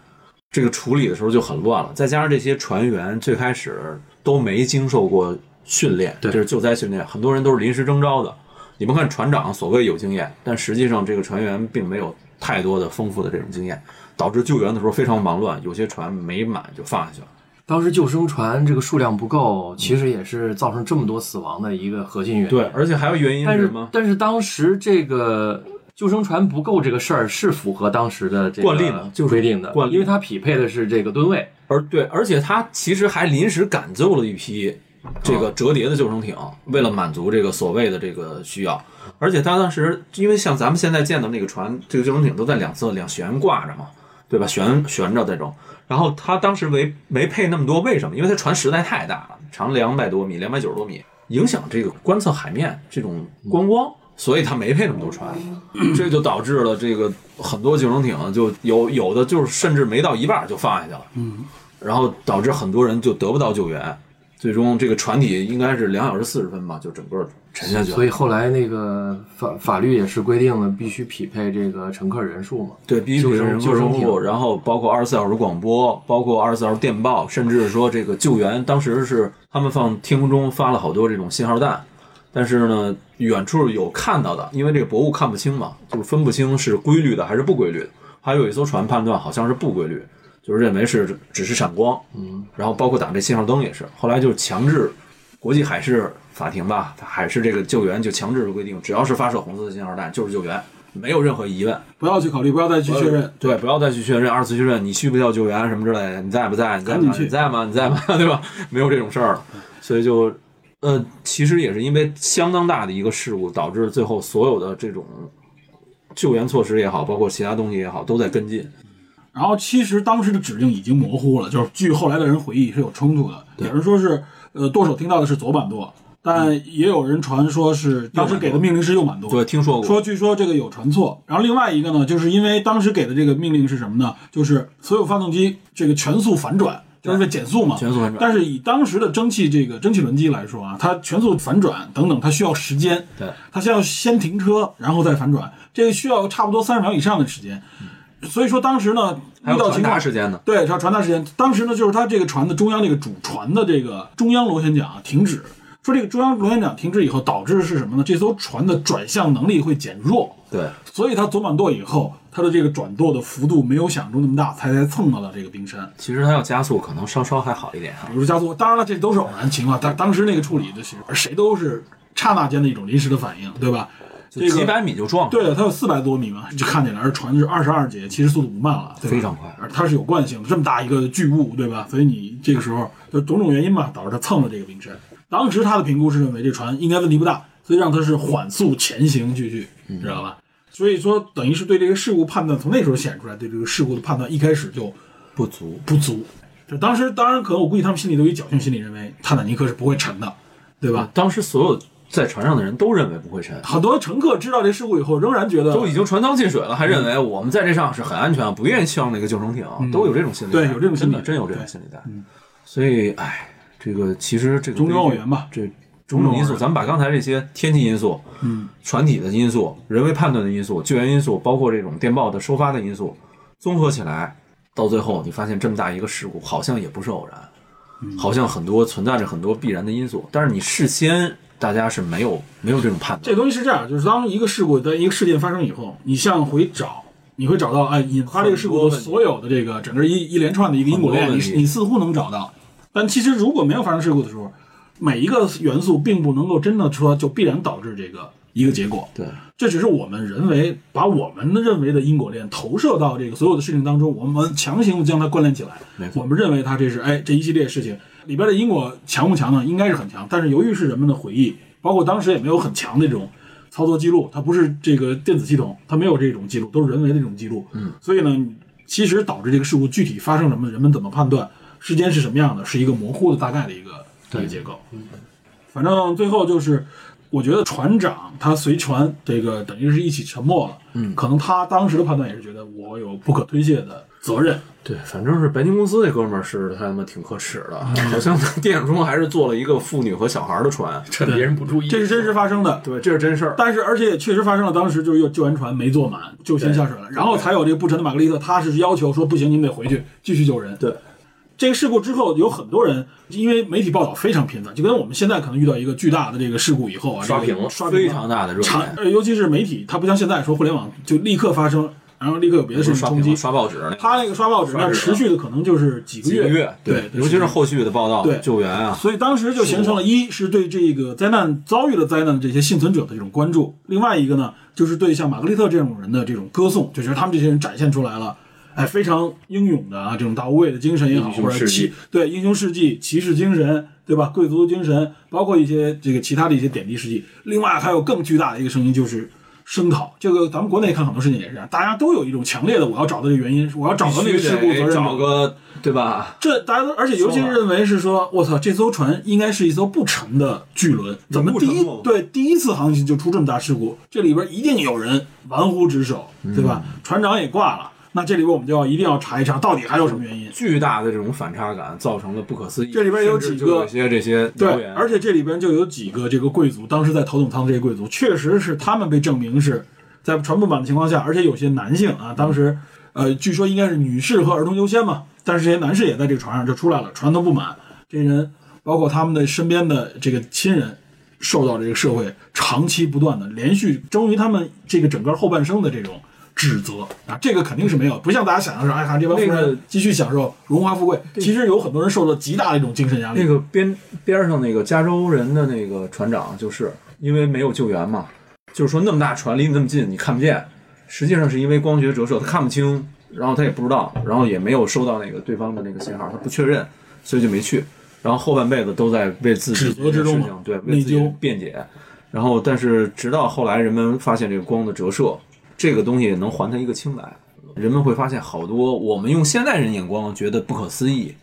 Speaker 5: 这个处理的时候就很乱了，再加上这些船员最开始都没经受过训练，
Speaker 7: 对
Speaker 5: 就是救灾训练，很多人都是临时征召的。你们看船长所谓有经验，但实际上这个船员并没有太多的丰富的这种经验，导致救援的时候非常忙乱，有些船没满就放下去了。
Speaker 4: 当时救生船这个数量不够，其实也是造成这么多死亡的一个核心原因。
Speaker 5: 嗯对，而且还有原因
Speaker 4: 但
Speaker 5: 是什
Speaker 4: 是
Speaker 5: 么？
Speaker 4: 但是当时这个救生船不够这个事儿是符合当时的这个
Speaker 5: 惯例嘛就是
Speaker 4: 规定的，
Speaker 5: 惯例
Speaker 4: 因为它匹配的是这个吨位。
Speaker 5: 而对，而且他其实还临时赶救了一批这个折叠的救生艇，为了满足这个所谓的这个需要。而且他当时因为像咱们现在见的那个船，这个救生艇都在两侧两悬挂着嘛，对吧？悬悬着这种。然后他当时没没配那么多，为什么？因为他船实在太大了，长两百多米，两百九十多米，影响这个观测海面这种观光，所以他没配那么多船，这就导致了这个很多救生艇就有有的就是甚至没到一半儿就放下去了。然后导致很多人就得不到救援，最终这个船体应该是两小时四十分吧，就整个沉下去了。
Speaker 4: 所以后来那个法法律也是规定了，必须匹配这个乘客人数嘛。
Speaker 5: 对，必须
Speaker 4: 救生
Speaker 5: 救
Speaker 4: 救生
Speaker 5: 生
Speaker 4: 艇
Speaker 5: 艇，然后包括二十四小时广播，包括二十四小时电报，甚至说这个救援，当时是他们放天空中发了好多这种信号弹，但是呢，远处有看到的，因为这个薄雾看不清嘛，就是分不清是规律的还是不规律的。还有一艘船判断好像是不规律，就是认为是只是闪光，嗯，然后包括打这信号灯也是，后来就强制国际海事法庭吧，海事这个救援就强制规定，只要是发射红色信号弹就是救援，没有任何疑问。
Speaker 2: 不要去考虑，不要再去确认。
Speaker 5: 呃对，不要再去确认二次确认，你需不需要救援什么之类的，你在不在？你在
Speaker 2: 赶紧
Speaker 5: 吗？
Speaker 2: 去
Speaker 5: 你在吗？你在吗？ 对吧？没有这种事儿了，所以就，呃，其实也是因为相当大的一个事故，导致最后所有的这种救援措施也好，包括其他东西也好，都在跟进。
Speaker 2: 然后其实当时的指令已经模糊了，就是据后来的人回忆是有冲突的。有人说是呃舵手听到的是左板舵，但也有人传说是当时给的命令是右板舵。
Speaker 5: 对，听说过，
Speaker 2: 说据说这个有传错，然后另外一个呢，就是因为当时给的这个命令是什么呢？就是所有发动机这个全速反转，就是为减速嘛，
Speaker 5: 全速反转
Speaker 2: 但是以当时的蒸汽这个蒸汽轮机来说啊，它全速反转等等，它需要时间，
Speaker 5: 对，
Speaker 2: 它需要先停车，然后再反转，这个需要差不多三十秒以上的时间。所以说当时呢，
Speaker 5: 嗯还
Speaker 2: 遇
Speaker 5: 有
Speaker 2: 到
Speaker 5: 传
Speaker 2: 情
Speaker 5: 达
Speaker 2: 况
Speaker 5: 时间呢。
Speaker 2: 对，船传达时间，当时呢，就是他这个船的中央这个主船的这个中央螺旋桨停止，说这个中央螺旋桨停滞以后导致的是什么呢？这艘船的转向能力会减弱，
Speaker 6: 对，
Speaker 2: 所以它左满舵以后，它的这个转舵的幅度没有想象中那么大，才才蹭到了这个冰山。
Speaker 5: 其实它要加速，可能稍稍还好一点啊
Speaker 2: 比。如说加速，当然了，这都是偶然情况，但当时那个处理的其实谁都是刹那间的一种临时的反应，对吧？这
Speaker 5: 就
Speaker 2: 个
Speaker 5: 几百米就撞了，
Speaker 2: 对的，它有四百多米嘛，就看起来是船是二十二节，其实速度不慢了，对吧
Speaker 5: 非常快
Speaker 2: 而它是有惯性的，这么大一个巨物，对吧？所以你这个时候就种种原因吧，导致它蹭了这个冰山。当时他的评估是认为这船应该问题不大，所以让它是缓速前行继续，
Speaker 5: 嗯
Speaker 2: 知道吧？所以说，等于是对这个事故判断，从那时候显出来，对这个事故的判断一开始就
Speaker 5: 不足。
Speaker 2: 不足。就当时，当然可能我估计他们心里都有一侥幸心理，认为泰坦尼克是不会沉的，对吧？
Speaker 5: 当时所有在船上的人都认为不会沉，
Speaker 2: 很多乘客知道这事故以后，仍然觉得嗯
Speaker 5: 都已经船舱进水了，还认为我们在这上是很安全，不愿意上那个救生艇，都有这种心理在。
Speaker 2: 对嗯有这种心理
Speaker 5: 真的真有这种心理在。所以，哎，这个其实这个
Speaker 2: 种种偶然吧
Speaker 5: 这种种因素，咱们把刚才这些天气因素、嗯，船体的因素、人为判断的因素、救援因素，包括这种电报的收发的因素，综合起来，到最后你发现这么大一个事故，好像也不是偶然。
Speaker 2: 嗯
Speaker 5: 好像很多存在着很多必然的因素，但是你事先大家是没有没有这种判断。
Speaker 2: 这东西是这样，就是当一个事故的一个事件发生以后，你向回找，你会找到哎，引发这个事故的所有的这个整个一一连串的一个因果链，
Speaker 5: 很多
Speaker 2: 你
Speaker 5: 问题
Speaker 2: 你似乎能找到，但其实如果没有发生事故的时候，每一个元素并不能够真的说就必然导致这个一个结果。
Speaker 5: 对，
Speaker 2: 这只是我们人为把我们认为的因果链投射到这个所有的事情当中，我们强行地将它关联起来。我们认为它这是哎这一系列事情里边的因果强不强呢？应该是很强，但是由于是人们的回忆，包括当时也没有很强的这种操作记录，它不是这个电子系统，它没有这种记录，都是人为的这种记录。嗯，所以呢，其实导致这个事故具体发生什么，人们怎么判断，时间是什么样的，是一个模糊的大概的一个一个结构。反正最后就是，我觉得船长他随船这个等于是一起沉没了，嗯，可能他当时的判断也是觉得我有不可推卸的责任，
Speaker 5: 对，反正是白金公司那哥们儿是他妈挺可耻的，
Speaker 2: 嗯
Speaker 5: 好像在电影中还是做了一个妇女和小孩的船。
Speaker 4: 趁别人不注意。
Speaker 2: 这是真实发生的。
Speaker 5: 对，这是真事儿。
Speaker 2: 但是，而且也确实发生了，当时就是又救援船没坐满，就先下水了，然后才有这个不沉的玛格丽特，他是要求说不行，你们得回去继续救人。
Speaker 5: 对，
Speaker 2: 这个事故之后，有很多人因为媒体报道非常频繁，就跟我们现在可能遇到一个巨大的这个事故以后啊，
Speaker 4: 刷屏
Speaker 2: 这个
Speaker 4: 了
Speaker 2: 刷屏
Speaker 5: 非
Speaker 2: 了
Speaker 5: 常大的热点，
Speaker 2: 产呃，尤其是媒体，它不像现在说互联网就立刻发生，然后立刻有别的事情
Speaker 5: 刷
Speaker 2: 冲
Speaker 5: 屏
Speaker 2: 击
Speaker 5: 了。刷报纸那
Speaker 2: 它那个刷报纸，
Speaker 5: 刷
Speaker 2: 那
Speaker 5: 纸
Speaker 2: 持续的可能就是几个
Speaker 5: 几个
Speaker 2: 月，
Speaker 5: 月，
Speaker 2: 对，
Speaker 5: 尤其是。后续的报道、
Speaker 2: 对
Speaker 5: 救援啊，
Speaker 2: 所以当时就形成了一是对这个灾难遭遇了灾难的这些幸存者的这种关注，另外一个呢，就是对像玛格丽特这种人的这种歌颂，就觉得他们这些人展现出来了，哎，非常英勇的啊，这种大无畏的精神也好，
Speaker 4: 英雄
Speaker 2: 或者
Speaker 4: 事迹
Speaker 2: 骑对英雄事迹、骑士精神，对吧？贵族精神，包括一些这个其他的一些点滴事迹。另外还有更巨大的一个声音就是。声讨这个，咱们国内看很多事情也是这样，大家都有一种强烈的我要找到这个原因，我要找到那个事故
Speaker 5: 必
Speaker 2: 责任
Speaker 5: 须得
Speaker 2: 者，
Speaker 5: 找个对吧？
Speaker 2: 这大家都，而且尤其是认为是说，我操，这艘船应该是一艘不沉的巨轮，怎么第
Speaker 5: 不
Speaker 2: 一
Speaker 5: 沉哦吗
Speaker 2: 对第一次航行就出这么大事故？这里边一定有人玩忽职守，对吧？
Speaker 5: 嗯
Speaker 2: 船长也挂了，那这里边我们就要一定要查一查，到底还有什么原因？
Speaker 5: 巨大的这种反差感造成了不可思议。
Speaker 2: 这里边有
Speaker 5: 甚至
Speaker 2: 几
Speaker 5: 就
Speaker 2: 个
Speaker 5: 有一些这些谣
Speaker 2: 对，
Speaker 5: 言
Speaker 2: 而且这里边就有几个这个贵族，当时在头等舱这些贵族，确实是他们被证明是在船不满的情况下，而且有些男性啊，当时呃，据说应该是女士和儿童优先嘛，但是这些男士也在这个船上就出来了，船都不满，这些人包括他们的身边的这个亲人，受到这个社会长期不断的连续忠于他们这个整个后半生的这种。指责啊，这个肯定是没有，不像大家想象说，哎呀，这帮富
Speaker 5: 那个
Speaker 2: 人继续享受荣华富贵。其实有很多人受到极大的一种精神压力。
Speaker 5: 那个边边上那个加州人的那个船长，就是因为没有救援嘛，就是说那么大船离你那么近，你看不见，实际上是因为光学折射，他看不清，然后他也不知道，然后也没有收到那个对方的那个信号，他不确认，所以就没去。然后后半辈子都在为自己
Speaker 2: 指责之中
Speaker 5: 这件事
Speaker 2: 嘛
Speaker 5: 情对，为自己
Speaker 2: 内疚
Speaker 5: 辩解。然后，但是直到后来，人们发现这个光的折射，这个东西能还他一个清白。人们会发现好多我们用现代人眼光觉得不可思议，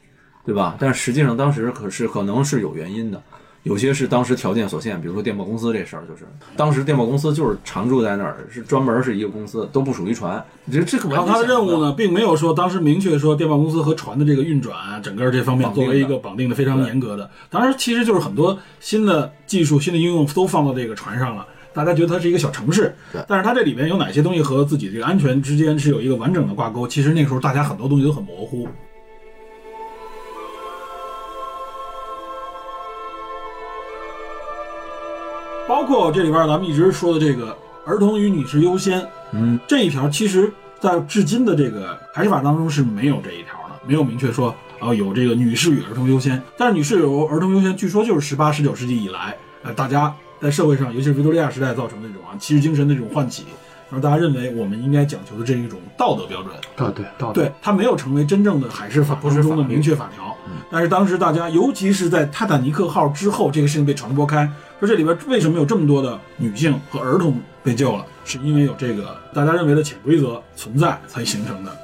Speaker 5: 对吧？但实际上当时可是可能是有原因的，有些是当时条件所限，比如说电报公司这事儿，就是当时电报公司就是常驻在那儿，是专门是一个公司，都不属于船。这这个完
Speaker 2: 然
Speaker 5: 全
Speaker 2: 后他的任
Speaker 5: 想
Speaker 2: 务
Speaker 5: 不到？
Speaker 2: 呢，并没有说当时明确说电报公司和船的这个运转啊，整个这方面
Speaker 5: 绑定
Speaker 2: 作
Speaker 5: 的
Speaker 2: 为一个绑定的非常严格的。当然，其实就是很多新的技术、新的应用都放到这个船上了。大家觉得它是一个小城市，但是它这里边有哪些东西和自己这个安全之间是有一个完整的挂钩？其实那时候大家很多东西都很模糊。包括这里边咱们一直说的这个儿童与女士优先，
Speaker 5: 嗯，
Speaker 2: 这一条其实在至今的这个排斥法当中是没有这一条的，没有明确说啊有这个女士与儿童优先，但是女士有儿童优先，据说就是十八、十九世纪以来，呃，大家在社会上，尤其是维多利亚时代造成的这种啊骑士精神的这种唤起，然后大家认为我们应该讲求的这一种道德标准，
Speaker 4: 啊对对道
Speaker 2: 对，它没有成为真正的海事法
Speaker 6: 不是
Speaker 2: 当中的
Speaker 6: 法律嗯
Speaker 2: 明确法条。但是当时大家，尤其是在泰坦尼克号之后，这个事情被传播开，说这里边为什么有这么多的女性和儿童被救了，是因为有这个大家认为的潜规则存在才形成的。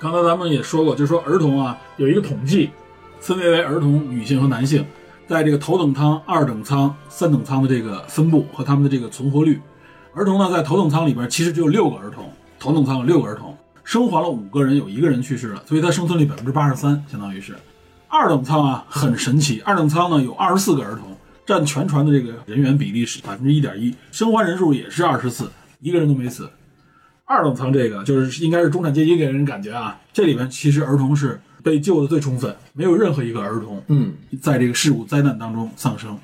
Speaker 2: 刚才咱们也说过，就是说儿童啊有一个统计，分别为儿童、女性和男性，在这个头等舱、二等舱、三等舱的这个分布和他们的这个存活率。儿童呢，在头等舱里边其实只有六个儿童，头等舱有六个儿童，生还了五个人，有一个人去世了，所以它生存率百分之八十三，相当于是。二等舱啊，很神奇，二等舱呢有二十四个儿童，占全船的这个人员比例是百分之一点一，生还人数也是二十四，一个人都没死。二等舱这个就是应该是中产阶级给人感觉啊，这里面其实儿童是被救的最充分，没有任何一个儿童嗯在这个事故灾难当中丧生。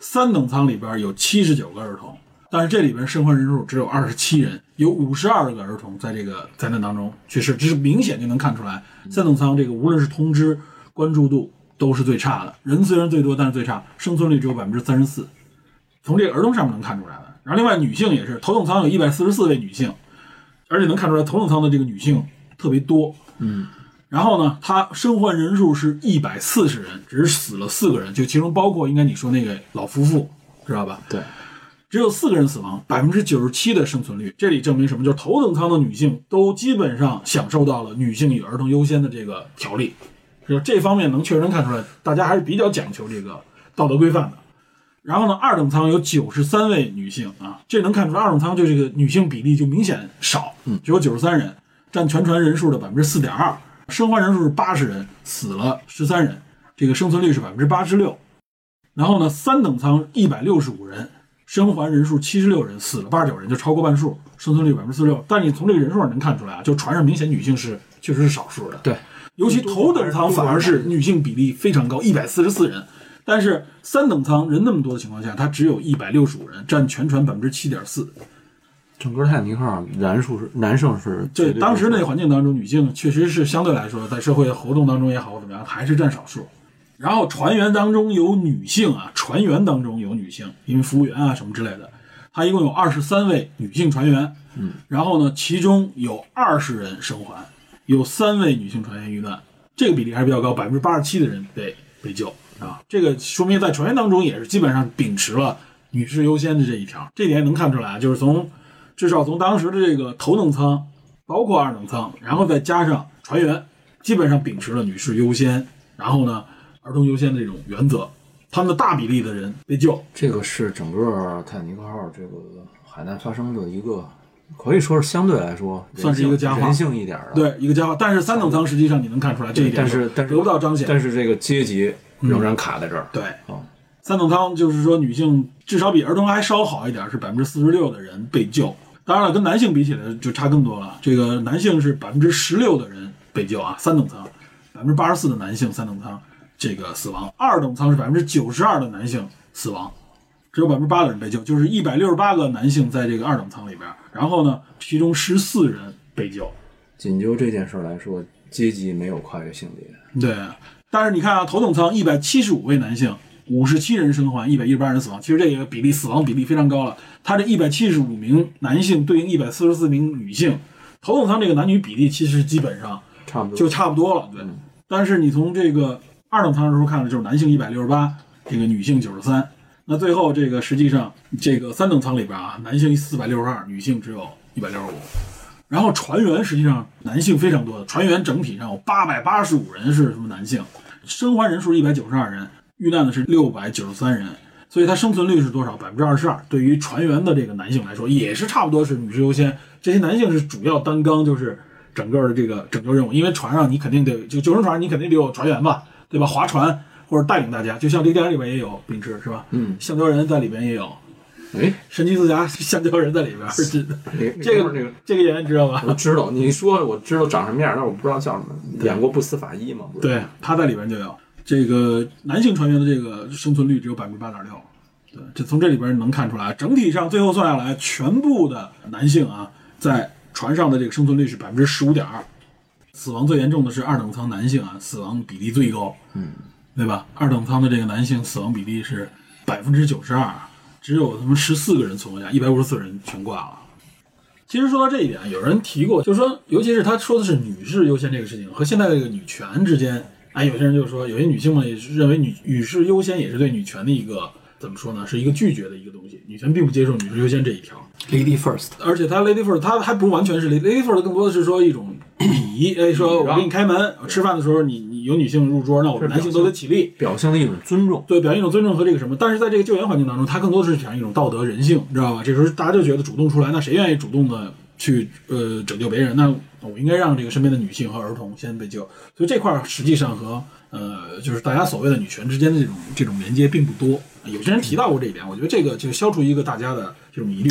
Speaker 2: 三等舱里边有七十九个儿童，但是这里边生还人数只有二十七人，有五十二个儿童在这个灾难当中去世，这是明显就能看出来，三等舱这个无论是通知、关注度都是最差的，人虽然最多，但是最差，生存率只有百分之三十四，从这个儿童上面能看出来的。然后另外女性也是，头等舱有一百四十四位女性，而且能看出来头等舱的这个女性特别多，然后呢，他生还人数是一百四十人，只死了四个人，就其中包括应该你说那个老夫妇，知道吧？
Speaker 5: 对，
Speaker 2: 只有四个人死亡，百分之九十七的生存率。这里证明什么？就是头等舱的女性都基本上享受到了女性与儿童优先的这个条例，就这方面能确实看出来，大家还是比较讲求这个道德规范的。然后呢，二等舱有九十三位女性啊，这能看出来二等舱对这个女性比例就明显少，嗯，只有九十三人，占全船人数的百分之四点二，生还人数是八十人，死了十三人，这个生存率是百分之八十六。然后呢，三等舱一百六十五人，生还人数七十六人，死了八十九人，就超过半数，生存率百分之四十六。但你从这个人数上能看出来啊，就船上明显女性是确实是少数的，
Speaker 4: 对，
Speaker 2: 尤其头等舱反而是女性比例非常高，一百四十四人。但是三等舱人那么多的情况下，它只有一百六十五人，占全船百分之七点四。
Speaker 5: 整个泰坦尼克号男数是男生是
Speaker 2: 对
Speaker 5: 绝对
Speaker 2: 当时那
Speaker 5: 多
Speaker 2: 个
Speaker 5: 数
Speaker 2: 环境当中，女性确实是相对来说在社会活动当中也好怎么样，还是占少数。然后船员当中有女性啊，船员当中有女性，因为服务员啊什么之类的，他一共有二十三位女性船员。嗯，然后呢，其中有二十人生还，有三位女性船员遇难，这个比例还是比较高，百分之八十七的人被被救啊。这个说明在船员当中也是基本上秉持了女士优先的这一条，这点也能看出来啊，就是从至少从当时的这个头等舱包括二等舱，然后再加上船员，基本上秉持了女士优先，然后呢儿童优先的这种原则，他们的大比例的人被救。
Speaker 5: 这个是整个泰坦尼克号这个海难发生的一个，可以说是相对来说
Speaker 2: 算是一个
Speaker 5: 人性
Speaker 2: 佳话
Speaker 5: 人性一点儿的。
Speaker 2: 对，一个家伙，但是三等舱实际上你能看出来这一点，
Speaker 5: 但是但是
Speaker 2: 得不到彰显。嗯
Speaker 5: 但是这个阶级仍然卡在这儿。
Speaker 2: 对
Speaker 5: 哦，
Speaker 2: 三等舱就是说女性至少比儿童还稍好一点，是百分之四十六的人被救。当然了，跟男性比起来就差更多了。这个男性是百分之十六的人被救啊，三等舱，百分之八十四的男性三等舱这个死亡，二等舱是百分之九十二的男性死亡，只有百分之八的人被救，就是一百六十八个男性在这个二等舱里边，然后呢，其中十四人被救。
Speaker 5: 仅就这件事儿来说，阶级没有跨越性别。
Speaker 2: 对，但是你看啊，头等舱一百七十五位男性，五十七人生还，一百一十八人死亡，其实这个比例死亡比例非常高了。他这一百七十五名男性对应一百四十四名女性，头等舱这个男女比例其实基本上
Speaker 5: 差不多
Speaker 2: 就差不多了。对，但是你从这个二等舱的时候看的就是男性一百六十八，这个女性九十三。那最后这个实际上这个三等舱里边啊，男性四百六十二，女性只有一百六十五。然后船员实际上男性非常多的，船员整体上有八百八十五人是什么男性，生还人数一百九十二人，遇难的是六百九十三人，所以它生存率是多少？百分之二十二。对于船员的这个男性来说，也是差不多是女士优先。这些男性是主要担纲，就是整个的这个拯救任务，因为船上你肯定得就救生船，你肯定得有船员吧，对吧？划船或者带领大家，就像这个电影里边也有秉持是吧？嗯，橡胶人在里边也有。
Speaker 6: 哎，
Speaker 2: 神奇四侠橡胶人在里边是真的，这
Speaker 6: 这个这
Speaker 2: 个
Speaker 6: 个
Speaker 2: 这个演员知道吧？
Speaker 6: 我知道，你说我知道长什么样，但是我不知道叫什么。演过不死法医吗？不是，
Speaker 2: 对，他在里边就有这个男性船员的这个生存率只有百分之八点六，对，这从这里边能看出来，整体上最后算下来，全部的男性啊，在船上的这个生存率是百分之十五点二，死亡最严重的是二等舱男性啊，死亡比例最高，嗯，对吧？二等舱的这个男性死亡比例是百分之九十二，只有他们十四个人存活下，一百五十四人全挂了。其实说到这一点，有人提过，就是说，尤其是他说的是女士优先这个事情和现在这个女权之间，哎，有些人就说，有些女性们也是认为女女士优先也是对女权的一个怎么说呢，是一个拒绝的一个东西，女权并不接受女士优先这一条，
Speaker 4: ，Lady First，
Speaker 2: 而且他 lady first，他还不完全是 lady lady first，更多的是说一种 礼仪，哎，说我给你开门，吃饭的时候你你有女性入桌，那我们男性都得起立，
Speaker 5: 表现的一种尊重。
Speaker 2: 对，表现一种尊重和这个什么，但是在这个救援环境当中，它更多的是表现一种道德人性，你知道吧？这时候大家就觉得主动出来，那谁愿意主动的去呃拯救别人？那我应该让这个身边的女性和儿童先被救。所以这块儿实际上和呃就是大家所谓的女权之间的这种这种连接并不多。有些人提到过这一点，我觉得这个就消除一个大家的这种疑虑。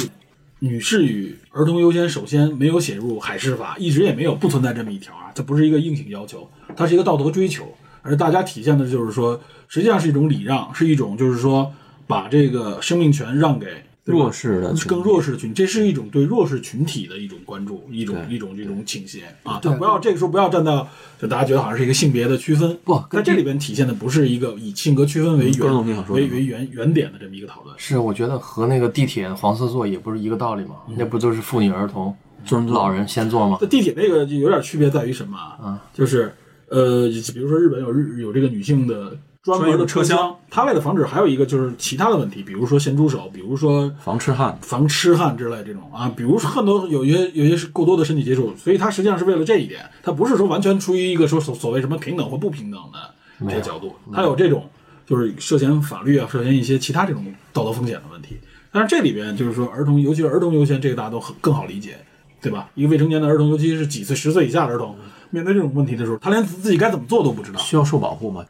Speaker 2: 女士与儿童优先，首先没有写入海事法，一直也没有不存在这么一条啊，这不是一个硬性要求，它是一个道德追求，而大家体现的就是说，实际上是一种礼让，是一种就是说把这个生命权让给对吧
Speaker 5: 弱势的群体
Speaker 2: 更弱势的群，这是一种对弱势群体的一种关注，一种一种这种倾斜啊，但不要这个时候不要站到就大家觉得好像是一个性别的区分，
Speaker 4: 不
Speaker 2: 在这里边体现的不是一个以性格区分为
Speaker 5: 嗯高总你想
Speaker 2: 原
Speaker 5: 说什
Speaker 2: 为
Speaker 5: 么
Speaker 2: 为原原点的这么一个讨论，
Speaker 4: 是我觉得和那个地铁黄色座椅不是一个道理吗？那不就是妇女儿童、
Speaker 5: 嗯尊重
Speaker 4: 老人先坐吗
Speaker 2: 那？地铁那个就有点区别在于什么啊？就是呃，比如说日本有日有这个女性的专门的车
Speaker 5: 专用
Speaker 2: 厢，它为了防止还有一个就是其他的问题，比如说咸猪手，比如说
Speaker 5: 防痴汉，
Speaker 2: 防痴汉之类这种啊，比如说很多有些有些是过多的身体接触，所以它实际上是为了这一点，它不是说完全出于一个说所所谓什么平等或不平等的这个角度，它有这种就是涉嫌法律啊，涉嫌一些其他这种道德风险的问题。但是这里边就是说儿童，尤其是儿童优先，这个大家都很更好理解，对吧？一个未成年的儿童，尤其是几岁十岁以下的儿童，面对这种问题的时候，他连自己该怎么做都不知道。
Speaker 5: 需要受保护吗？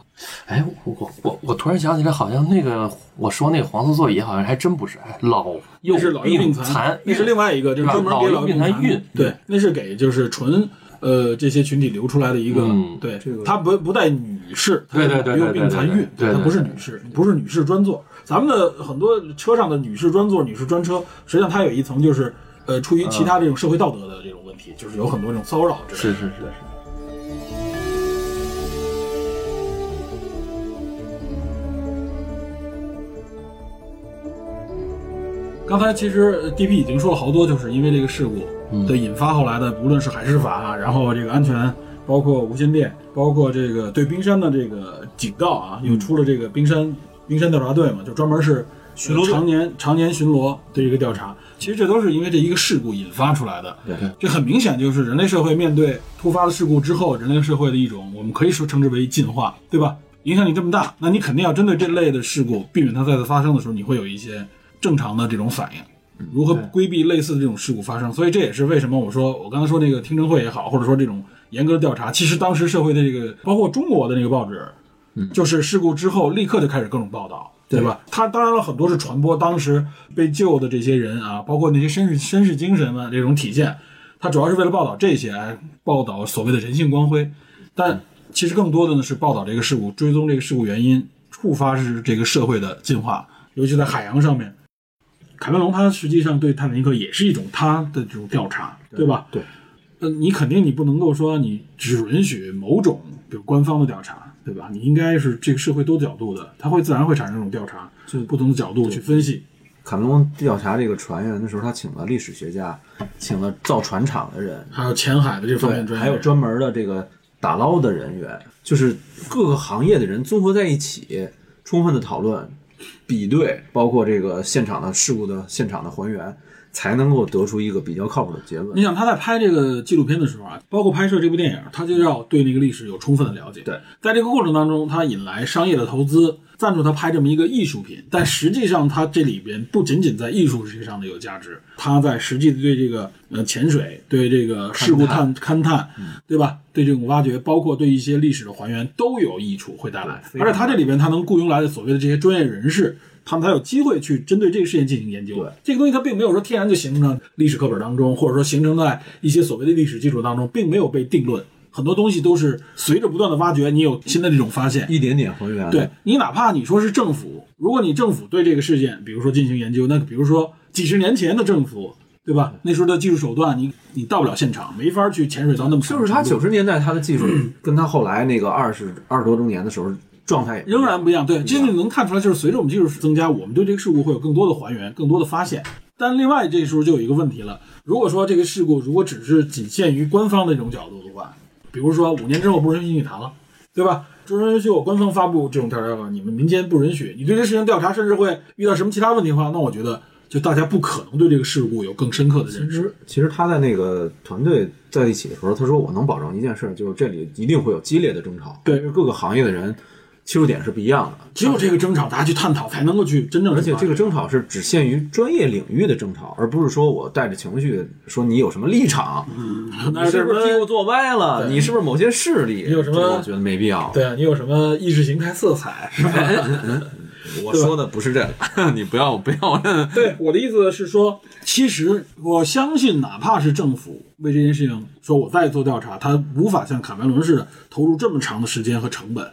Speaker 4: 哎，我我我我突然想起来，好像那个我说那个黄色座椅好像还真不是，哎，老幼
Speaker 2: 那是老幼病
Speaker 4: 残
Speaker 2: 残，，那是另外一个，就是
Speaker 4: 对吧
Speaker 2: 专门给
Speaker 4: 老幼
Speaker 2: 老幼
Speaker 4: 病残
Speaker 2: 运
Speaker 4: 运。
Speaker 2: 对，那是给就是纯呃这些群体留出来的一个，
Speaker 4: 嗯
Speaker 2: 对，它不不带女士，
Speaker 4: 对对对对
Speaker 2: 它是老幼病残
Speaker 4: 对对
Speaker 2: 孕，
Speaker 4: 对对
Speaker 2: 它
Speaker 4: 对
Speaker 2: 不是女士，不是女士专座。咱们的很多车上的女士专座、女士专车，实际上它有一层就是呃出于其他这种社会道德的这种问题，就是有很多这种骚扰之类
Speaker 4: 嗯是
Speaker 2: 的。
Speaker 4: 是是
Speaker 2: 对。刚才其实呃 DP 已经说了好多，就是因为这个事故的引发后来的，无论是海事法啊，然后这个安全，包括无线电，包括这个对冰山的这个警告啊，又出了这个冰山冰山调查队嘛，就专门是巡逻常年常年巡逻的一个调查。其实这都是因为这一个事故引发出来的。
Speaker 5: 对，
Speaker 2: 这很明显就是人类社会面对突发的事故之后，人类社会的一种，我们可以说称之为进化，对吧？影响你这么大，那你肯定要针对这类的事故，避免它再次发生的时候，你会有一些正常的这种反应。如何规避类似的这种事故发生？所以这也是为什么我说我刚才说那个听证会也好，或者说这种严格的调查，其实当时社会的这个，包括中国的那个报纸，就是事故之后立刻就开始各种报道，对吧？他当然了，很多是传播当时被救的这些人啊，包括那些绅士绅士精神的这种体现，他主要是为了报道这些，哎报道所谓的人性光辉，但其实更多的呢是报道这个事故，追踪这个事故原因，触发是这个社会的进化，尤其在海洋上面。凯文龙他实际上对泰坦尼克也是一种他的这种调查，对吧？
Speaker 5: 对，
Speaker 2: 呃，你肯定你不能够说你只允许某种，比如官方的调查，对吧？你应该是这个社会多角度的，它会自然会产生这种调查，就不同的角度去分析。
Speaker 5: 卡梅隆调查这个船员的时候，他请了历史学家，请了造船厂的人，
Speaker 2: 还有前海的这方面
Speaker 5: 对，
Speaker 2: 专业，
Speaker 5: 还有专门的这个打捞的人员，就是各个行业的人综合在一起，充分的讨论、比对，包括这个现场的事故的现场的还原，才能够得出一个比较靠谱的结论
Speaker 2: 你。想他在拍这个纪录片的时候啊，包括拍摄这部电影，他就要对那个历史有充分的了解。
Speaker 5: 对，
Speaker 2: 在这个过程当中，他引来商业的投资，赞助他拍这么一个艺术品，但实际上他这里边不仅仅在艺术上的有价值，他在实际的对这个呃潜水、对这个事故探勘探，
Speaker 5: 嗯
Speaker 2: 对吧？对这种挖掘，包括对一些历史的还原都有益处，会带来。
Speaker 5: 对非常
Speaker 2: 而且他这里边他能雇佣来的所谓的这些专业人士。他们才有机会去针对这个事件进行研究。
Speaker 5: 对
Speaker 2: 这个东西它并没有说天然就形成在历史课本当中，或者说形成在一些所谓的历史基础当中，并没有被定论。很多东西都是随着不断的挖掘，你有新的这种发现。
Speaker 5: 一点点还原。
Speaker 2: 对，你哪怕你说是政府，如果你政府对这个事件，比如说进行研究，那比如说几十年前的政府，对吧？那时候的技术手段，你你到不了现场，没法去潜水到那么深
Speaker 5: 就是他
Speaker 2: 程度
Speaker 5: 九十年代他的技 术，跟他后来那个二十二十多周年的时候状态也
Speaker 2: 仍然不一样。对，这就能看出来，就是随着我们技术增加，我们对这个事故会有更多的还原，更多的发现。但另外，这时候就有一个问题了：如果说这个事故如果只是仅限于官方的这种角度的话，比如说五年之后不允许你谈了，对吧？中央允许我官方发布这种调查报告，你们民间不允许。你对这事情调查，甚至会遇到什么其他问题的话，那我觉得就大家不可能对这个事故有更深刻的认
Speaker 5: 其
Speaker 2: 识。
Speaker 5: 实，其实他在那个团队在一起的时候，他说：“我能保证一件事，就是这里一定会有激烈的争吵，
Speaker 2: 对
Speaker 5: 因为各个行业的人切入点是不一样的，
Speaker 2: 只有这个争吵，大家去探讨，才能够去真正。
Speaker 5: 而且这个争吵是只限于专业领域的争吵，而不是说我带着情绪说你有什么立场，
Speaker 2: 那
Speaker 5: 你嗯是
Speaker 2: 什
Speaker 5: 不
Speaker 2: 么
Speaker 5: 是屁股坐歪了，
Speaker 2: 对
Speaker 5: 你是不是某些势力，
Speaker 2: 你有什么
Speaker 5: 这个我觉得没必要。
Speaker 2: 对啊，你有什么意识形态色 彩是吧？
Speaker 5: 我说的不是这个， 你不要不要问。
Speaker 2: 对，我的意思是说，其实我相信，哪怕是政府为这件事情说我再做调查，他无法像卡梅伦似的投入这么长的时间和成本。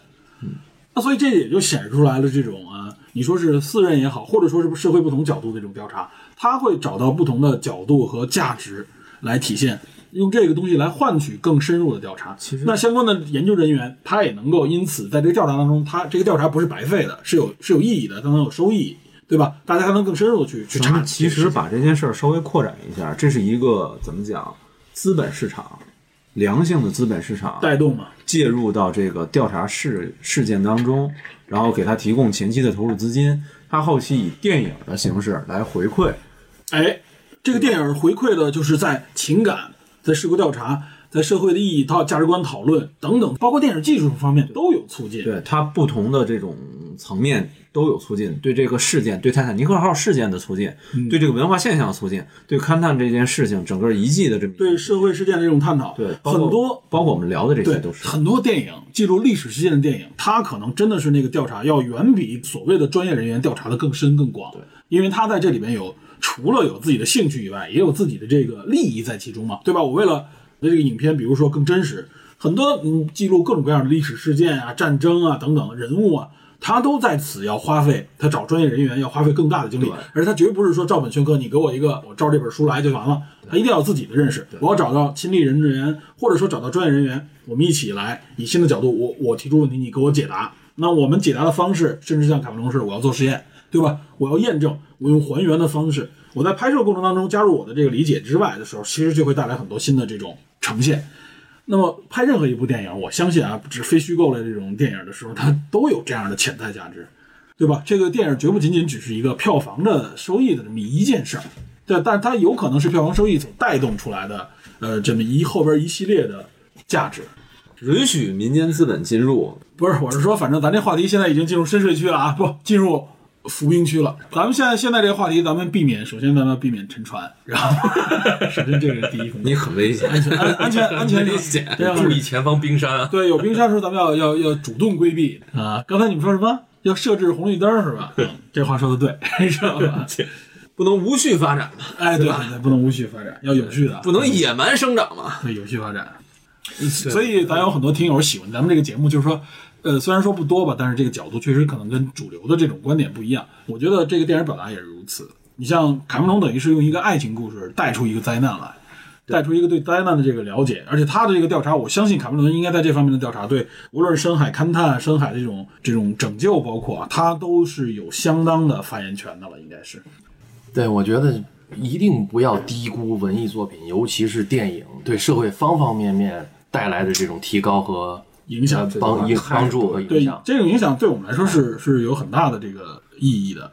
Speaker 2: 那所以这也就显示出来了，这种啊，你说是私人也好，或者说是社会不同角度的这种调查，他会找到不同的角度和价值来体现，用这个东西来换取更深入的调查。其实，那相关的研究人员他也能够因此在这个调查当中，他这个调查不是白费的，是有是有意义的，它能有收益，对吧？大家才能更深入的去去
Speaker 5: 咱
Speaker 2: 查。
Speaker 5: 们其实把这件事儿稍微扩展一下，这是一个怎么讲？资本市场，良性的资本市场
Speaker 2: 带动嘛，
Speaker 5: 介入到这个调查事事件当中，然后给他提供前期的投入资金，他后期以电影的形式来回馈。
Speaker 2: 哎，这个电影回馈的就是在情感、在事故调查、在社会的意义到价值观讨论等等，包括电影技术方面都有促进。
Speaker 5: 对它不同的这种层面都有促进，对这个事件，对泰坦尼克号事件的促进，对这个文化现象的促进，对勘探这件事情整个遗迹的这么一个
Speaker 2: 对社会事件的这种探讨，
Speaker 5: 对包括
Speaker 2: 很多
Speaker 5: 包括我们聊的这些
Speaker 2: 对
Speaker 5: 都是
Speaker 2: 很多电影记录历史事件的电影，它可能真的是那个调查要远比所谓的专业人员调查的更深更广，因为他在这里边有除了有自己的兴趣以外，也有自己的这个利益在其中嘛，对吧？我为了这个影片，比如说更真实，很多嗯记录各种各样的历史事件啊、战争啊等等人物啊。他都在此要花费，他找专业人员要花费更大的精力，而他绝不是说照本宣科，你给我一个，我照这本书来就完了。他一定要有自己的认识，我要找到亲历人员，或者说找到专业人员，我们一起来以新的角度，我我提出问题，你给我解答。那我们解答的方式，甚至像卡梅隆式，我要做实验，对吧？我要验证，我用还原的方式，我在拍摄过程当中加入我的这个理解之外的时候，其实就会带来很多新的这种呈现。那么拍任何一部电影，我相信啊，只非虚构类这种电影的时候，它都有这样的潜在价值，对吧？这个电影绝不仅仅只是一个票房的收益的这么一件事儿，对，但它有可能是票房收益所带动出来的，呃，这么一后边一系列的价值。
Speaker 5: 允许民间资本进入，
Speaker 2: 不是，我是说，反正咱这话题现在已经进入深水区了啊，不进入浮冰区了。咱们现在现在这个话题，咱们避免，首先咱们要避免沉船，然后 首先这个是第一风险，
Speaker 5: 你很危险。
Speaker 2: 安安全安全理解，这样
Speaker 4: 注意前方冰山啊！嗯
Speaker 2: 对，有冰山的时候，咱们要要要主动规避啊。刚才你们说什么？要设置红绿灯是吧？嗯这话说的 对，是吧？
Speaker 6: 不能无序发展嘛，
Speaker 2: 哎，对对，不能无序发展，要有序的，啊
Speaker 6: 不能野蛮生长嘛。
Speaker 2: 对有序发展。所以咱有很多听友喜欢咱们这个节目，就是说，呃，虽然说不多吧，但是这个角度确实可能跟主流的这种观点不一样。我觉得这个电影表达也是如此。你像卡梅隆，等于是用一个爱情故事带出一个灾难来，带出一个对灾难的这个了解，而且他的这个调查，我相信卡梅伦应该在这方面的调查，对无论是深海勘探、深海这种这种拯救，包括啊，他都是有相当的发言权的了，应该是。
Speaker 4: 对，我觉得一定不要低估文艺作品，尤其是电影对社会方方面面带来的这种提高和
Speaker 2: 影响
Speaker 4: 呃帮影帮助和影
Speaker 2: 对
Speaker 4: 响。
Speaker 2: 这种影响对我们来说是是有很大的这个意义的。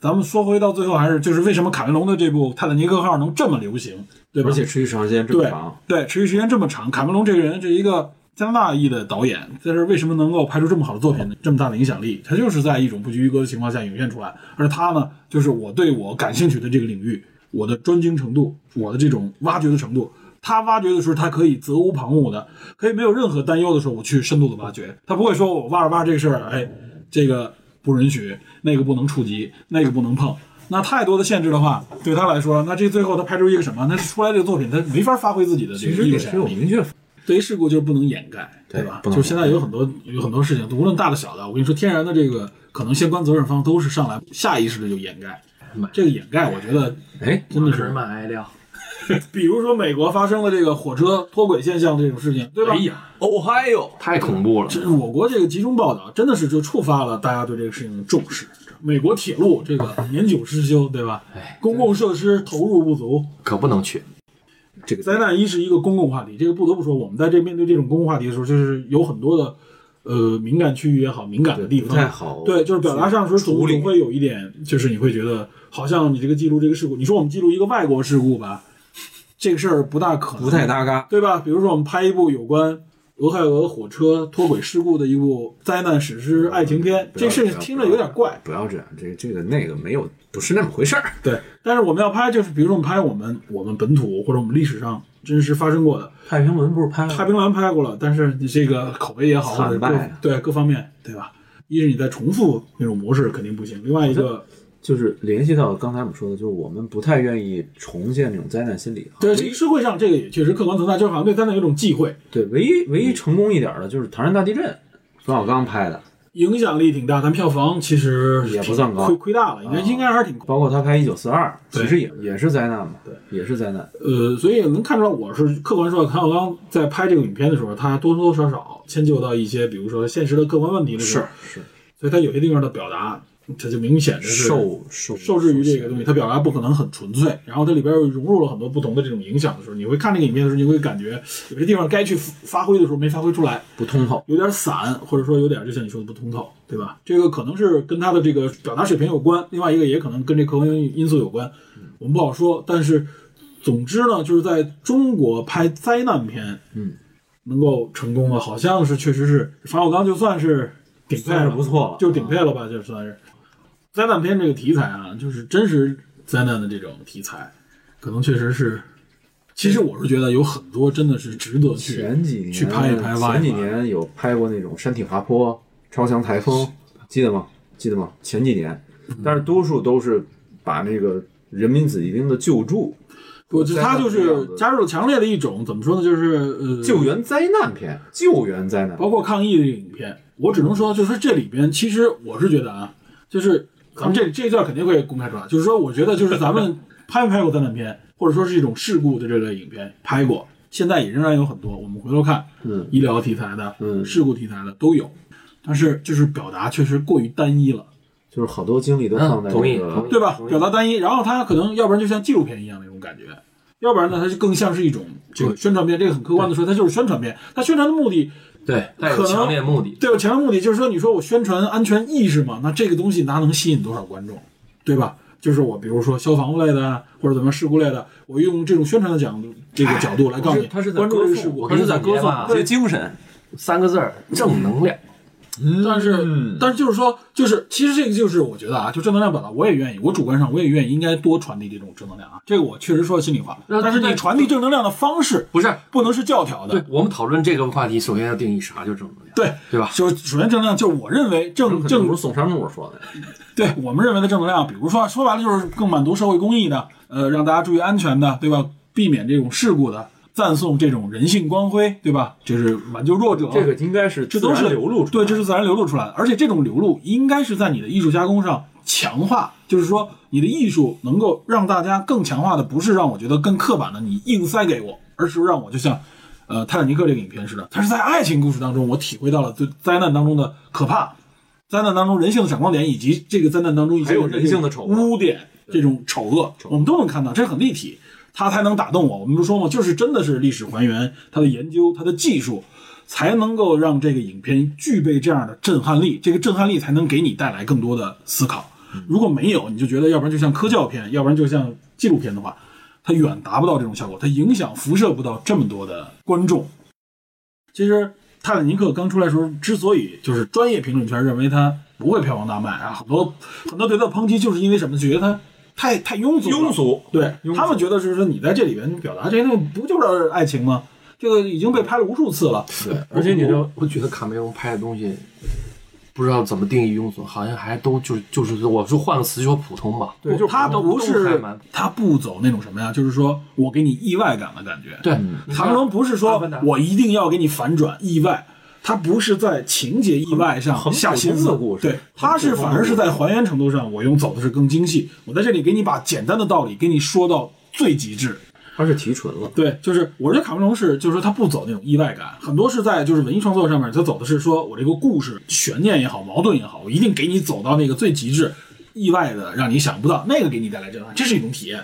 Speaker 2: 咱们说回到最后，还是就是为什么卡梅隆的这部《泰坦尼克号》能这么流行，对吧？
Speaker 5: 而且持续长时间这么
Speaker 2: 对
Speaker 5: 长，
Speaker 2: 对，持续时间这么长，卡梅隆这个人，这一个加拿大裔的导演，但是为什么能够拍出这么好的作品，这么大的影响力？他就是在一种不拘一格的情况下涌现出来，而他呢，就是我对我感兴趣的这个领域，我的专精程度，我的这种挖掘的程度。他挖掘的时候，他可以责无旁骛的，可以没有任何担忧的时候，我去深度的挖掘。他不会说我挖着挖着这个事儿，哎，这个不允许，那个不能触及，那个不能碰。那太多的限制的话，对他来说，那这最后他拍出一个什么？那出来这个作品，他没法发挥自己的这
Speaker 5: 其
Speaker 2: 个
Speaker 5: 实
Speaker 2: 艺
Speaker 5: 也
Speaker 2: 术啊
Speaker 5: 是有明确
Speaker 2: 对于事故就是不能掩盖，对
Speaker 5: 对
Speaker 2: 吧？
Speaker 5: 不能
Speaker 2: 就现在有很多有很多事情，无论大的小的，我跟你说，天然的这个可能相关责任方都是上来下意识的就掩盖。这个掩盖，我觉得
Speaker 5: 哎，
Speaker 2: 真的
Speaker 4: 人
Speaker 2: 是，
Speaker 4: 买料。
Speaker 2: 比如说美国发生了这个火车脱轨现象这种事情，对吧？
Speaker 4: 哎呀，
Speaker 6: 哦嗨哟，
Speaker 4: 太恐怖了！
Speaker 2: 这是我国这个集中报道，真的是就触发了大家对这个事情的重视。美国铁路 这个年久失修，对吧？
Speaker 5: 哎
Speaker 2: 公共设施投入不足，
Speaker 4: 可不能去。
Speaker 5: 这个
Speaker 2: 灾难一是一个公共话题，这个不得不说，我们在这面对这种公共话题的时候，就是有很多的呃敏感区域也好，敏感的地
Speaker 5: 不太
Speaker 2: 方。
Speaker 5: 好，
Speaker 2: 对，就是表达上说总
Speaker 6: 处理
Speaker 2: 总会有一点，就是你会觉得好像你这个记录这个事故，你说我们记录一个外国事故吧，这个事儿不大可能，
Speaker 6: 不太搭嘎。
Speaker 2: 对吧？比如说我们拍一部有关俄亥俄火车脱轨事故的一部灾难史诗爱情片，
Speaker 5: 不
Speaker 2: 这
Speaker 5: 要
Speaker 2: 事
Speaker 5: 不
Speaker 2: 情
Speaker 5: 要
Speaker 2: 听
Speaker 5: 不
Speaker 2: 着
Speaker 5: 要
Speaker 2: 有点怪，
Speaker 5: 不要这样，这个这个那个没有，不是那么回事儿。
Speaker 2: 对。但是我们要拍，就是比如说我们拍我们我们本土或者我们历史上真实发生过的，
Speaker 5: 太平轮不是拍
Speaker 2: 《太平轮》拍过了，但是你这个口碑也好，
Speaker 6: 惨
Speaker 2: 或者各
Speaker 6: 败啊
Speaker 2: 对各方面，对吧？一是你在重复那种模式肯定不行，另外一个
Speaker 5: 就是联系到刚才我们说的，就是我们不太愿意重现这种灾难心理。啊
Speaker 2: 对社会上这个也确实客观存在，就是好像对灾难有种忌讳，
Speaker 5: 对，唯一唯一成功一点的就是唐山大地震，冯小刚拍的，
Speaker 2: 影响力挺大，但票房其实
Speaker 5: 也不算高啊
Speaker 2: 亏亏大了，应该应该还是挺高。
Speaker 5: 包括他拍《一九四二》，
Speaker 2: 对
Speaker 5: 其实也也是灾难嘛，对，也是灾难。
Speaker 2: 呃，所以能看出来，我是客观说，唐小刚在拍这个影片的时候，他多多少少迁就到一些，比如说现实的客观问题里面，
Speaker 5: 是是，
Speaker 2: 所以他有些地方的表达，他就明显的是
Speaker 5: 受受
Speaker 2: 受制于这个东西，它表达不可能很纯粹。然后它里边又融入了很多不同的这种影响的时候，你会看这个影片的时候，你会感觉有些地方该去发挥的时候没发挥出来，
Speaker 5: 不通透。
Speaker 2: 有点散，或者说有点就像你说的不通透，对吧？这个可能是跟他的这个表达水平有关，另外一个也可能跟这客观因素有关，我们不好说。但是总之呢，就是在中国拍灾难片，嗯，能够成功的，好像是确实是冯小刚就算是顶配
Speaker 6: 算
Speaker 2: 了，
Speaker 6: 是不错了
Speaker 2: 就顶配了吧，就算是灾难片这个题材啊，就是真实灾难的这种题材，可能确实是。其实我是觉得有很多真的是值得去
Speaker 5: 前几年
Speaker 2: 去拍一拍，挖一挖
Speaker 5: 前几年有拍过那种山体滑坡、超强台风，记得吗？记得吗？前几年，
Speaker 2: 嗯
Speaker 5: 但是多数都是把那个人民子弟兵的救助
Speaker 2: 嗯不，就他
Speaker 5: 灾
Speaker 2: 就
Speaker 5: 难是这样
Speaker 2: 是
Speaker 5: 的
Speaker 2: 加入了强烈的一种怎么说呢，就是呃，
Speaker 5: 救援灾难片，救援灾难，
Speaker 2: 包括抗议的影片，我只能说，就是这里边其实我是觉得啊，就是咱们这这一段肯定会公开出来，就是说，我觉得就是咱们拍没拍过灾难片， 或者说是一种事故的这类影片拍过，现在也仍然有很多，我们回头看，
Speaker 5: 嗯，
Speaker 2: 医疗题材的，
Speaker 5: 嗯
Speaker 2: 事故题材的都有，但是就是表达确实过于单一了。
Speaker 5: 就是好多精力都放在
Speaker 4: 嗯同意
Speaker 5: 这个
Speaker 4: 同意
Speaker 2: 对吧？表达单一，然后它可能要不然就像纪录片一样那种感觉，要不然呢，它就更像是一种这个宣传片。这个很客观的说，它就是宣传片。它宣传的目的，
Speaker 4: 对，带有
Speaker 2: 可能
Speaker 4: 强烈目的。
Speaker 2: 对，有强烈目的就是说，你说我宣传安全意识嘛，那这个东西它能吸引多少观众，对吧？就是我比如说消防类的啊或者怎么事故类的，我用这种宣传的角度这个角度来告诉你，
Speaker 5: 他是在
Speaker 2: 关注这
Speaker 5: 歌
Speaker 2: 个
Speaker 5: 颂
Speaker 2: 事故，
Speaker 4: 我跟你
Speaker 2: 它是在
Speaker 4: 总
Speaker 2: 歌
Speaker 4: 结吧
Speaker 2: 颂，
Speaker 6: 这精神，
Speaker 4: 三个字儿：正能量。
Speaker 2: 但是，但是就是说，就是其实这个就是我觉得啊，就正能量表达，我也愿意，我主观上我也愿意，应该多传递这种正能量啊。这个我确实说心里话，
Speaker 4: 那
Speaker 2: 但是你
Speaker 4: 那
Speaker 2: 传递正能量的方式
Speaker 4: 不是，
Speaker 2: 不能是教条
Speaker 4: 对
Speaker 2: 的，
Speaker 4: 我们讨论这个话题，首先要定义啥叫正能量，
Speaker 2: 对
Speaker 4: 对吧？
Speaker 2: 就是首先正能量，就是我认为正
Speaker 5: 正
Speaker 2: 正
Speaker 5: 如宋山木说的，
Speaker 2: 对我们认为的正能量，比如说说白了就是更满足社会公益的，呃，让大家注意安全的，对吧？避免这种事故的，赞颂这种人性光辉，对吧？就是挽救弱者，
Speaker 5: 啊这个应该是自
Speaker 2: 这都
Speaker 5: 然
Speaker 2: 是
Speaker 5: 流露出来
Speaker 2: 对，这是自然流露出来的。而且这种流露应该是在你的艺术加工上强化，就是说你的艺术能够让大家更强化的，不是让我觉得更刻板的你硬塞给我，而是让我就像，呃，《泰坦尼克》这个影片似的，它是在爱情故事当中，我体会到了对灾难当中的可怕，灾难当中人性的闪光点，以及这个灾难当中一些
Speaker 5: 还有人性的丑恶
Speaker 2: 污点、这种丑恶，我们都能看到，这很立体，它才能打动我。我们不说嘛，就是真的是历史还原，它的研究，它的技术，才能够让这个影片具备这样的震撼力，这个震撼力才能给你带来更多的思考。
Speaker 5: 嗯
Speaker 2: 如果没有，你就觉得要不然就像科教片，要不然就像纪录片的话，它远达不到这种效果，它影响辐射不到这么多的观众。其实《泰坦尼克》刚出来的时候，之所以就是专业评论圈认为它不会票房大卖啊，很多很多对它的抨击就是因为什么？觉得它太太庸俗了，
Speaker 6: 庸俗。
Speaker 2: 对
Speaker 6: 庸俗
Speaker 2: 他们觉得是说你在这里边表达这些东西不就是爱情吗？这个已经被拍了无数次了，
Speaker 4: 对，
Speaker 5: 而且你就
Speaker 4: 我我觉得卡梅隆拍的东西。不知道怎么定义庸俗，好像还都就是就是我说换个词就说普通吧。
Speaker 2: 不他
Speaker 4: 不
Speaker 2: 不
Speaker 4: 动不开
Speaker 2: 是
Speaker 4: 门
Speaker 2: 他不走那种什么呀，就是说我给你意外感的感觉。
Speaker 4: 对，
Speaker 2: 唐龙不是
Speaker 4: 阿
Speaker 2: 说
Speaker 4: 凡达
Speaker 2: 我一定要给你反转意外，他不是在情节意外上
Speaker 6: 很
Speaker 2: 下心
Speaker 6: 普
Speaker 2: 思
Speaker 6: 通的故事
Speaker 2: 对，他是反而是在还原程度上，我用走的是更精细。我在这里给你把简单的道理给你说到最极致。
Speaker 6: 他是提纯了，
Speaker 2: 对，就是我觉得卡梅隆是，就是说他不走那种意外感，很多是在就是文艺创作上面，他走的是说我这个故事悬念也好，矛盾也好，我一定给你走到那个最极致，意外的让你想不到，那个给你带来震撼，这是一种体验。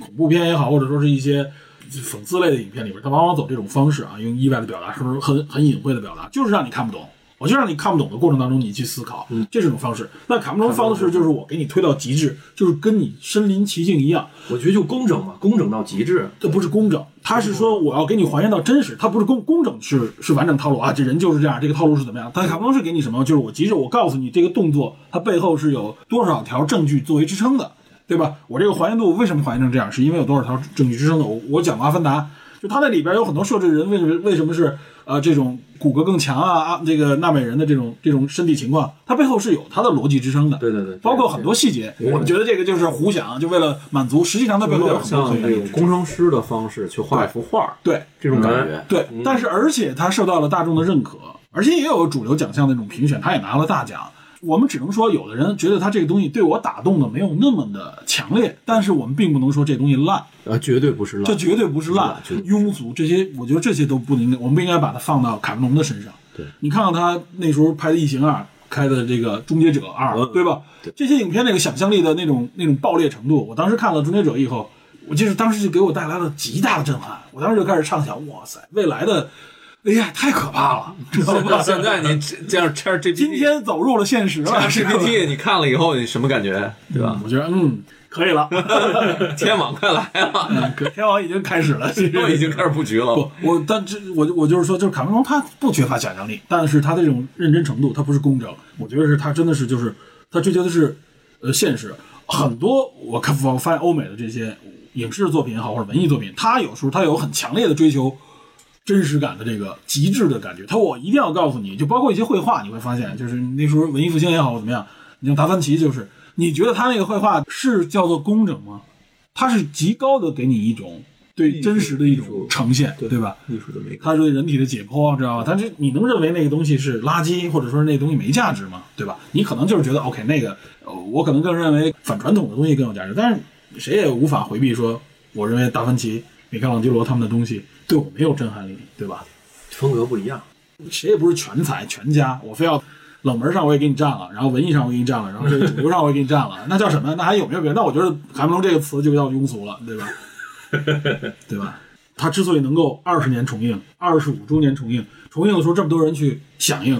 Speaker 2: 恐怖片也好，或者说是一些讽刺类的影片里边，他往往走这种方式啊，用意外的表达，是不是很很隐晦的表达，就是让你看不懂。我就让你看不懂的过程当中，你去思考，这是一种方式。那嗯卡梅隆方式就是我给你推到极致，就是跟你身临其境一样，
Speaker 4: 我觉得就工整嘛，工整到极致。
Speaker 2: 呃这不是工整，他是说我要给你还原到真实，他不是工工整是是完整套路啊，这人就是这样，这个套路是怎么样？但卡梅隆是给你什么？就是我即使我告诉你这个动作，它背后是有多少条证据作为支撑的，对吧？我这个还原度为什么还原成这样？是因为有多少条证据支撑的？我我讲过《阿凡达》，就他那里边有很多设置人为什么为什么是呃这种骨骼更强啊啊这个纳美人的这种这种身体情况，它背后是有它的逻辑支撑的。
Speaker 4: 对对对，
Speaker 2: 包括很多细节，我们觉得这个就是胡想，就为了满足，实际上它背
Speaker 5: 有
Speaker 2: 后有
Speaker 5: 点
Speaker 2: 很多
Speaker 5: 像
Speaker 2: 推
Speaker 5: 这
Speaker 2: 理
Speaker 5: 种工程师的方式去画一幅画，
Speaker 2: 对，
Speaker 5: 这种感觉。
Speaker 2: 对，但是而且他受到了大众的认可，而且也有主流奖项的那种评选，他也拿了大奖。我们只能说，有的人觉得他这个东西对我打动的没有那么的强烈，但是我们并不能说这东西烂，
Speaker 4: 呃
Speaker 5: 啊，绝对不是
Speaker 2: 这
Speaker 5: 烂。
Speaker 2: 绝对不是烂
Speaker 5: 绝对、
Speaker 2: 庸俗这些，我觉得这些都不应该，我们不应该把它放到卡梅隆的身上。
Speaker 5: 对，
Speaker 2: 你看看他那时候拍的《异形二》，开的这个《终结者二》，对吧？这些影片那个想象力的那种那种爆裂程度，我当时看了《终结者》以后，我就是当时就给我带来了极大的震撼。我当时就开始畅想，哇塞，未来的，哎呀，太可怕了，知
Speaker 4: 嗯
Speaker 2: 道吧？
Speaker 6: 现在你这这样 Chat GPT，
Speaker 2: 今天走入了现实了，是吧
Speaker 6: GPT 你看了以后你什么感觉？对吧？
Speaker 2: 我觉得嗯，可以了，
Speaker 6: 天网快来 了，
Speaker 2: 天王已经开始了，其实
Speaker 6: 都已经开始布局了。
Speaker 2: 不，我但这我我就是说，就是卡梅隆他不缺乏想象力，但是他的这种认真程度，他不是工整，我觉得是他真的是就是他追求的是呃现实。很多我看我发现欧美的这些影视作品也好，或者文艺作品，他有时候他有很强烈的追求真实感的这个极致的感觉。他我一定要告诉你，就包括一些绘画，你会发现，就是那时候文艺复兴也好怎么样，你像达芬奇就是，你觉得他那个绘画是叫做工整吗？它是极高的给你一种对真实的一种呈现，对吧？
Speaker 6: 艺术的美感，
Speaker 2: 它对人体的解剖，知道吧？但是你能认为那个东西是垃圾，或者说那东西没价值吗？对吧？你可能就是觉得 OK，那个呃我可能更认为反传统的东西更有价值，但是谁也无法回避说，我认为达芬奇、米开朗基罗他们的东西对我没有震撼力，对吧？
Speaker 4: 风格不一样。
Speaker 2: 谁也不是全才全家，我非要冷门上我也给你占了，然后文艺上我也给你占了，然后这个主流上我也给你占了， 那叫什么呀？那还有没有别的？那我觉得卡梅隆这个词就叫庸俗了，对吧？ 对吧？他之所以能够二十年重映，二十五周年重映，重映的时候这么多人去响应，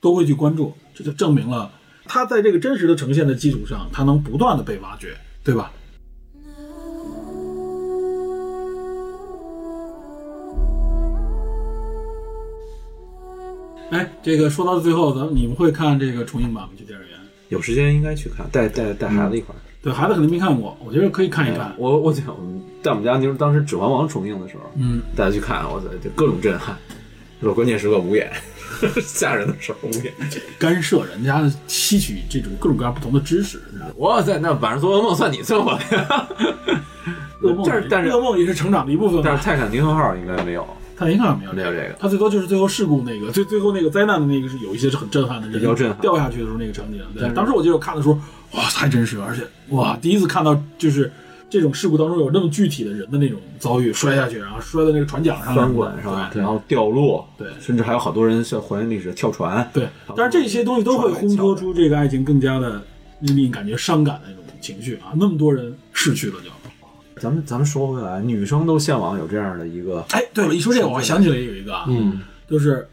Speaker 2: 都会去关注，这就证明了他在这个真实的呈现的基础上，他能不断的被挖掘，对吧？哎，这个说到最后，咱们你们会看这个重映版吗？去电影院？
Speaker 6: 有时间应该去看，带带带孩子一块儿。
Speaker 2: 对孩子肯定没看过，我觉得可以看一看。
Speaker 6: 我我讲，在我们家就是当时《指环王》重映的时候，
Speaker 2: 嗯，
Speaker 6: 大家去看，我操，就各种震撼。是吧？关键时刻无眼， 吓人的时候无眼。
Speaker 2: 干涉人家吸取这种各种各样不同的知识，你知道吗？
Speaker 6: 我在那晚上做噩梦，算你最后
Speaker 2: 噩梦
Speaker 6: 但
Speaker 2: 也
Speaker 6: 是但是
Speaker 2: 噩梦也是成长的一部分
Speaker 6: 但
Speaker 2: 嘛。
Speaker 6: 是泰坦尼克号应该没有，
Speaker 2: 他没看到没有
Speaker 6: 没有这个。
Speaker 2: 他最多就是最后事故那个，最最后那个灾难的那个是有一些是很震撼的，人
Speaker 6: 比较震撼
Speaker 2: 掉下去的时候那个场景。对，当时我记得我看的时候，哇，太真实了，而且哇，第一次看到就是这种事故当中有那么具体的人的那种遭遇，摔下去，然后摔到那个船桨上，
Speaker 6: 翻滚是吧？
Speaker 2: 嗯对
Speaker 6: 然后掉落，
Speaker 2: 对
Speaker 6: 甚至还有好多人像还原历史跳船，
Speaker 2: 对，但是这些东西都会烘托出这个爱情更加的令你感觉伤感的那种情绪啊。那么多人逝去了就。
Speaker 6: 咱们咱们说回来，女生都向往有这样的一个，
Speaker 2: 哎，对了，一说这个，我还想起来有一个啊，
Speaker 4: 嗯，
Speaker 2: 就是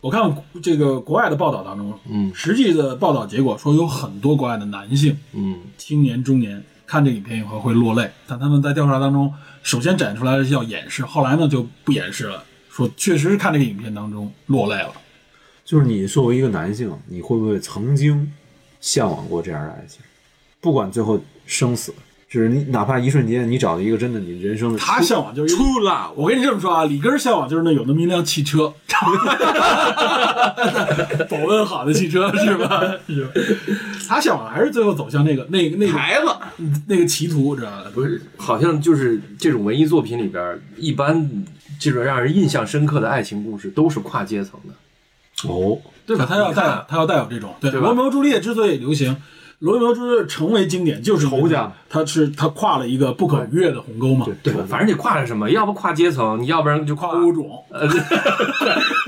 Speaker 2: 我看这个国外的报道当中，
Speaker 4: 嗯
Speaker 2: 实际的报道结果说有很多国外的男性
Speaker 4: 嗯，
Speaker 2: 青年中年看这个影片以后会落泪，但他们在调查当中，首先展出来的是要掩饰，后来呢就不掩饰了，说确实是看这个影片当中落泪了。
Speaker 6: 就是你作为一个男性，你会不会曾经向往过这样的爱情？不管最后生死，就是你哪怕一瞬间你找了一个真的你人生的
Speaker 2: 他向往就是
Speaker 6: true love，
Speaker 2: 我跟你这么说啊，李根儿向往就是那有那么一辆汽车，保温好的汽车是吧？是吧他向往还是最后走向那个那个那个
Speaker 6: 孩子，
Speaker 2: 那个歧途，知道吧？
Speaker 4: 不是，好像就是这种文艺作品里边儿，一般这种让人印象深刻的爱情故事都是跨阶层的。
Speaker 6: 哦，
Speaker 2: 对吧？他要带有他要带有这种对
Speaker 4: 对吧
Speaker 2: 罗密欧朱丽叶之所以流行，罗密欧朱丽叶成为经典就是因为
Speaker 4: 仇家，
Speaker 2: 他是他跨了一个不可逾越的鸿沟嘛，
Speaker 4: 对，反正得跨了什么，要不跨阶层，你要不然就跨
Speaker 2: 跨物种。
Speaker 4: 呃，对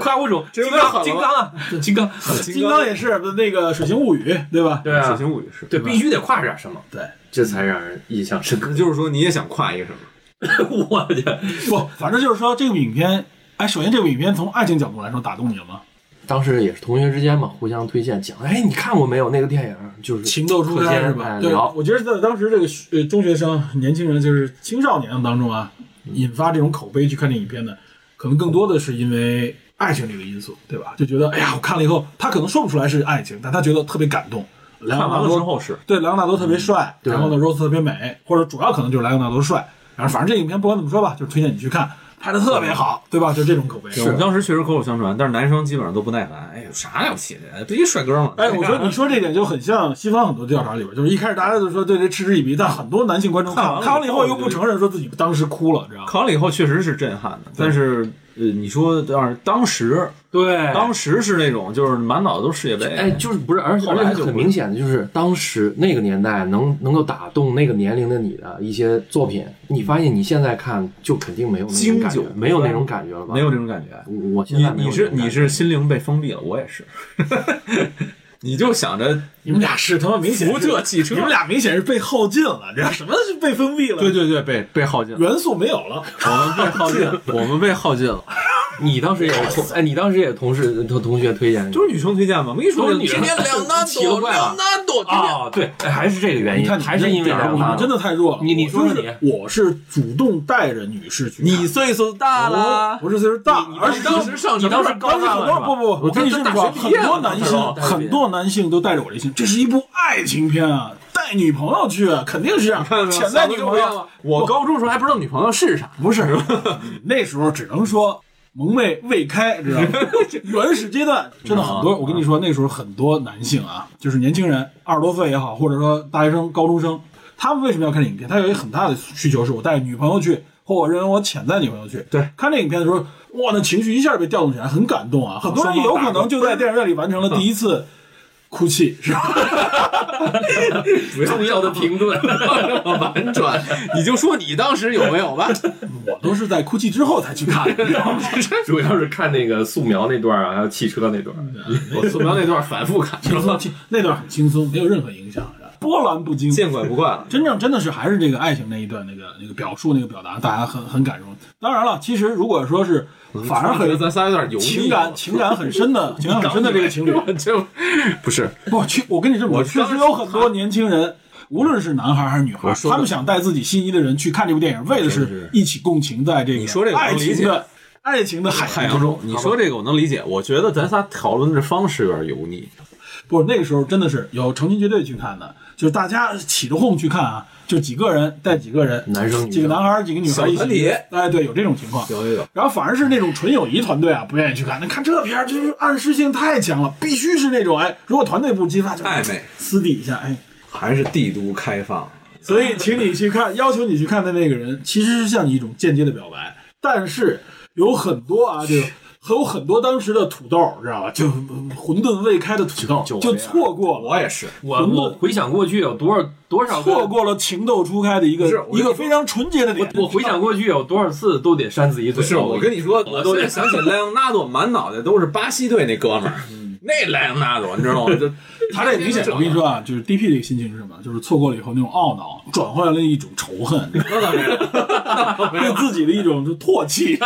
Speaker 4: 跨物种，
Speaker 6: 这
Speaker 4: 金
Speaker 6: 有点狠
Speaker 4: 刚，
Speaker 6: 了
Speaker 4: 金刚啊，金刚，
Speaker 2: 金刚也是不是那个《水形物语》，对吧？
Speaker 4: 对啊
Speaker 6: 水，形物语是，
Speaker 4: 对，必须得跨点什么，
Speaker 2: 对，
Speaker 4: 这才让人印象深刻。
Speaker 6: 就是说你也想跨一个什么？
Speaker 4: 我去，
Speaker 2: 不，反正就是说这部影片，哎，首先这部影片从爱情角度来说打动你了吗？
Speaker 4: 当时也是同学之间嘛，互相推荐，讲，哎，你看过没有那个电影？就是
Speaker 2: 情窦初
Speaker 4: 课
Speaker 2: 开
Speaker 4: 间
Speaker 2: 是吧？
Speaker 4: 哎
Speaker 2: 对，
Speaker 4: 聊，
Speaker 2: 我觉得在当时这个呃中学生、年轻人，就是青少年当中啊，引发这种口碑去看这影片的，可能更多的是因为爱情这个因素，对吧？就觉得哎呀，我看了以后，他可能说不出来是爱情，但他觉得特别感动。莱
Speaker 5: 看
Speaker 2: 昂纳
Speaker 5: 完了之
Speaker 2: 多
Speaker 5: 后嗯是
Speaker 2: 对莱昂纳多特别帅，
Speaker 4: 对
Speaker 2: 然后呢，Rose 特别美，或者主要可能就是莱昂纳多帅。然后反正这影片不管怎么说吧，就是推荐你去看，拍的特别好，对吧？就这种口碑。
Speaker 6: 我们当时确实口口相传，但是男生基本上都不耐烦。哎呦，啥了不起的？不一帅哥吗？
Speaker 2: 哎，我觉得 你说这点就很像西方很多调查里边，就是一开始大家就说对这嗤之以鼻，但很多男性观众看
Speaker 6: 看完了
Speaker 2: 看完了以后又不承认说自己当时哭了，知道吗？
Speaker 5: 考了以后确实是震撼的，但是呃，你说当当时
Speaker 4: 对，
Speaker 5: 当时是那种就是满脑子都是世界杯，
Speaker 4: 哎，就是不是，而
Speaker 5: 后
Speaker 4: 而
Speaker 5: 来
Speaker 4: 且
Speaker 5: 就
Speaker 4: 很
Speaker 5: 不
Speaker 4: 明显的就是，当时那个年代能能够打动那个年龄的你的一些作品，你发现你现在看就肯定没有那种
Speaker 5: 经
Speaker 4: 感觉
Speaker 5: 久，
Speaker 4: 没有那种感觉了吧？
Speaker 5: 没有，这种感觉。
Speaker 4: 我现
Speaker 5: 你
Speaker 4: 在没
Speaker 5: 你
Speaker 4: 有那
Speaker 5: 是
Speaker 4: 种感
Speaker 5: 你
Speaker 4: 觉
Speaker 5: 是心灵被封闭了，我也是。 你就想着
Speaker 2: 你们俩是他妈明显
Speaker 5: 福特汽车
Speaker 2: 你们俩明显是被耗尽了， 知道什么是被封闭了？
Speaker 5: 对对对，被被耗尽了，
Speaker 2: 元素没有了，
Speaker 5: 我们被耗尽了，我们被耗尽了。
Speaker 4: 你当时也是 同哎，你当时也同事同同学推荐的，
Speaker 6: 就是女生推荐嘛，我跟你说，
Speaker 4: 都是女生
Speaker 6: 天天两难
Speaker 4: 奇了
Speaker 6: 多，
Speaker 4: 怪了
Speaker 6: 两难多，天天
Speaker 4: 啊，对，哎还是这个原
Speaker 2: 你
Speaker 4: 因，
Speaker 2: 看你
Speaker 4: 还是因为
Speaker 2: 这点
Speaker 4: 两
Speaker 2: 儿你
Speaker 4: 大
Speaker 2: 们真的太弱了。
Speaker 4: 你你
Speaker 2: 我
Speaker 4: 说
Speaker 2: 说
Speaker 4: 说
Speaker 2: 是我是主动带着女士去看，
Speaker 6: 你岁数大了，
Speaker 2: 不是岁数大，而是
Speaker 4: 当时上你当时高
Speaker 2: 当时
Speaker 4: 大
Speaker 2: 很
Speaker 4: 了
Speaker 2: 多
Speaker 4: 是吧
Speaker 2: 不不，我跟你这么说，
Speaker 4: 我当时大学
Speaker 2: 很
Speaker 4: 毕业
Speaker 2: 多
Speaker 4: 了
Speaker 2: 男
Speaker 4: 那时候
Speaker 2: 性，
Speaker 4: 大学毕业
Speaker 2: 很多男性都带着我这心，这是一部爱情片啊，带女朋友去肯定是这样，
Speaker 6: 看到没有
Speaker 2: 潜在女
Speaker 6: 想的就不
Speaker 2: 朋
Speaker 6: 一样
Speaker 2: 友
Speaker 6: 了。哦我高中时候还不知道女朋友是啥，
Speaker 2: 不是， 那时候只能说萌妹未开，知道 吗？原始阶段真的很多，我跟你说，那时候很多男性啊，就是年轻人，二十多岁也好，或者说大学生、高中生，他们为什么要看这影片？他有一个很大的需求是，我带女朋友去。或我认为我潜在女朋友去
Speaker 6: 对
Speaker 2: 看这影片的时候，哇，那情绪一下被调动起来，很感动啊！很多人有可能就在电影院里完成了第一次 哭泣，是吧？
Speaker 4: 重要的评论，
Speaker 6: 婉转， 你就说你当时有没有 吧？
Speaker 2: 我都是在哭泣之后才去看的， 你知道吗？
Speaker 4: 主要是看那个素描那段儿啊，还有汽车那段 儿，
Speaker 6: 我素描那段反复看，
Speaker 2: 轻松，轻那段很轻松，没有任何影响，是吧波澜不 惊，
Speaker 6: 见怪不怪了。
Speaker 2: 真正真的是还是这个爱情那一段那个那个表述那个表达，大家很很感动。当然了，其实如果说是反而
Speaker 6: 觉得咱
Speaker 2: 很
Speaker 6: 仨有点油腻，
Speaker 2: 情感情感很 深的情感很深的这个情侣，
Speaker 6: 就不是
Speaker 2: 不，去我跟你这么说，
Speaker 6: 我
Speaker 2: 确
Speaker 6: 当
Speaker 2: 实
Speaker 6: 时
Speaker 2: 有很多年轻人。无论是男孩还是女孩，
Speaker 6: 的
Speaker 2: 他们想带自己心仪的人去看这部电影，为的是一起共情在这个
Speaker 6: 你说这个我
Speaker 2: 爱
Speaker 6: 能理
Speaker 2: 情
Speaker 6: 解
Speaker 2: 的爱情的海
Speaker 6: 海
Speaker 2: 洋之
Speaker 6: 洋
Speaker 2: 中
Speaker 6: 中。。哎你说这个我能理解，我觉得咱仨讨论这方式有点油腻。
Speaker 2: 不，那个时候真的是有成群结队去看的，就是大家起着哄去看啊，就几个人带几个人，
Speaker 4: 男生女生
Speaker 2: 几个男孩儿几个女孩儿一
Speaker 6: 小团
Speaker 2: 起
Speaker 6: 体，
Speaker 2: 哎，对，有这种情况。
Speaker 6: 有有有，
Speaker 2: 然后反而是那种纯友谊团队啊，不愿意去看。那看这片儿就是暗示性太强了，必须是那种哎，如果团队不激发，就
Speaker 6: 暧昧
Speaker 2: 私底下哎。
Speaker 6: 还是帝都开放，
Speaker 2: 所以，请你去看，要求你去看的那个人，其实是向你一种间接的表白。但是有很多啊，这个还有很多当时的土豆，知道吧？就呃混沌未开的土豆，
Speaker 4: 就
Speaker 2: 就
Speaker 4: 我这样
Speaker 2: 错过了。
Speaker 6: 我也是。
Speaker 4: 我我回想过去有多少多少个
Speaker 2: 错过了情窦初开的一
Speaker 6: 不是
Speaker 2: 个
Speaker 6: 我
Speaker 2: 一个非常纯洁的点。
Speaker 4: 我回想过去有多少次都得扇自己嘴
Speaker 6: 不
Speaker 4: 巴。
Speaker 6: 是，我跟你说，我都得想起莱昂纳多，满脑袋都是巴西队那哥们儿，
Speaker 4: 嗯
Speaker 6: 那莱昂纳多，你知道吗？ 就
Speaker 2: 他这明显，我跟你说啊，就是 DP 这个心情是什么？就是错过了以后那种懊恼，转换了一种仇恨，
Speaker 6: 那倒没有，
Speaker 2: 对自己的一种就唾弃。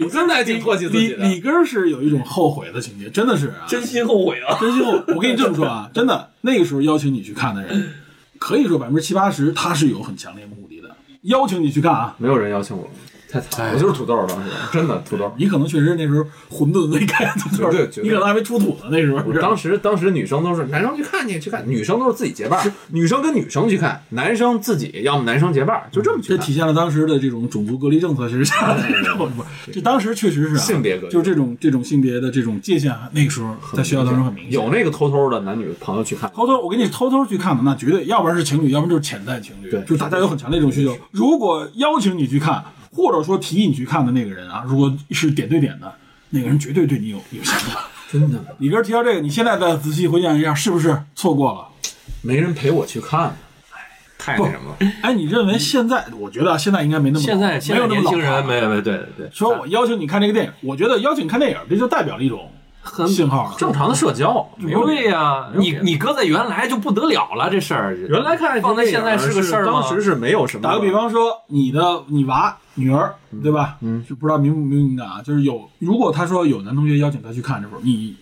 Speaker 6: 我真的还挺唾弃自己
Speaker 2: 李
Speaker 6: 的。
Speaker 2: 李根儿是有一种后悔的情节，真的是啊，真
Speaker 4: 心后悔啊！
Speaker 2: 真心后悔。我跟你这么说啊，真的，那个时候邀请你去看的人，可以说百分之七八十他是有很强烈目的的。邀请你去看啊，
Speaker 6: 没有人邀请我，
Speaker 5: 太惨了，我就是土豆儿当时，真的土豆儿。
Speaker 2: 你可能确实那时候混沌未开，
Speaker 5: 绝对绝对
Speaker 2: 你可能还没出土呢，那时候
Speaker 5: 我当时当时女生都是男生去看去去看，女生都是自己结伴儿，女生跟女生去看，男生自己，要么男生结伴儿，就这么去
Speaker 2: 这
Speaker 5: 看。
Speaker 2: 体现了当时的这种种族隔离政策其实下来的，不不， 这当时确实是啊
Speaker 5: 性别隔离
Speaker 2: 就是这种这种性别的这种界限，啊那个时候在学校当中很明显。
Speaker 5: 有那个偷偷的男女朋友去看，
Speaker 2: 偷偷，我跟你偷偷去看的，那绝对，要不然是情侣，要不然就是潜在情侣，
Speaker 5: 对
Speaker 2: 就是大家有很强的一种需求。如果邀请你去看，或者说提议你去看的那个人啊，如果是点对点的，那个人绝对对你有有想法。
Speaker 5: 真的
Speaker 2: 里边提到这个，你现在再仔细回想一下，是不是错过了？
Speaker 5: 没人陪我去看。
Speaker 4: 太那什么了。
Speaker 2: 哎，你认为现在？我觉得啊现在应该没那么
Speaker 4: 现在
Speaker 2: 没
Speaker 4: 现在
Speaker 2: 有那么
Speaker 4: 年
Speaker 2: 老
Speaker 4: 轻
Speaker 2: 套
Speaker 4: 人
Speaker 2: 了
Speaker 4: 没有没有对对对，
Speaker 2: 说我邀请你看这个电影，我觉得邀请看电影，这就代表了一种
Speaker 4: 很
Speaker 2: 信号了。
Speaker 5: 正常的社交，没有
Speaker 4: 不对呀、
Speaker 5: 有
Speaker 4: 你你搁在原来就不得了了，这事儿
Speaker 5: 原来看
Speaker 4: 放在现在
Speaker 5: 是
Speaker 4: 个事儿吗
Speaker 5: 当时是没有什么。
Speaker 2: 打个比，方说，你的你娃女儿对吧？嗯，就不知道敏不敏感啊，就是有如果他说有男同学邀请他去看这会儿，你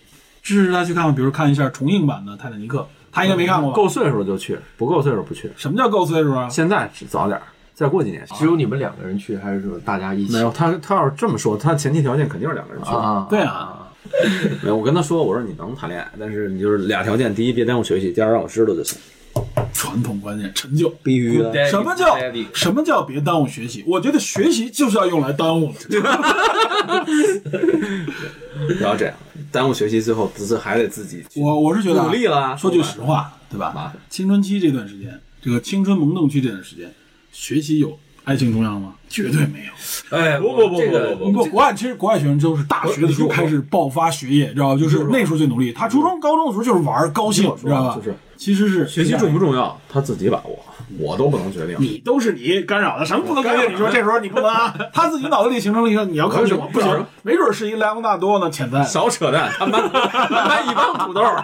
Speaker 2: 支持他去看吗？比如看一下重映版的《泰坦尼克》，他应该没看过吧？
Speaker 5: 够岁数就去，不够岁数不去。
Speaker 2: 什么叫够岁数啊？
Speaker 5: 现在只早点儿，再过几年去。
Speaker 4: 只有你们两个人去，还是说大家一起？
Speaker 5: 没有他，他要是这么说，他前提条件肯定是两个人去。
Speaker 4: 啊，
Speaker 2: 对啊，
Speaker 5: 没有，我跟他说，我说你能谈恋爱，但是你就是俩条件：第一，别耽误学习；第二，让我知道就行。
Speaker 2: 传统观念陈旧。
Speaker 5: 必须的。
Speaker 4: Daddy，
Speaker 2: 什么叫
Speaker 4: Daddy
Speaker 2: 什么叫别耽误学习？我觉得学习就是要用来耽误的。
Speaker 5: 不要这样，耽误学习，最后不是还得自己去
Speaker 2: 我我是觉得啊
Speaker 5: 努力了
Speaker 2: 说句实话，对吧
Speaker 5: 吧？
Speaker 2: 青春期这段时间，这个青春萌动期这段时间，学习有爱情重要吗？绝对没有。
Speaker 4: 哎，
Speaker 5: 不不不
Speaker 4: 这个
Speaker 5: 不不
Speaker 2: 不过国外其实国外学生都是大学的时候开始爆发学业，知道吧？就是那时候最努力。他初中、高中的时候就是玩儿高兴，
Speaker 5: 听我
Speaker 2: 知
Speaker 5: 说
Speaker 2: 道吧？
Speaker 5: 就是
Speaker 2: 其实是
Speaker 5: 学习重。不重要，他自己把握，我都不能决定。
Speaker 2: 你都是你干扰的，什么不能干扰？你说这时候你不能啊？他自己脑子里形成了一个你要考
Speaker 5: 我
Speaker 2: 什
Speaker 5: 是
Speaker 2: 么不行，没准是一莱昂纳多呢，潜在的。
Speaker 5: 少扯淡，他妈他妈一帮土豆儿，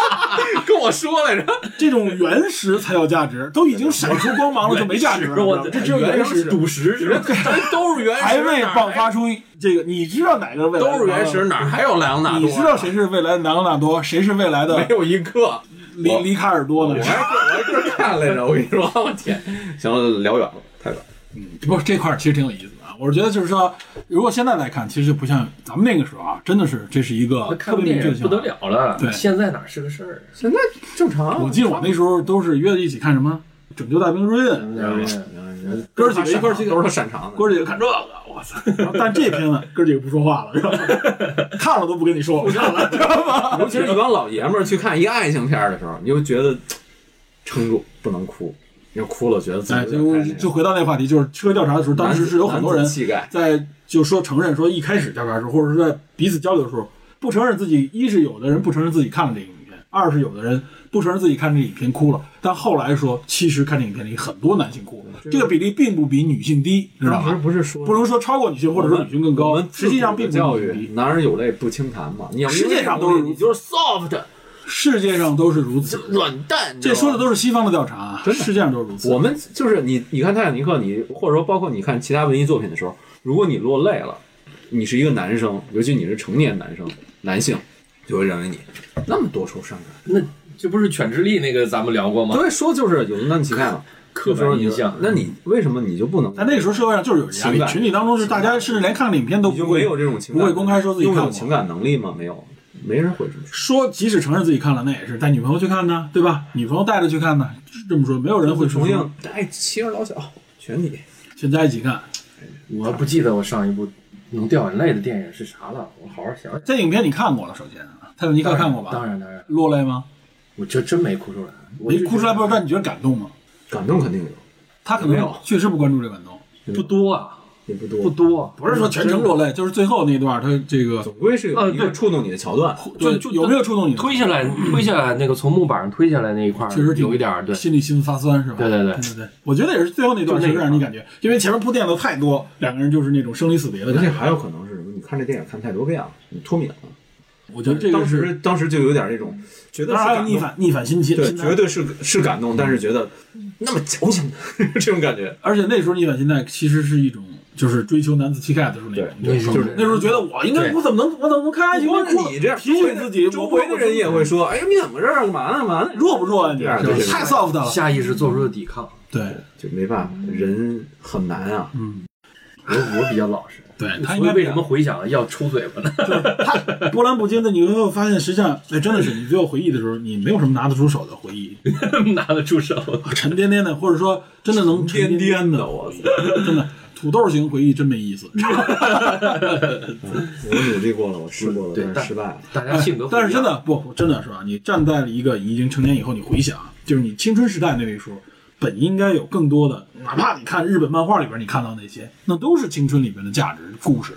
Speaker 5: 跟我说来着。
Speaker 2: 这种原石才有价值，都已经闪出光芒了就没价值 了，
Speaker 4: 我
Speaker 2: 知道吧这只有原石。
Speaker 4: 赌石是吧？
Speaker 5: 咱都是原石，
Speaker 2: 还未爆发出这个，你知道哪个未来
Speaker 5: 哎都是原石，？哪儿还有莱昂纳多？
Speaker 2: 你知道谁是未来的莱昂纳多，谁是未来
Speaker 5: 没
Speaker 2: 的
Speaker 5: 有一 个。
Speaker 2: 里里卡尔多呢
Speaker 5: 我？还我还真看来着，我跟你说，我天，行了，聊远了，太远了。
Speaker 2: 不，这块儿其实挺有意思的啊。我是觉得就是说，如果现在来看，其实就不像咱们那个时候啊，真的是这是一个特
Speaker 4: 看个
Speaker 2: 别
Speaker 4: 电
Speaker 2: 明确的
Speaker 4: 影
Speaker 2: 想
Speaker 4: 不得。
Speaker 2: 法
Speaker 4: 了了，
Speaker 2: 对
Speaker 4: 现在哪是个事儿？
Speaker 5: 现在正常啊，
Speaker 2: 我记得我那时候都是约着一起看什么《拯救大兵瑞恩》，
Speaker 5: 嗯
Speaker 2: 哥儿几个一块儿去
Speaker 5: 都是他擅长的。
Speaker 2: 哥儿几个看这个，我操！然后但这篇呢，哥儿几个不说话了， 知道吧？看了都不跟你说，我看了，知道吧？
Speaker 5: 尤其是一帮老爷们儿去看一个爱情片儿的时候，你就觉得嘖撑住，不能哭，你要哭了觉得自
Speaker 2: 哎，
Speaker 5: 己有
Speaker 2: 就
Speaker 5: 点太那个
Speaker 2: 就回到那个话题，就是车调查的时候，当时是有很多人
Speaker 5: 男子气概，
Speaker 2: 在就说承认说一开始调查的时候，或者是在彼此交流的时候，不承认自己，一是有的人不承认自己看了这个影片，二是有的人不承认自己看这影片哭了，但后来说其实看这影片里很多男性哭，这个比例并不比女性低，知道
Speaker 5: 当时
Speaker 2: 吧？
Speaker 5: 不是说
Speaker 2: 不能说超过女性，或者说女性更
Speaker 5: 我
Speaker 2: 高
Speaker 5: 们，
Speaker 2: 实际上并不
Speaker 5: 教
Speaker 2: 比女性
Speaker 5: 育
Speaker 2: 低，
Speaker 5: 男人有泪不轻弹嘛，你要
Speaker 2: 世界上都是
Speaker 5: 你就是 soft
Speaker 2: 世界上都是如此。
Speaker 5: 软蛋，你知
Speaker 2: 这
Speaker 5: 道吗
Speaker 2: 说的都是西方的调查啊，
Speaker 5: 真的
Speaker 2: 世界上都是如此。
Speaker 5: 我们就是你，你看《泰坦尼克》，你或者说包括你看其他文艺作品的时候，如果你落泪了，你是一个男生，尤其你是成年男生，男性就会认为你那么多愁善感。
Speaker 4: 那这不是犬之力那个咱们聊过吗？
Speaker 5: 所以说就是有难其看了，
Speaker 4: 刻
Speaker 5: 就是
Speaker 4: 板
Speaker 5: 你
Speaker 4: 印象，
Speaker 5: 那你为什么你就不能？
Speaker 2: 但啊那个时候社会上就是有这压力
Speaker 5: 情，感
Speaker 2: 群体当中是大家甚至连看个影片都
Speaker 5: 你就
Speaker 2: 不
Speaker 5: 没
Speaker 2: 会
Speaker 5: 有这种情感，
Speaker 2: 不会公开说自己
Speaker 5: 拥
Speaker 2: 看
Speaker 5: 有
Speaker 2: 过
Speaker 5: 情感能力吗？没有，没人会这么说。
Speaker 2: 说，即使承认自己看了，那也是带女朋友去看呢，对吧？女朋友带着去看呢，这么说没有人会
Speaker 5: 重
Speaker 2: 重
Speaker 5: 庆
Speaker 2: 映，
Speaker 5: 哎，妻儿老小全体，
Speaker 2: 全家一起看。
Speaker 4: 我不记得我上一部能掉眼泪的电影是啥了，我好好想想。
Speaker 2: 这影片你看过了，首先啊，泰坦尼克看过
Speaker 4: 当
Speaker 2: 吧？
Speaker 4: 然当然，
Speaker 2: 落泪吗？
Speaker 4: 我这真没哭出来，我
Speaker 2: 没哭出来不
Speaker 4: 是
Speaker 2: 知道，但你觉得感动吗？
Speaker 5: 感动肯定有，
Speaker 2: 他可能
Speaker 5: 没有
Speaker 2: 确实不关注这感动，
Speaker 4: 不多啊，
Speaker 5: 也不多，
Speaker 4: 不多，
Speaker 2: 不是说全程落泪，就是最后那段他这个
Speaker 5: 总归是有一
Speaker 4: 啊
Speaker 5: 个
Speaker 4: 对
Speaker 5: 触动你的桥段。
Speaker 2: 对有没有触动你呢？
Speaker 4: 推下来，推下来那个从木板上推下来那一块儿，
Speaker 2: 确实挺
Speaker 4: 有一点儿对，
Speaker 2: 心里心发酸是吧？
Speaker 4: 对对对
Speaker 2: 对对对，我觉得也是最后那段确实让你感觉，因为前面铺垫的太多，两个人就是那种生离死别的
Speaker 5: 而
Speaker 2: 感
Speaker 5: 且
Speaker 2: 觉。
Speaker 5: 还有可能是什么？你看这电影看太多遍了，你脱敏了。
Speaker 2: 我觉得这个
Speaker 5: 当
Speaker 2: 是，
Speaker 5: 时当时就有点那种觉得
Speaker 2: 当
Speaker 5: 是
Speaker 2: 然还有
Speaker 5: 感
Speaker 2: 逆
Speaker 5: 动，
Speaker 2: 反逆反心情，
Speaker 5: 对，
Speaker 2: 心态
Speaker 5: 绝对是是感动，但是觉得那么矫情 这种感觉。
Speaker 2: 而且那时候逆反心态其实是一种就是追求男子气概的时候那种
Speaker 5: 对，
Speaker 4: 那时候
Speaker 2: 那时候觉得我应该我怎么能我怎么能看下去？
Speaker 5: 光
Speaker 2: 我
Speaker 5: 你这样，
Speaker 2: 提醒自己，
Speaker 5: 周
Speaker 2: 我
Speaker 5: 围的人也会说：“哎呀，你怎么这儿干嘛呢？干嘛呢
Speaker 2: 弱不弱啊？你
Speaker 5: 对对对
Speaker 2: 太 soft 了。
Speaker 4: 下意识做出的抵抗。
Speaker 2: 对，
Speaker 5: 就没办法，人很难啊。
Speaker 4: 我我比较老实，
Speaker 2: 对他
Speaker 4: 所
Speaker 2: 应
Speaker 4: 以
Speaker 2: 该
Speaker 4: 为什么回想要抽嘴巴呢？
Speaker 2: 他波澜不惊的，你会发现，实际上，哎，真的是你最后回忆的时候，你没有什么拿得出手的回忆，
Speaker 4: 拿得出手，
Speaker 2: 沉甸甸的，或者说真的能沉甸
Speaker 5: 颠
Speaker 2: 甸
Speaker 5: 的，
Speaker 2: 的，
Speaker 5: 我
Speaker 2: 真的土豆型回忆真没意思。
Speaker 5: 我努力过了，我试过了，
Speaker 4: 对
Speaker 5: 但是失败了。
Speaker 4: 大家性格不一样
Speaker 2: 但是真的不，真的是吧？你站在了一个已经成年以后，你回想，就是你青春时代那个时候，本应该有更多的，哪怕你看日本漫画里边你看到那些，那都是青春里边的价值故事，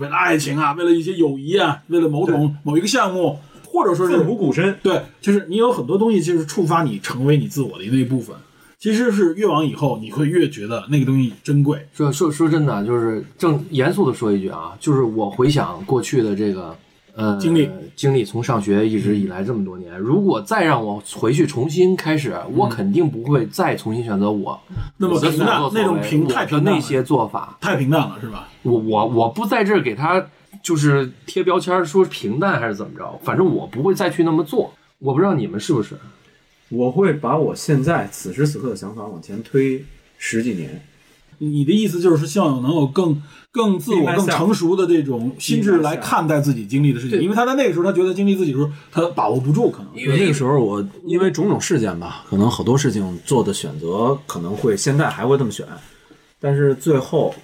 Speaker 2: 为了爱情啊，为了一些友谊啊，为了某种某一个项目，或者说是
Speaker 5: 奋不顾身，
Speaker 2: 对，就是你有很多东西，就是触发你成为你自我的那一部分。其实是越往以后，你会越觉得那个东西珍贵。
Speaker 4: 说说说真的，就是正严肃的说一句啊，就是我回想过去的这个呃
Speaker 2: 经历
Speaker 4: 经历，从上学一直以来这么多年，如果再让我回去重新开始，我肯定不会再重新选择我
Speaker 2: 嗯那么
Speaker 4: 我的
Speaker 2: 平
Speaker 4: 所
Speaker 2: 淡
Speaker 4: 作，所
Speaker 2: 那种
Speaker 4: 为
Speaker 2: 平
Speaker 4: 我
Speaker 2: 太
Speaker 4: 的
Speaker 2: 平
Speaker 4: 那
Speaker 2: 淡了，
Speaker 4: 些做法，
Speaker 2: 太平淡了，是吧？
Speaker 4: 我我我不在这儿给他就是贴标签儿说平淡还是怎么着，反正我不会再去那么做。我不知道你们是不是，
Speaker 5: 我会把我现在此时此刻的想法往前推十几年。
Speaker 2: 你的意思就是说，希望能有更更自我、
Speaker 5: Be myself
Speaker 2: 更成熟的这种心智
Speaker 5: Be myself
Speaker 2: 来看待自己经历的事情，因为他在那个时候，他觉得经历自己的时候，他把握不住，可能
Speaker 8: 因
Speaker 5: 因为那个时候我因为种种事件吧，可能好多事情做的选择可能会现在还会这么选，但是最后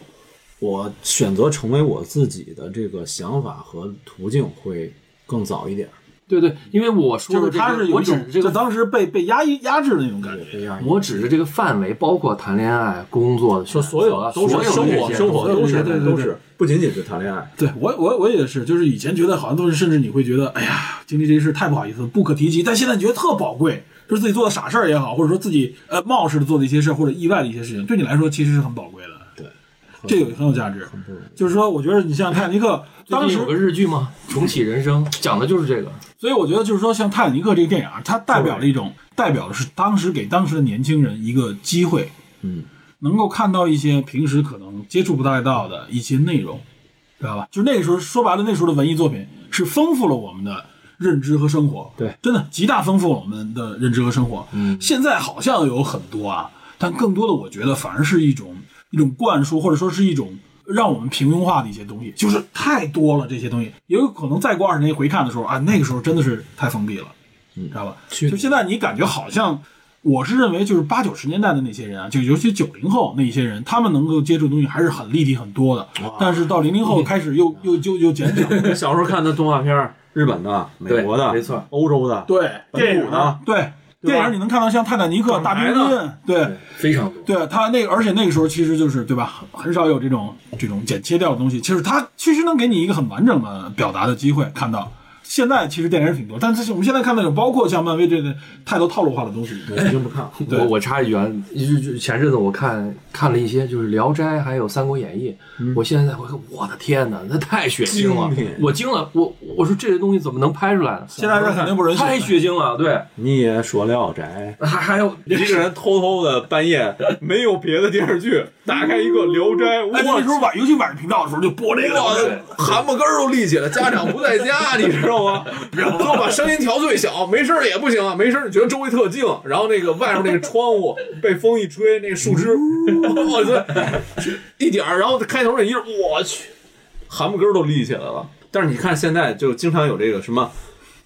Speaker 5: 我选择成为我自己的这个想法和途径会更早一点。
Speaker 4: 对对，因为我说
Speaker 2: 就
Speaker 4: 的
Speaker 2: 是
Speaker 4: 这
Speaker 2: 他
Speaker 4: 个，
Speaker 2: 是有
Speaker 4: 我
Speaker 2: 一
Speaker 4: 指
Speaker 2: 种
Speaker 4: 着这
Speaker 2: 就
Speaker 4: 个
Speaker 2: 当时被被压抑压制的那种感觉。
Speaker 5: 这样
Speaker 4: 我指着这个范围，包括谈恋爱、工作，
Speaker 5: 说所有
Speaker 4: 啊，
Speaker 5: 都是
Speaker 4: 所有
Speaker 5: 生
Speaker 4: 这
Speaker 5: 活，
Speaker 4: 些
Speaker 5: 生活
Speaker 4: 所有
Speaker 5: 都
Speaker 4: 这
Speaker 5: 是
Speaker 4: 些
Speaker 2: 对对对
Speaker 5: 都是，不仅仅是谈恋爱。
Speaker 2: 对我我我也是，就是以前觉得好像都是，甚至你会觉得，哎呀，经历这些事太不好意思，不可提及。但现在觉得特宝贵，就是自己做的傻事儿也好，或者说自己呃冒失的做的一些事儿，或者意外的一些事情，对你来说其实是很宝贵的。对，这个很有价值。就是说，我觉得你像泰坦尼克，
Speaker 4: 最
Speaker 2: 当
Speaker 4: 近
Speaker 2: 时
Speaker 4: 有个日剧吗？重启人生，讲的就是这个。
Speaker 2: 所以我觉得就是说，像《泰坦尼克》这个电影啊，它代表了一种，代表的是当时给当时的年轻人一个机会，
Speaker 5: 嗯，
Speaker 2: 能够看到一些平时可能接触不太到的一些内容，知道吧？就是那个时候，说白了，那时候的文艺作品是丰富了我们的认知和生活，
Speaker 5: 对，
Speaker 2: 真的极大丰富了我们的认知和生活。嗯，现在好像有很多啊，但更多的我觉得反而是一种一种灌输，或者说是一种让我们平庸化的一些东西，就是太多了这些东西，也有可能再过二十年回看的时候啊，那个时候真的是太封闭了，嗯、知道吧？就现在你感觉好像。我是认为，就是八九十年代的那些人啊，就尤其九零后那一些人，他们能够接触的东西还是很立体很多的。但是到零零 后开始又、又就又减少，
Speaker 5: 小时候看的动画片 儿，日本的、美国的，
Speaker 4: 没错，
Speaker 5: 欧洲的，
Speaker 2: 对
Speaker 5: 本土呢
Speaker 2: 对
Speaker 5: 对吧
Speaker 2: 电影你能看到像《泰坦尼克》
Speaker 5: 港
Speaker 2: 《大
Speaker 5: 台
Speaker 2: 兵
Speaker 5: 的
Speaker 2: 瑞对
Speaker 4: 非常多，
Speaker 2: 对，他那个而且那个时候其实就是对吧，很少有这种这种剪切掉的东西，其实它其实能给你一个很完整的表达的机会看到。现在其实电影挺多，但是我们现在看到有包括像漫威这个太多套路化的东西，
Speaker 5: 我已经不看了。
Speaker 2: 对
Speaker 4: 我我插一句啊，就就前阵子我看看了一些就是《聊斋》还有《三国演义》，我现在我我的天哪，那太血腥了
Speaker 5: 经典，
Speaker 4: 我惊了，我我说这些东西怎么能拍出来呢？
Speaker 2: 现在是肯定不允许的
Speaker 4: 太血腥了，对，
Speaker 5: 你也说《聊 斋
Speaker 4: 还还有》，
Speaker 5: 一个人偷偷的半夜没有别的电视剧，打开一个《聊斋》，
Speaker 2: 哎，那时
Speaker 5: 我
Speaker 2: 候晚，尤其晚上频道的时候就播这个，
Speaker 5: 我
Speaker 4: 对
Speaker 5: 汗毛根儿都立起来，家长不在家，你知道吗？然后把声音调最小，没事儿也不行啊，没事儿你觉得周围特静，然后那个外面那个窗户被风一吹，那个树枝，我去一点儿，然后开头那一阵儿，我去，汗毛根儿都立起来了。但是你看现在就经常有这个什么，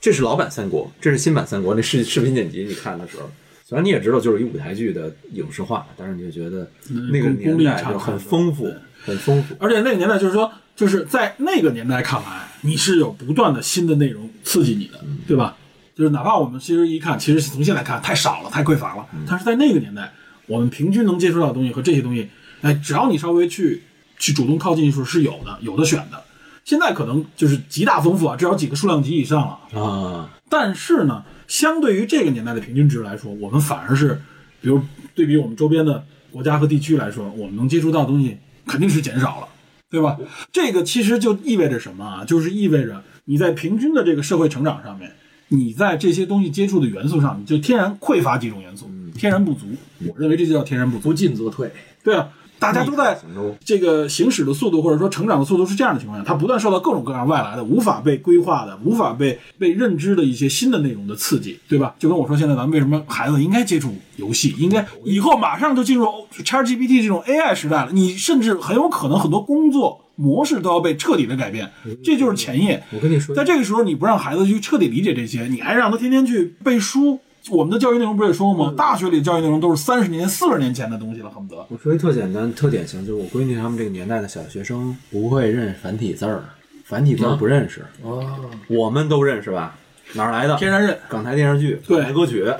Speaker 5: 这是老版三国，这是新版三国，那视视频剪辑你看的时候。虽然你也知道，就是一舞台剧的影视化，但是你就觉得那个
Speaker 2: 功功
Speaker 5: 年
Speaker 2: 力
Speaker 5: 代
Speaker 2: 差
Speaker 5: 就很
Speaker 2: 很多
Speaker 5: 丰富，很丰富。
Speaker 2: 而且那个年代就是说，就是在那个年代看来，你是有不断的新的内容刺激你的，对吧？就是哪怕我们其实一看，其实从现在看太少了，太匮乏了，但是在那个年代，我们平均能接触到的东西和这些东西，哎，只要你稍微去去主动靠近的时候是有的，有的选的。现在可能就是极大丰富啊，至少几个数量级以上了。
Speaker 5: 啊，
Speaker 2: 但是呢，相对于这个年代的平均值来说，我们反而是，比如对比我们周边的国家和地区来说，我们能接触到的东西肯定是减少了，对吧？这个其实就意味着什么啊？就是意味着你在平均的这个社会成长上面，你在这些东西接触的元素上，嗯你就天然匮乏几种元素，天然不足。我认为这就叫天然不足。
Speaker 4: 不进则退，
Speaker 2: 对啊，大家都在这个行驶的速度或者说成长的速度是这样的情况下，它不断受到各种各样外来的、无法被规划的、无法被被认知的一些新的内容的刺激，对吧？就跟我说，现在咱们为什么孩子应该接触游戏，应该哦以后马上就进入 ChatGPT 这种 AI 时代了，你甚至很有可能很多工作。模式都要被彻底的改变，这就是前夜。
Speaker 5: 我跟你说，
Speaker 2: 在这个时候，你不让孩子去彻底理解这些，你还让他天天去背书。我们的教育内容不是也说吗？大学里的教育内容都是三十年、四十年前的东西了，恨不得。
Speaker 5: 我说一特简单、特典型，就是我闺女他们这个年代的小学生不会认繁体字儿，繁体字
Speaker 2: 啊
Speaker 5: 儿不认识。
Speaker 2: 哦
Speaker 6: 我们都认识吧？哪儿来的？
Speaker 2: 天然认，
Speaker 6: 港台电视剧、
Speaker 2: 对
Speaker 6: 港台歌曲，
Speaker 2: 外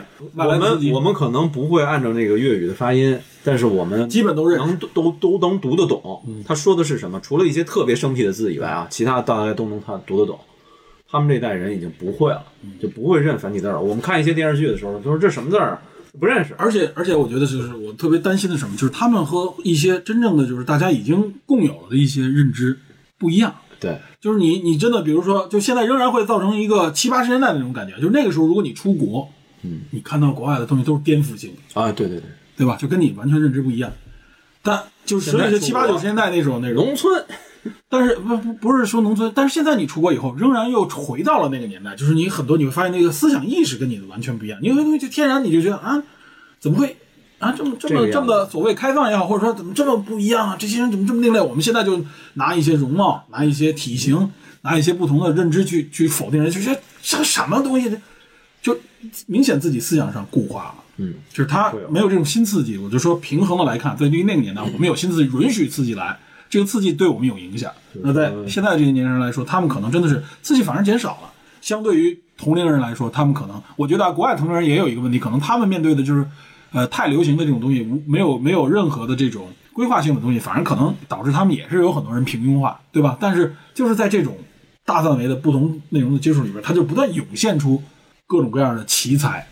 Speaker 6: 我
Speaker 2: 来词
Speaker 6: 们
Speaker 2: 集
Speaker 6: 我们可能不会按照那个粤语的发音，但是我们
Speaker 2: 基本都认识嗯
Speaker 6: 能都都能读得懂。他说的是什么？除了一些特别生僻的字以外啊，其他大概都能看读得懂。他们这代人已经不会了，
Speaker 2: 嗯
Speaker 6: 就不会认繁体字儿了。我们看一些电视剧的时候，就说这什么字儿啊不认识。
Speaker 2: 而且而且，我觉得就是我特别担心的是什么，就是他们和一些真正的就是大家已经共有的一些认知不一样。
Speaker 6: 对，
Speaker 2: 就是你你真的比如说，就现在仍然会造成一个七八十年代的那种感觉，就是那个时候如果你出国，嗯，你看到国外的东西都是颠覆性的。
Speaker 6: 啊，对对对，
Speaker 2: 对吧？就跟你完全认知不一样。但就是所以是七八九十年代那种那种，
Speaker 6: 农村
Speaker 2: 但是不不不是说农村，但是现在你出国以后，仍然又回到了那个年代，就是你很多你会发现那个思想意识跟你的完全不一样，你有些东西就天然你就觉得啊，怎么会啊这么这
Speaker 6: 这
Speaker 2: 么
Speaker 6: 个样子
Speaker 2: 这么所谓开放也好，或者说怎么这么不一样啊？这些人怎么这么另类？我们现在就拿一些容貌，拿一些体型，拿一些不同的认知去去否定人，就觉得这个什么东西，就明显自己思想上固化了。就是他没有这种新刺激，我就说平衡的来看，在于那个年代，我们有新刺激，允许刺激来，这个刺激对我们有影响。那在现在这些年轻人来说，他们可能真的是刺激反而减少了。相对于同龄人来说，他们可能，我觉得、啊、国外同龄人也有一个问题，可能他们面对的就是，呃，太流行的这种东西，无没有没有任何的这种呃规划性的东西，反而可能导致他们也是有很多人平庸化，对吧？但是就是在这种大范围的不同内容的接触里边，他就不断涌现出各种各样的奇才，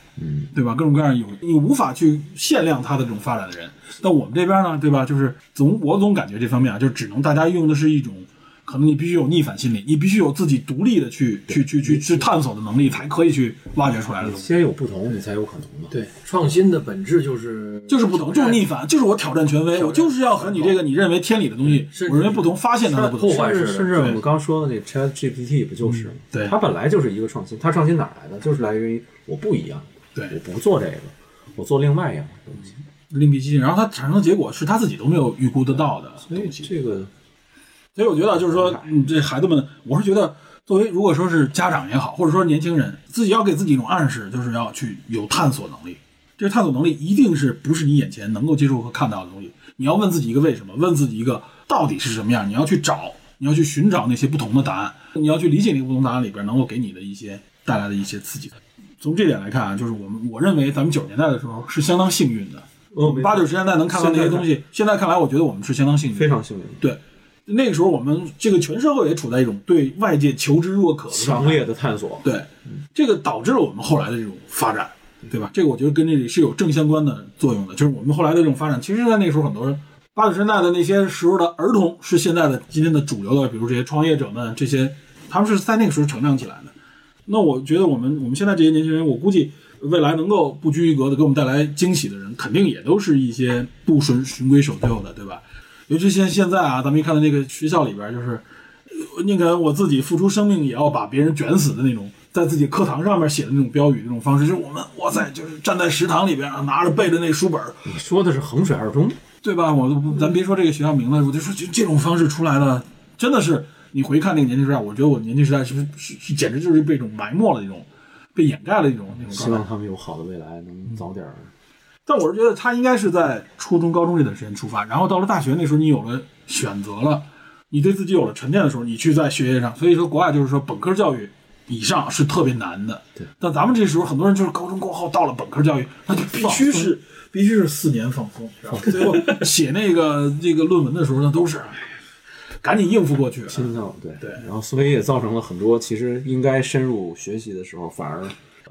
Speaker 2: 对吧？各种各样有你无法去限量它的这种发展的人。但我们这边呢，对吧？就是总我总感觉这方面啊，就只能大家用的是一种，可能你必须有逆反心理，你必须有自己独立的去去去去去探索的能力，才可以去挖掘出来的东西。
Speaker 5: 先有不同，你才有可能嘛。
Speaker 4: 对，创新的本质就是
Speaker 2: 就是不同，就是逆反，就是我挑战权威，我就是要和你这个你认为天理的东西，
Speaker 4: 是
Speaker 2: 我认为不同，发现它的不同
Speaker 4: 破。坏式
Speaker 5: 甚
Speaker 4: 的
Speaker 5: 至甚至我们刚说的那 Chat GPT 不就是吗？
Speaker 2: 对
Speaker 5: 它本来就是一个创新，它创新哪儿来的？就是来源于我不一样，
Speaker 2: 对
Speaker 5: 我不做这个，我做另外一样的东西。
Speaker 2: 另辟蹊径，然后它产生的结果是他自己都没有预估得到的
Speaker 5: 所以
Speaker 2: 东西。
Speaker 5: 这个
Speaker 2: 所以我觉得就是说，嗯这孩子们，我是觉得作为如果说是家长也好，或者说年轻人自己要给自己一种暗示，就是要去有探索能力。这个探索能力一定是不是你眼前能够接触和看到的东西？你要问自己一个为什么，问自己一个到底是什么样，你要去找，你要去寻找那些不同的答案，你要去理解那个不同答案里边能够给你的一些带来的一些刺激。从这点来看啊，就是我们我认为咱们九十年代的时候是相当幸运的，
Speaker 6: 哦没错
Speaker 2: 八九十年代能看到那些东西，现在看来我觉得我们是相当幸运的，
Speaker 6: 非常幸运，
Speaker 2: 对，那个时候我们这个全社会也处在一种对外界求知若渴的状
Speaker 6: 强
Speaker 2: 态
Speaker 6: 烈的探索。
Speaker 2: 对，这个导致了我们后来的这种发展，对吧？这个我觉得跟这里是有正相关的作用的，就是我们后来的这种发展，其实，在那时候很多人。八九十年代的那些时候的儿童是现在的今天的主流的，比如这些创业者们，这些他们是在那个时候成长起来的。那我觉得我们我们现在这些年轻人，我估计未来能够不拘一格的给我们带来惊喜的人，肯定也都是一些不循循规守旧的，对吧？尤其现现在啊，咱们一看到那个学校里边，就是呃那个我自己付出生命也要把别人卷死的那种，在自己课堂上面写的那种标语，那种方式，就是我们哇塞，就是站在食堂里边啊，拿着背着那书本儿，
Speaker 5: 你说的是衡水二中，
Speaker 2: 对吧？我都不，咱别说这个学校名字，我就说就这种方式出来的，真的是你回看那个年轻时代，我觉得我年轻时代是不是是是简直就是被一种埋没了一种，被掩盖了一种那种
Speaker 5: 希
Speaker 2: 状
Speaker 5: 望
Speaker 2: 态。
Speaker 5: 他们有好的未来，能早点儿。
Speaker 2: 但我是觉得他应该是在初中、高中这段时间出发，然后到了大学那时候，你有了选择了，你对自己有了沉淀的时候，你去在学业上，所以说国外就是说本科教育以上是特别难的。对，但咱们这时候很多人就是高中过后到了本科教育，那就必须是必须是四年放松，然后最后写那个这个论文的时候呢，都是哎赶紧应付过 去。
Speaker 5: 心脏对
Speaker 2: 对
Speaker 5: 然后所以也造成了很多其实应该深入学习的时候，反而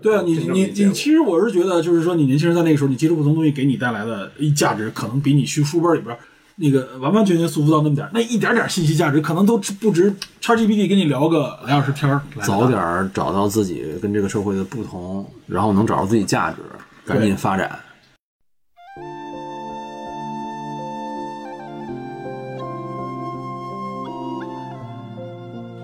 Speaker 2: 对啊，你
Speaker 5: 竞争
Speaker 2: 你
Speaker 5: 力结
Speaker 2: 你，
Speaker 5: 果
Speaker 2: 其实我是觉得，就是说，你年轻人在那个时候，你接触不同东西，给你带来的一价值，可能比你去书本里边儿那个完完全全束缚到那么点儿，那一点点儿信息价值，可能都值不值 ChatGPT 跟你聊个俩小时天儿来得大
Speaker 5: 早点儿找到自己跟这个社会的不同，然后能找到自己价值，赶紧发展。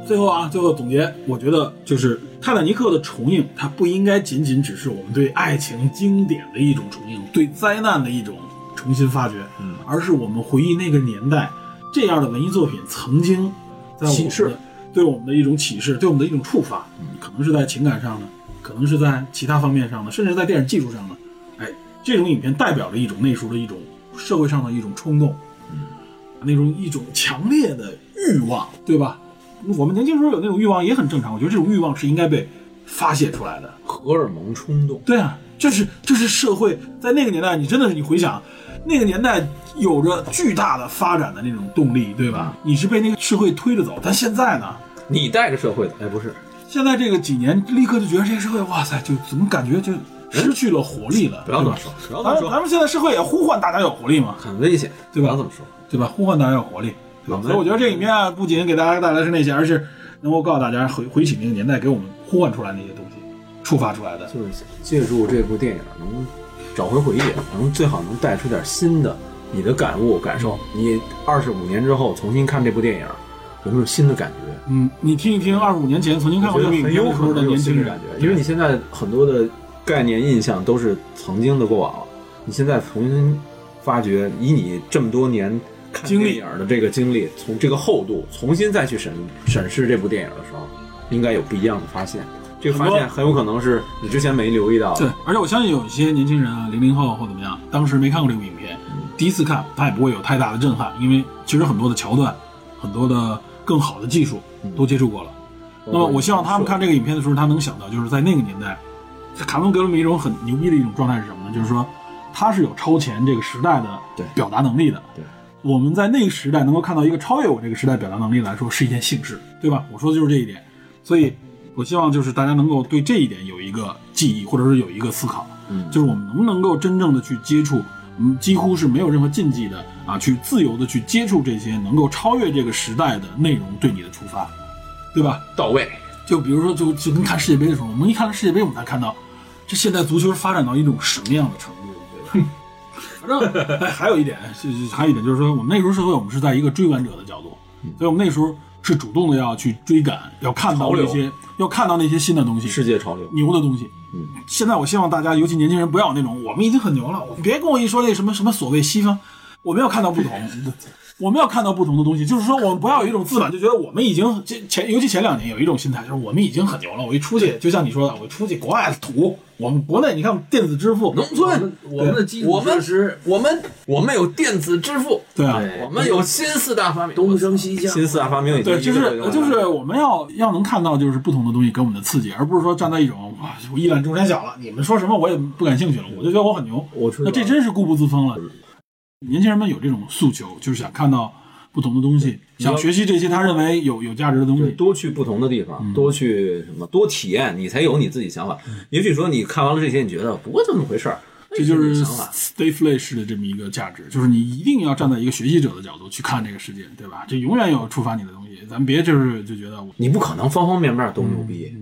Speaker 2: 最后啊，最后总结，我觉得就是《泰坦尼克》的重映，它不应该仅仅只是我们对爱情经典的一种重映，对灾难的一种重新发掘，嗯，而是我们回忆那个年代这样的文艺作品曾经在我们的
Speaker 5: 启示，
Speaker 2: 对我们的一种启示，对我们的一种触发，嗯可能是在情感上的，可能是在其他方面上的，甚至在电影技术上的，哎，这种影片代表着一种那时候的一种社会上的一种冲动，那种一种强烈的欲望，对吧？我们年轻时候有那种欲望也很正常，我觉得这种欲望是应该被发泄出来的。
Speaker 5: 荷尔蒙冲动，
Speaker 2: 对啊，这是这是社会在那个年代，你真的是你回想，那个年代有着巨大的发展的那种动力，对吧？
Speaker 5: 嗯
Speaker 2: 你是被那个社会推着走，但现在呢？
Speaker 5: 你带着社会的，哎，不是，
Speaker 2: 现在这个几年，立刻就觉得这个社会，哇塞，就怎么感觉就失去了活力了？
Speaker 5: 哎不要这
Speaker 2: 对
Speaker 5: 么
Speaker 2: 吧
Speaker 5: 说，不要这么
Speaker 2: 咱们咱
Speaker 5: 说，
Speaker 2: 们现在社会也呼唤大家有活力嘛，
Speaker 5: 很危险，
Speaker 2: 对吧
Speaker 5: 不要这么说，
Speaker 2: 对吧？呼唤大家有活力，对吧？所以我觉得这影片啊，不仅给大家带来是那些，而是能够告诉大家回回起那个年代给我们呼唤出来那些东西，触发出来的。
Speaker 5: 就是借助这部电影能找回回忆，能最好能带出点新的你的感悟感受。你二十五年之后重新看这部电影，有没有新的感觉？
Speaker 2: 嗯，你听一听，二十五年前曾经看
Speaker 5: 我
Speaker 2: 过
Speaker 5: 觉
Speaker 2: 这
Speaker 5: 得
Speaker 2: 个
Speaker 5: 很
Speaker 2: 影片
Speaker 5: 有
Speaker 2: 时
Speaker 5: 可
Speaker 2: 候的
Speaker 5: 能有
Speaker 2: 年
Speaker 5: 新
Speaker 2: 轻
Speaker 5: 的
Speaker 2: 人
Speaker 5: 感觉，因为你现在很多的概念印象都是曾经的过往，你现在重新发掘，以你这么多年看
Speaker 2: 经历
Speaker 5: 电影的这个经历，从这个厚度重新再去审审视这部电影的时候，应该有不一样的发现。这个发现很有可能是你之前没留意到
Speaker 2: 对
Speaker 5: 的。，
Speaker 2: 而且我相信有一些年轻人啊，零零后或怎么样，当时没看过这部影片，
Speaker 5: 嗯
Speaker 2: 第一次看他也不会有太大的震撼，因为其实很多的桥段，很多的更好的技术
Speaker 5: 嗯
Speaker 2: 都接触过了。那么我希望他们看这个影片的时候，他能想到，就是在那个年代，卡通给了我们一种很牛逼的一种状态是什么呢？就是说，他是有超前这个时代的
Speaker 5: 对
Speaker 2: 表达能力的。
Speaker 5: 对
Speaker 2: 我们在那个时代能够看到一个超越我这个时代表达能力来说，是一件幸事，对吧？我说的就是这一点，所以我希望就是大家能够对这一点有一个记忆，或者是有一个思考，
Speaker 5: 嗯
Speaker 2: 就是我们能不能够真正的去接触，嗯，几乎是没有任何禁忌的啊，去自由的去接触这些能够超越这个时代的内容对你的触发，对吧？
Speaker 5: 到位，
Speaker 2: 就比如说就，就跟看世界杯的时候，我们一看世界杯，我们才看到这现在足球发展到一种什么样的程度，对吧？反正哎，还有一点，是是还有一点就是说，我们那时候社会，我们是在一个追赶者的角度，所以我们那时候是主动的要去追赶，要看到
Speaker 5: 潮流
Speaker 2: 那些，要看到那些新的东西，
Speaker 5: 世界潮流。
Speaker 2: 牛的东西。嗯，现在我希望大家，尤其年轻人，不要有那种我们已经很牛了，我别跟我一说那什么什么所谓西方，我们要看到不同， 我们要看到不同的东西。就是说，我们不要有一种自满，就觉得我们已经这前，尤其前两年有一种心态，就是我们已经很牛了。我一出去，就像你说的，我一出去国外土，我们国内你看电子支付，
Speaker 6: 农村，
Speaker 4: 我们的基
Speaker 6: 我
Speaker 4: 础
Speaker 6: 们
Speaker 4: 设施
Speaker 6: 我们我们有电子支付，
Speaker 2: 对啊，
Speaker 4: 对
Speaker 6: 我们有新四大发明，
Speaker 4: 东升西降，
Speaker 5: 新四大发明已经
Speaker 2: 对，就
Speaker 5: 一个
Speaker 2: 是
Speaker 5: 个用
Speaker 2: 就是
Speaker 5: 了
Speaker 2: 我们要要能看到就是不同的东西给我们的刺激，而不是说站在一种哇我一览众山小了，你们说什么我也不感兴趣了，我就觉得我很牛，
Speaker 5: 我知道
Speaker 2: 那这真是固步自封了。年轻人们有这种诉求，就是想看到不同的东西，想学习这些他认为有有价值的东
Speaker 5: 对，嗯
Speaker 2: 西。
Speaker 5: 多去不同的地方，多去什么，多体验，你才有你自己想法。也许说你看完了这些，你觉得不过嗯就那么回事儿，
Speaker 2: 这就
Speaker 5: 那你
Speaker 2: 是
Speaker 5: 想法。
Speaker 2: stay fly 式的这么一个价值，就是你一定要站在一个学习者的角度去看这个世界，对吧？这永远有触发你的东西，咱别就是就觉得我
Speaker 5: 你不可能方方面面都牛逼，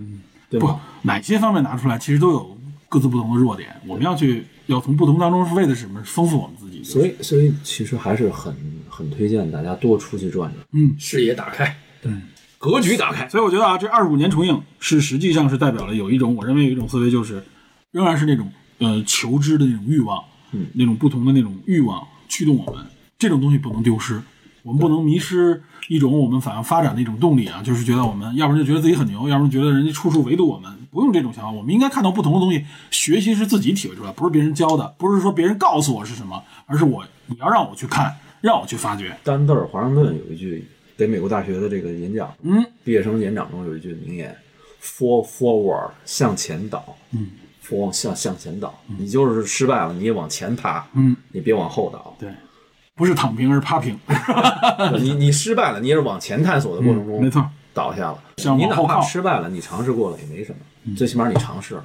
Speaker 5: 对
Speaker 2: 不
Speaker 5: 吧？
Speaker 2: 哪些方面拿出来，其实都有各自不同的弱点。我们要去要从不同当中是为了什么丰富我们自己。
Speaker 5: 所以，所以其实还是很很推荐大家多出去转转，
Speaker 4: 视野打开，
Speaker 5: 格局打开。
Speaker 2: 所以我觉得啊，这二十五年重映是实际上是代表了有一种，我认为有一种思维，就是仍然是那种呃求知的那种欲望，嗯，那种不同的那种欲望驱动我们，这种东西不能丢失，我们不能迷失一种我们反而发展的一种动力啊，就是觉得我们要不然就觉得自己很牛，要不然觉得人家处处围堵我们，不用这种想法，我们应该看到不同的东西，学习是自己体会出来，不是别人教的，不是说别人告诉我是什么，而是我你要让我去看，让我去发掘，
Speaker 5: 丹德尔·华盛顿有一句给美国大学的这个演讲，嗯，毕业生演讲中有一句名言：“For forward，向前倒。”嗯。往向向前倒，你就是失败了，你也往前爬，嗯，你别往后倒。
Speaker 2: 对，不是躺平而是趴平，
Speaker 5: 你你失败了，你也是往前探索的过程中，
Speaker 2: 嗯没错。
Speaker 5: 倒下了。
Speaker 2: 向
Speaker 5: 你
Speaker 2: 往
Speaker 5: 哪
Speaker 2: 后
Speaker 5: 怕
Speaker 2: 靠嗯
Speaker 5: 失败了，你尝试过了也没什么，最起码你尝试了。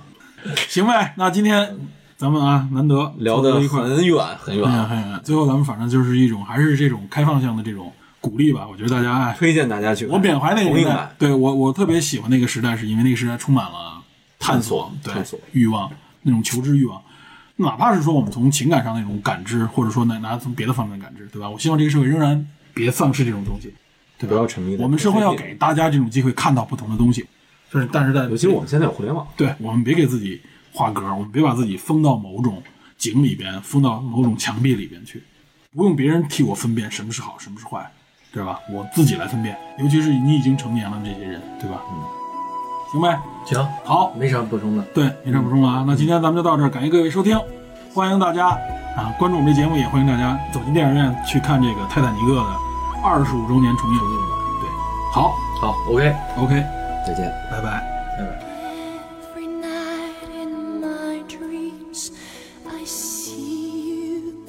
Speaker 2: 行呗，那今天咱们啊，难得
Speaker 5: 聊
Speaker 2: 得
Speaker 5: 得
Speaker 2: 一块儿，
Speaker 5: 很远很
Speaker 2: 哎
Speaker 5: 远，
Speaker 2: 呀哎呀，最后咱们反正就是一种还是这种开放向的这种鼓励吧。我觉得大家哎，
Speaker 5: 推荐大家去看。
Speaker 2: 我缅怀那个
Speaker 5: 重
Speaker 2: 年
Speaker 5: 映
Speaker 2: 代
Speaker 5: 版，，
Speaker 2: 对我我特别喜欢那个时代，是因为那个时代充满了探索、对
Speaker 5: 探索
Speaker 2: 欲望那种求知欲望。哪怕是说我们从情感上那种感知，或者说拿拿从别的方面的感知，对吧？我希望这个社会仍然别丧失这种东西。对吧
Speaker 5: 不要沉迷在
Speaker 2: 我们是会要
Speaker 5: 游戏里
Speaker 2: 给大家这种机会看到不同的东西，就是但是在
Speaker 5: 尤其我们现在有互联网，
Speaker 2: 对我们别给自己画格，我们别把自己封到某种井里边，封到某种墙壁里边去，不用别人替我分辨什么是好，什么是坏，对吧？我自己来分辨，尤其是你已经成年了这些人，对吧？嗯，行呗，
Speaker 4: 行，
Speaker 2: 好，
Speaker 4: 没啥补充的。
Speaker 2: 对，没啥补充了啊。那今天咱们就到这儿，感谢各位收听，欢迎大家啊关注我们这节目，也欢迎大家走进电影院去看这个《泰坦尼克》的二十五周年重映。对，好
Speaker 4: 好，OK。
Speaker 2: ，OK，
Speaker 5: 再见。
Speaker 2: 拜拜。
Speaker 9: Every night in my dreams, I see you,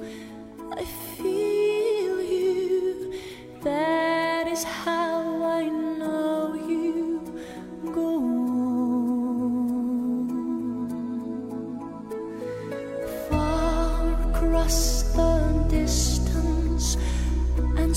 Speaker 9: I feel you. That is how I know you. Go on. Far across the distance and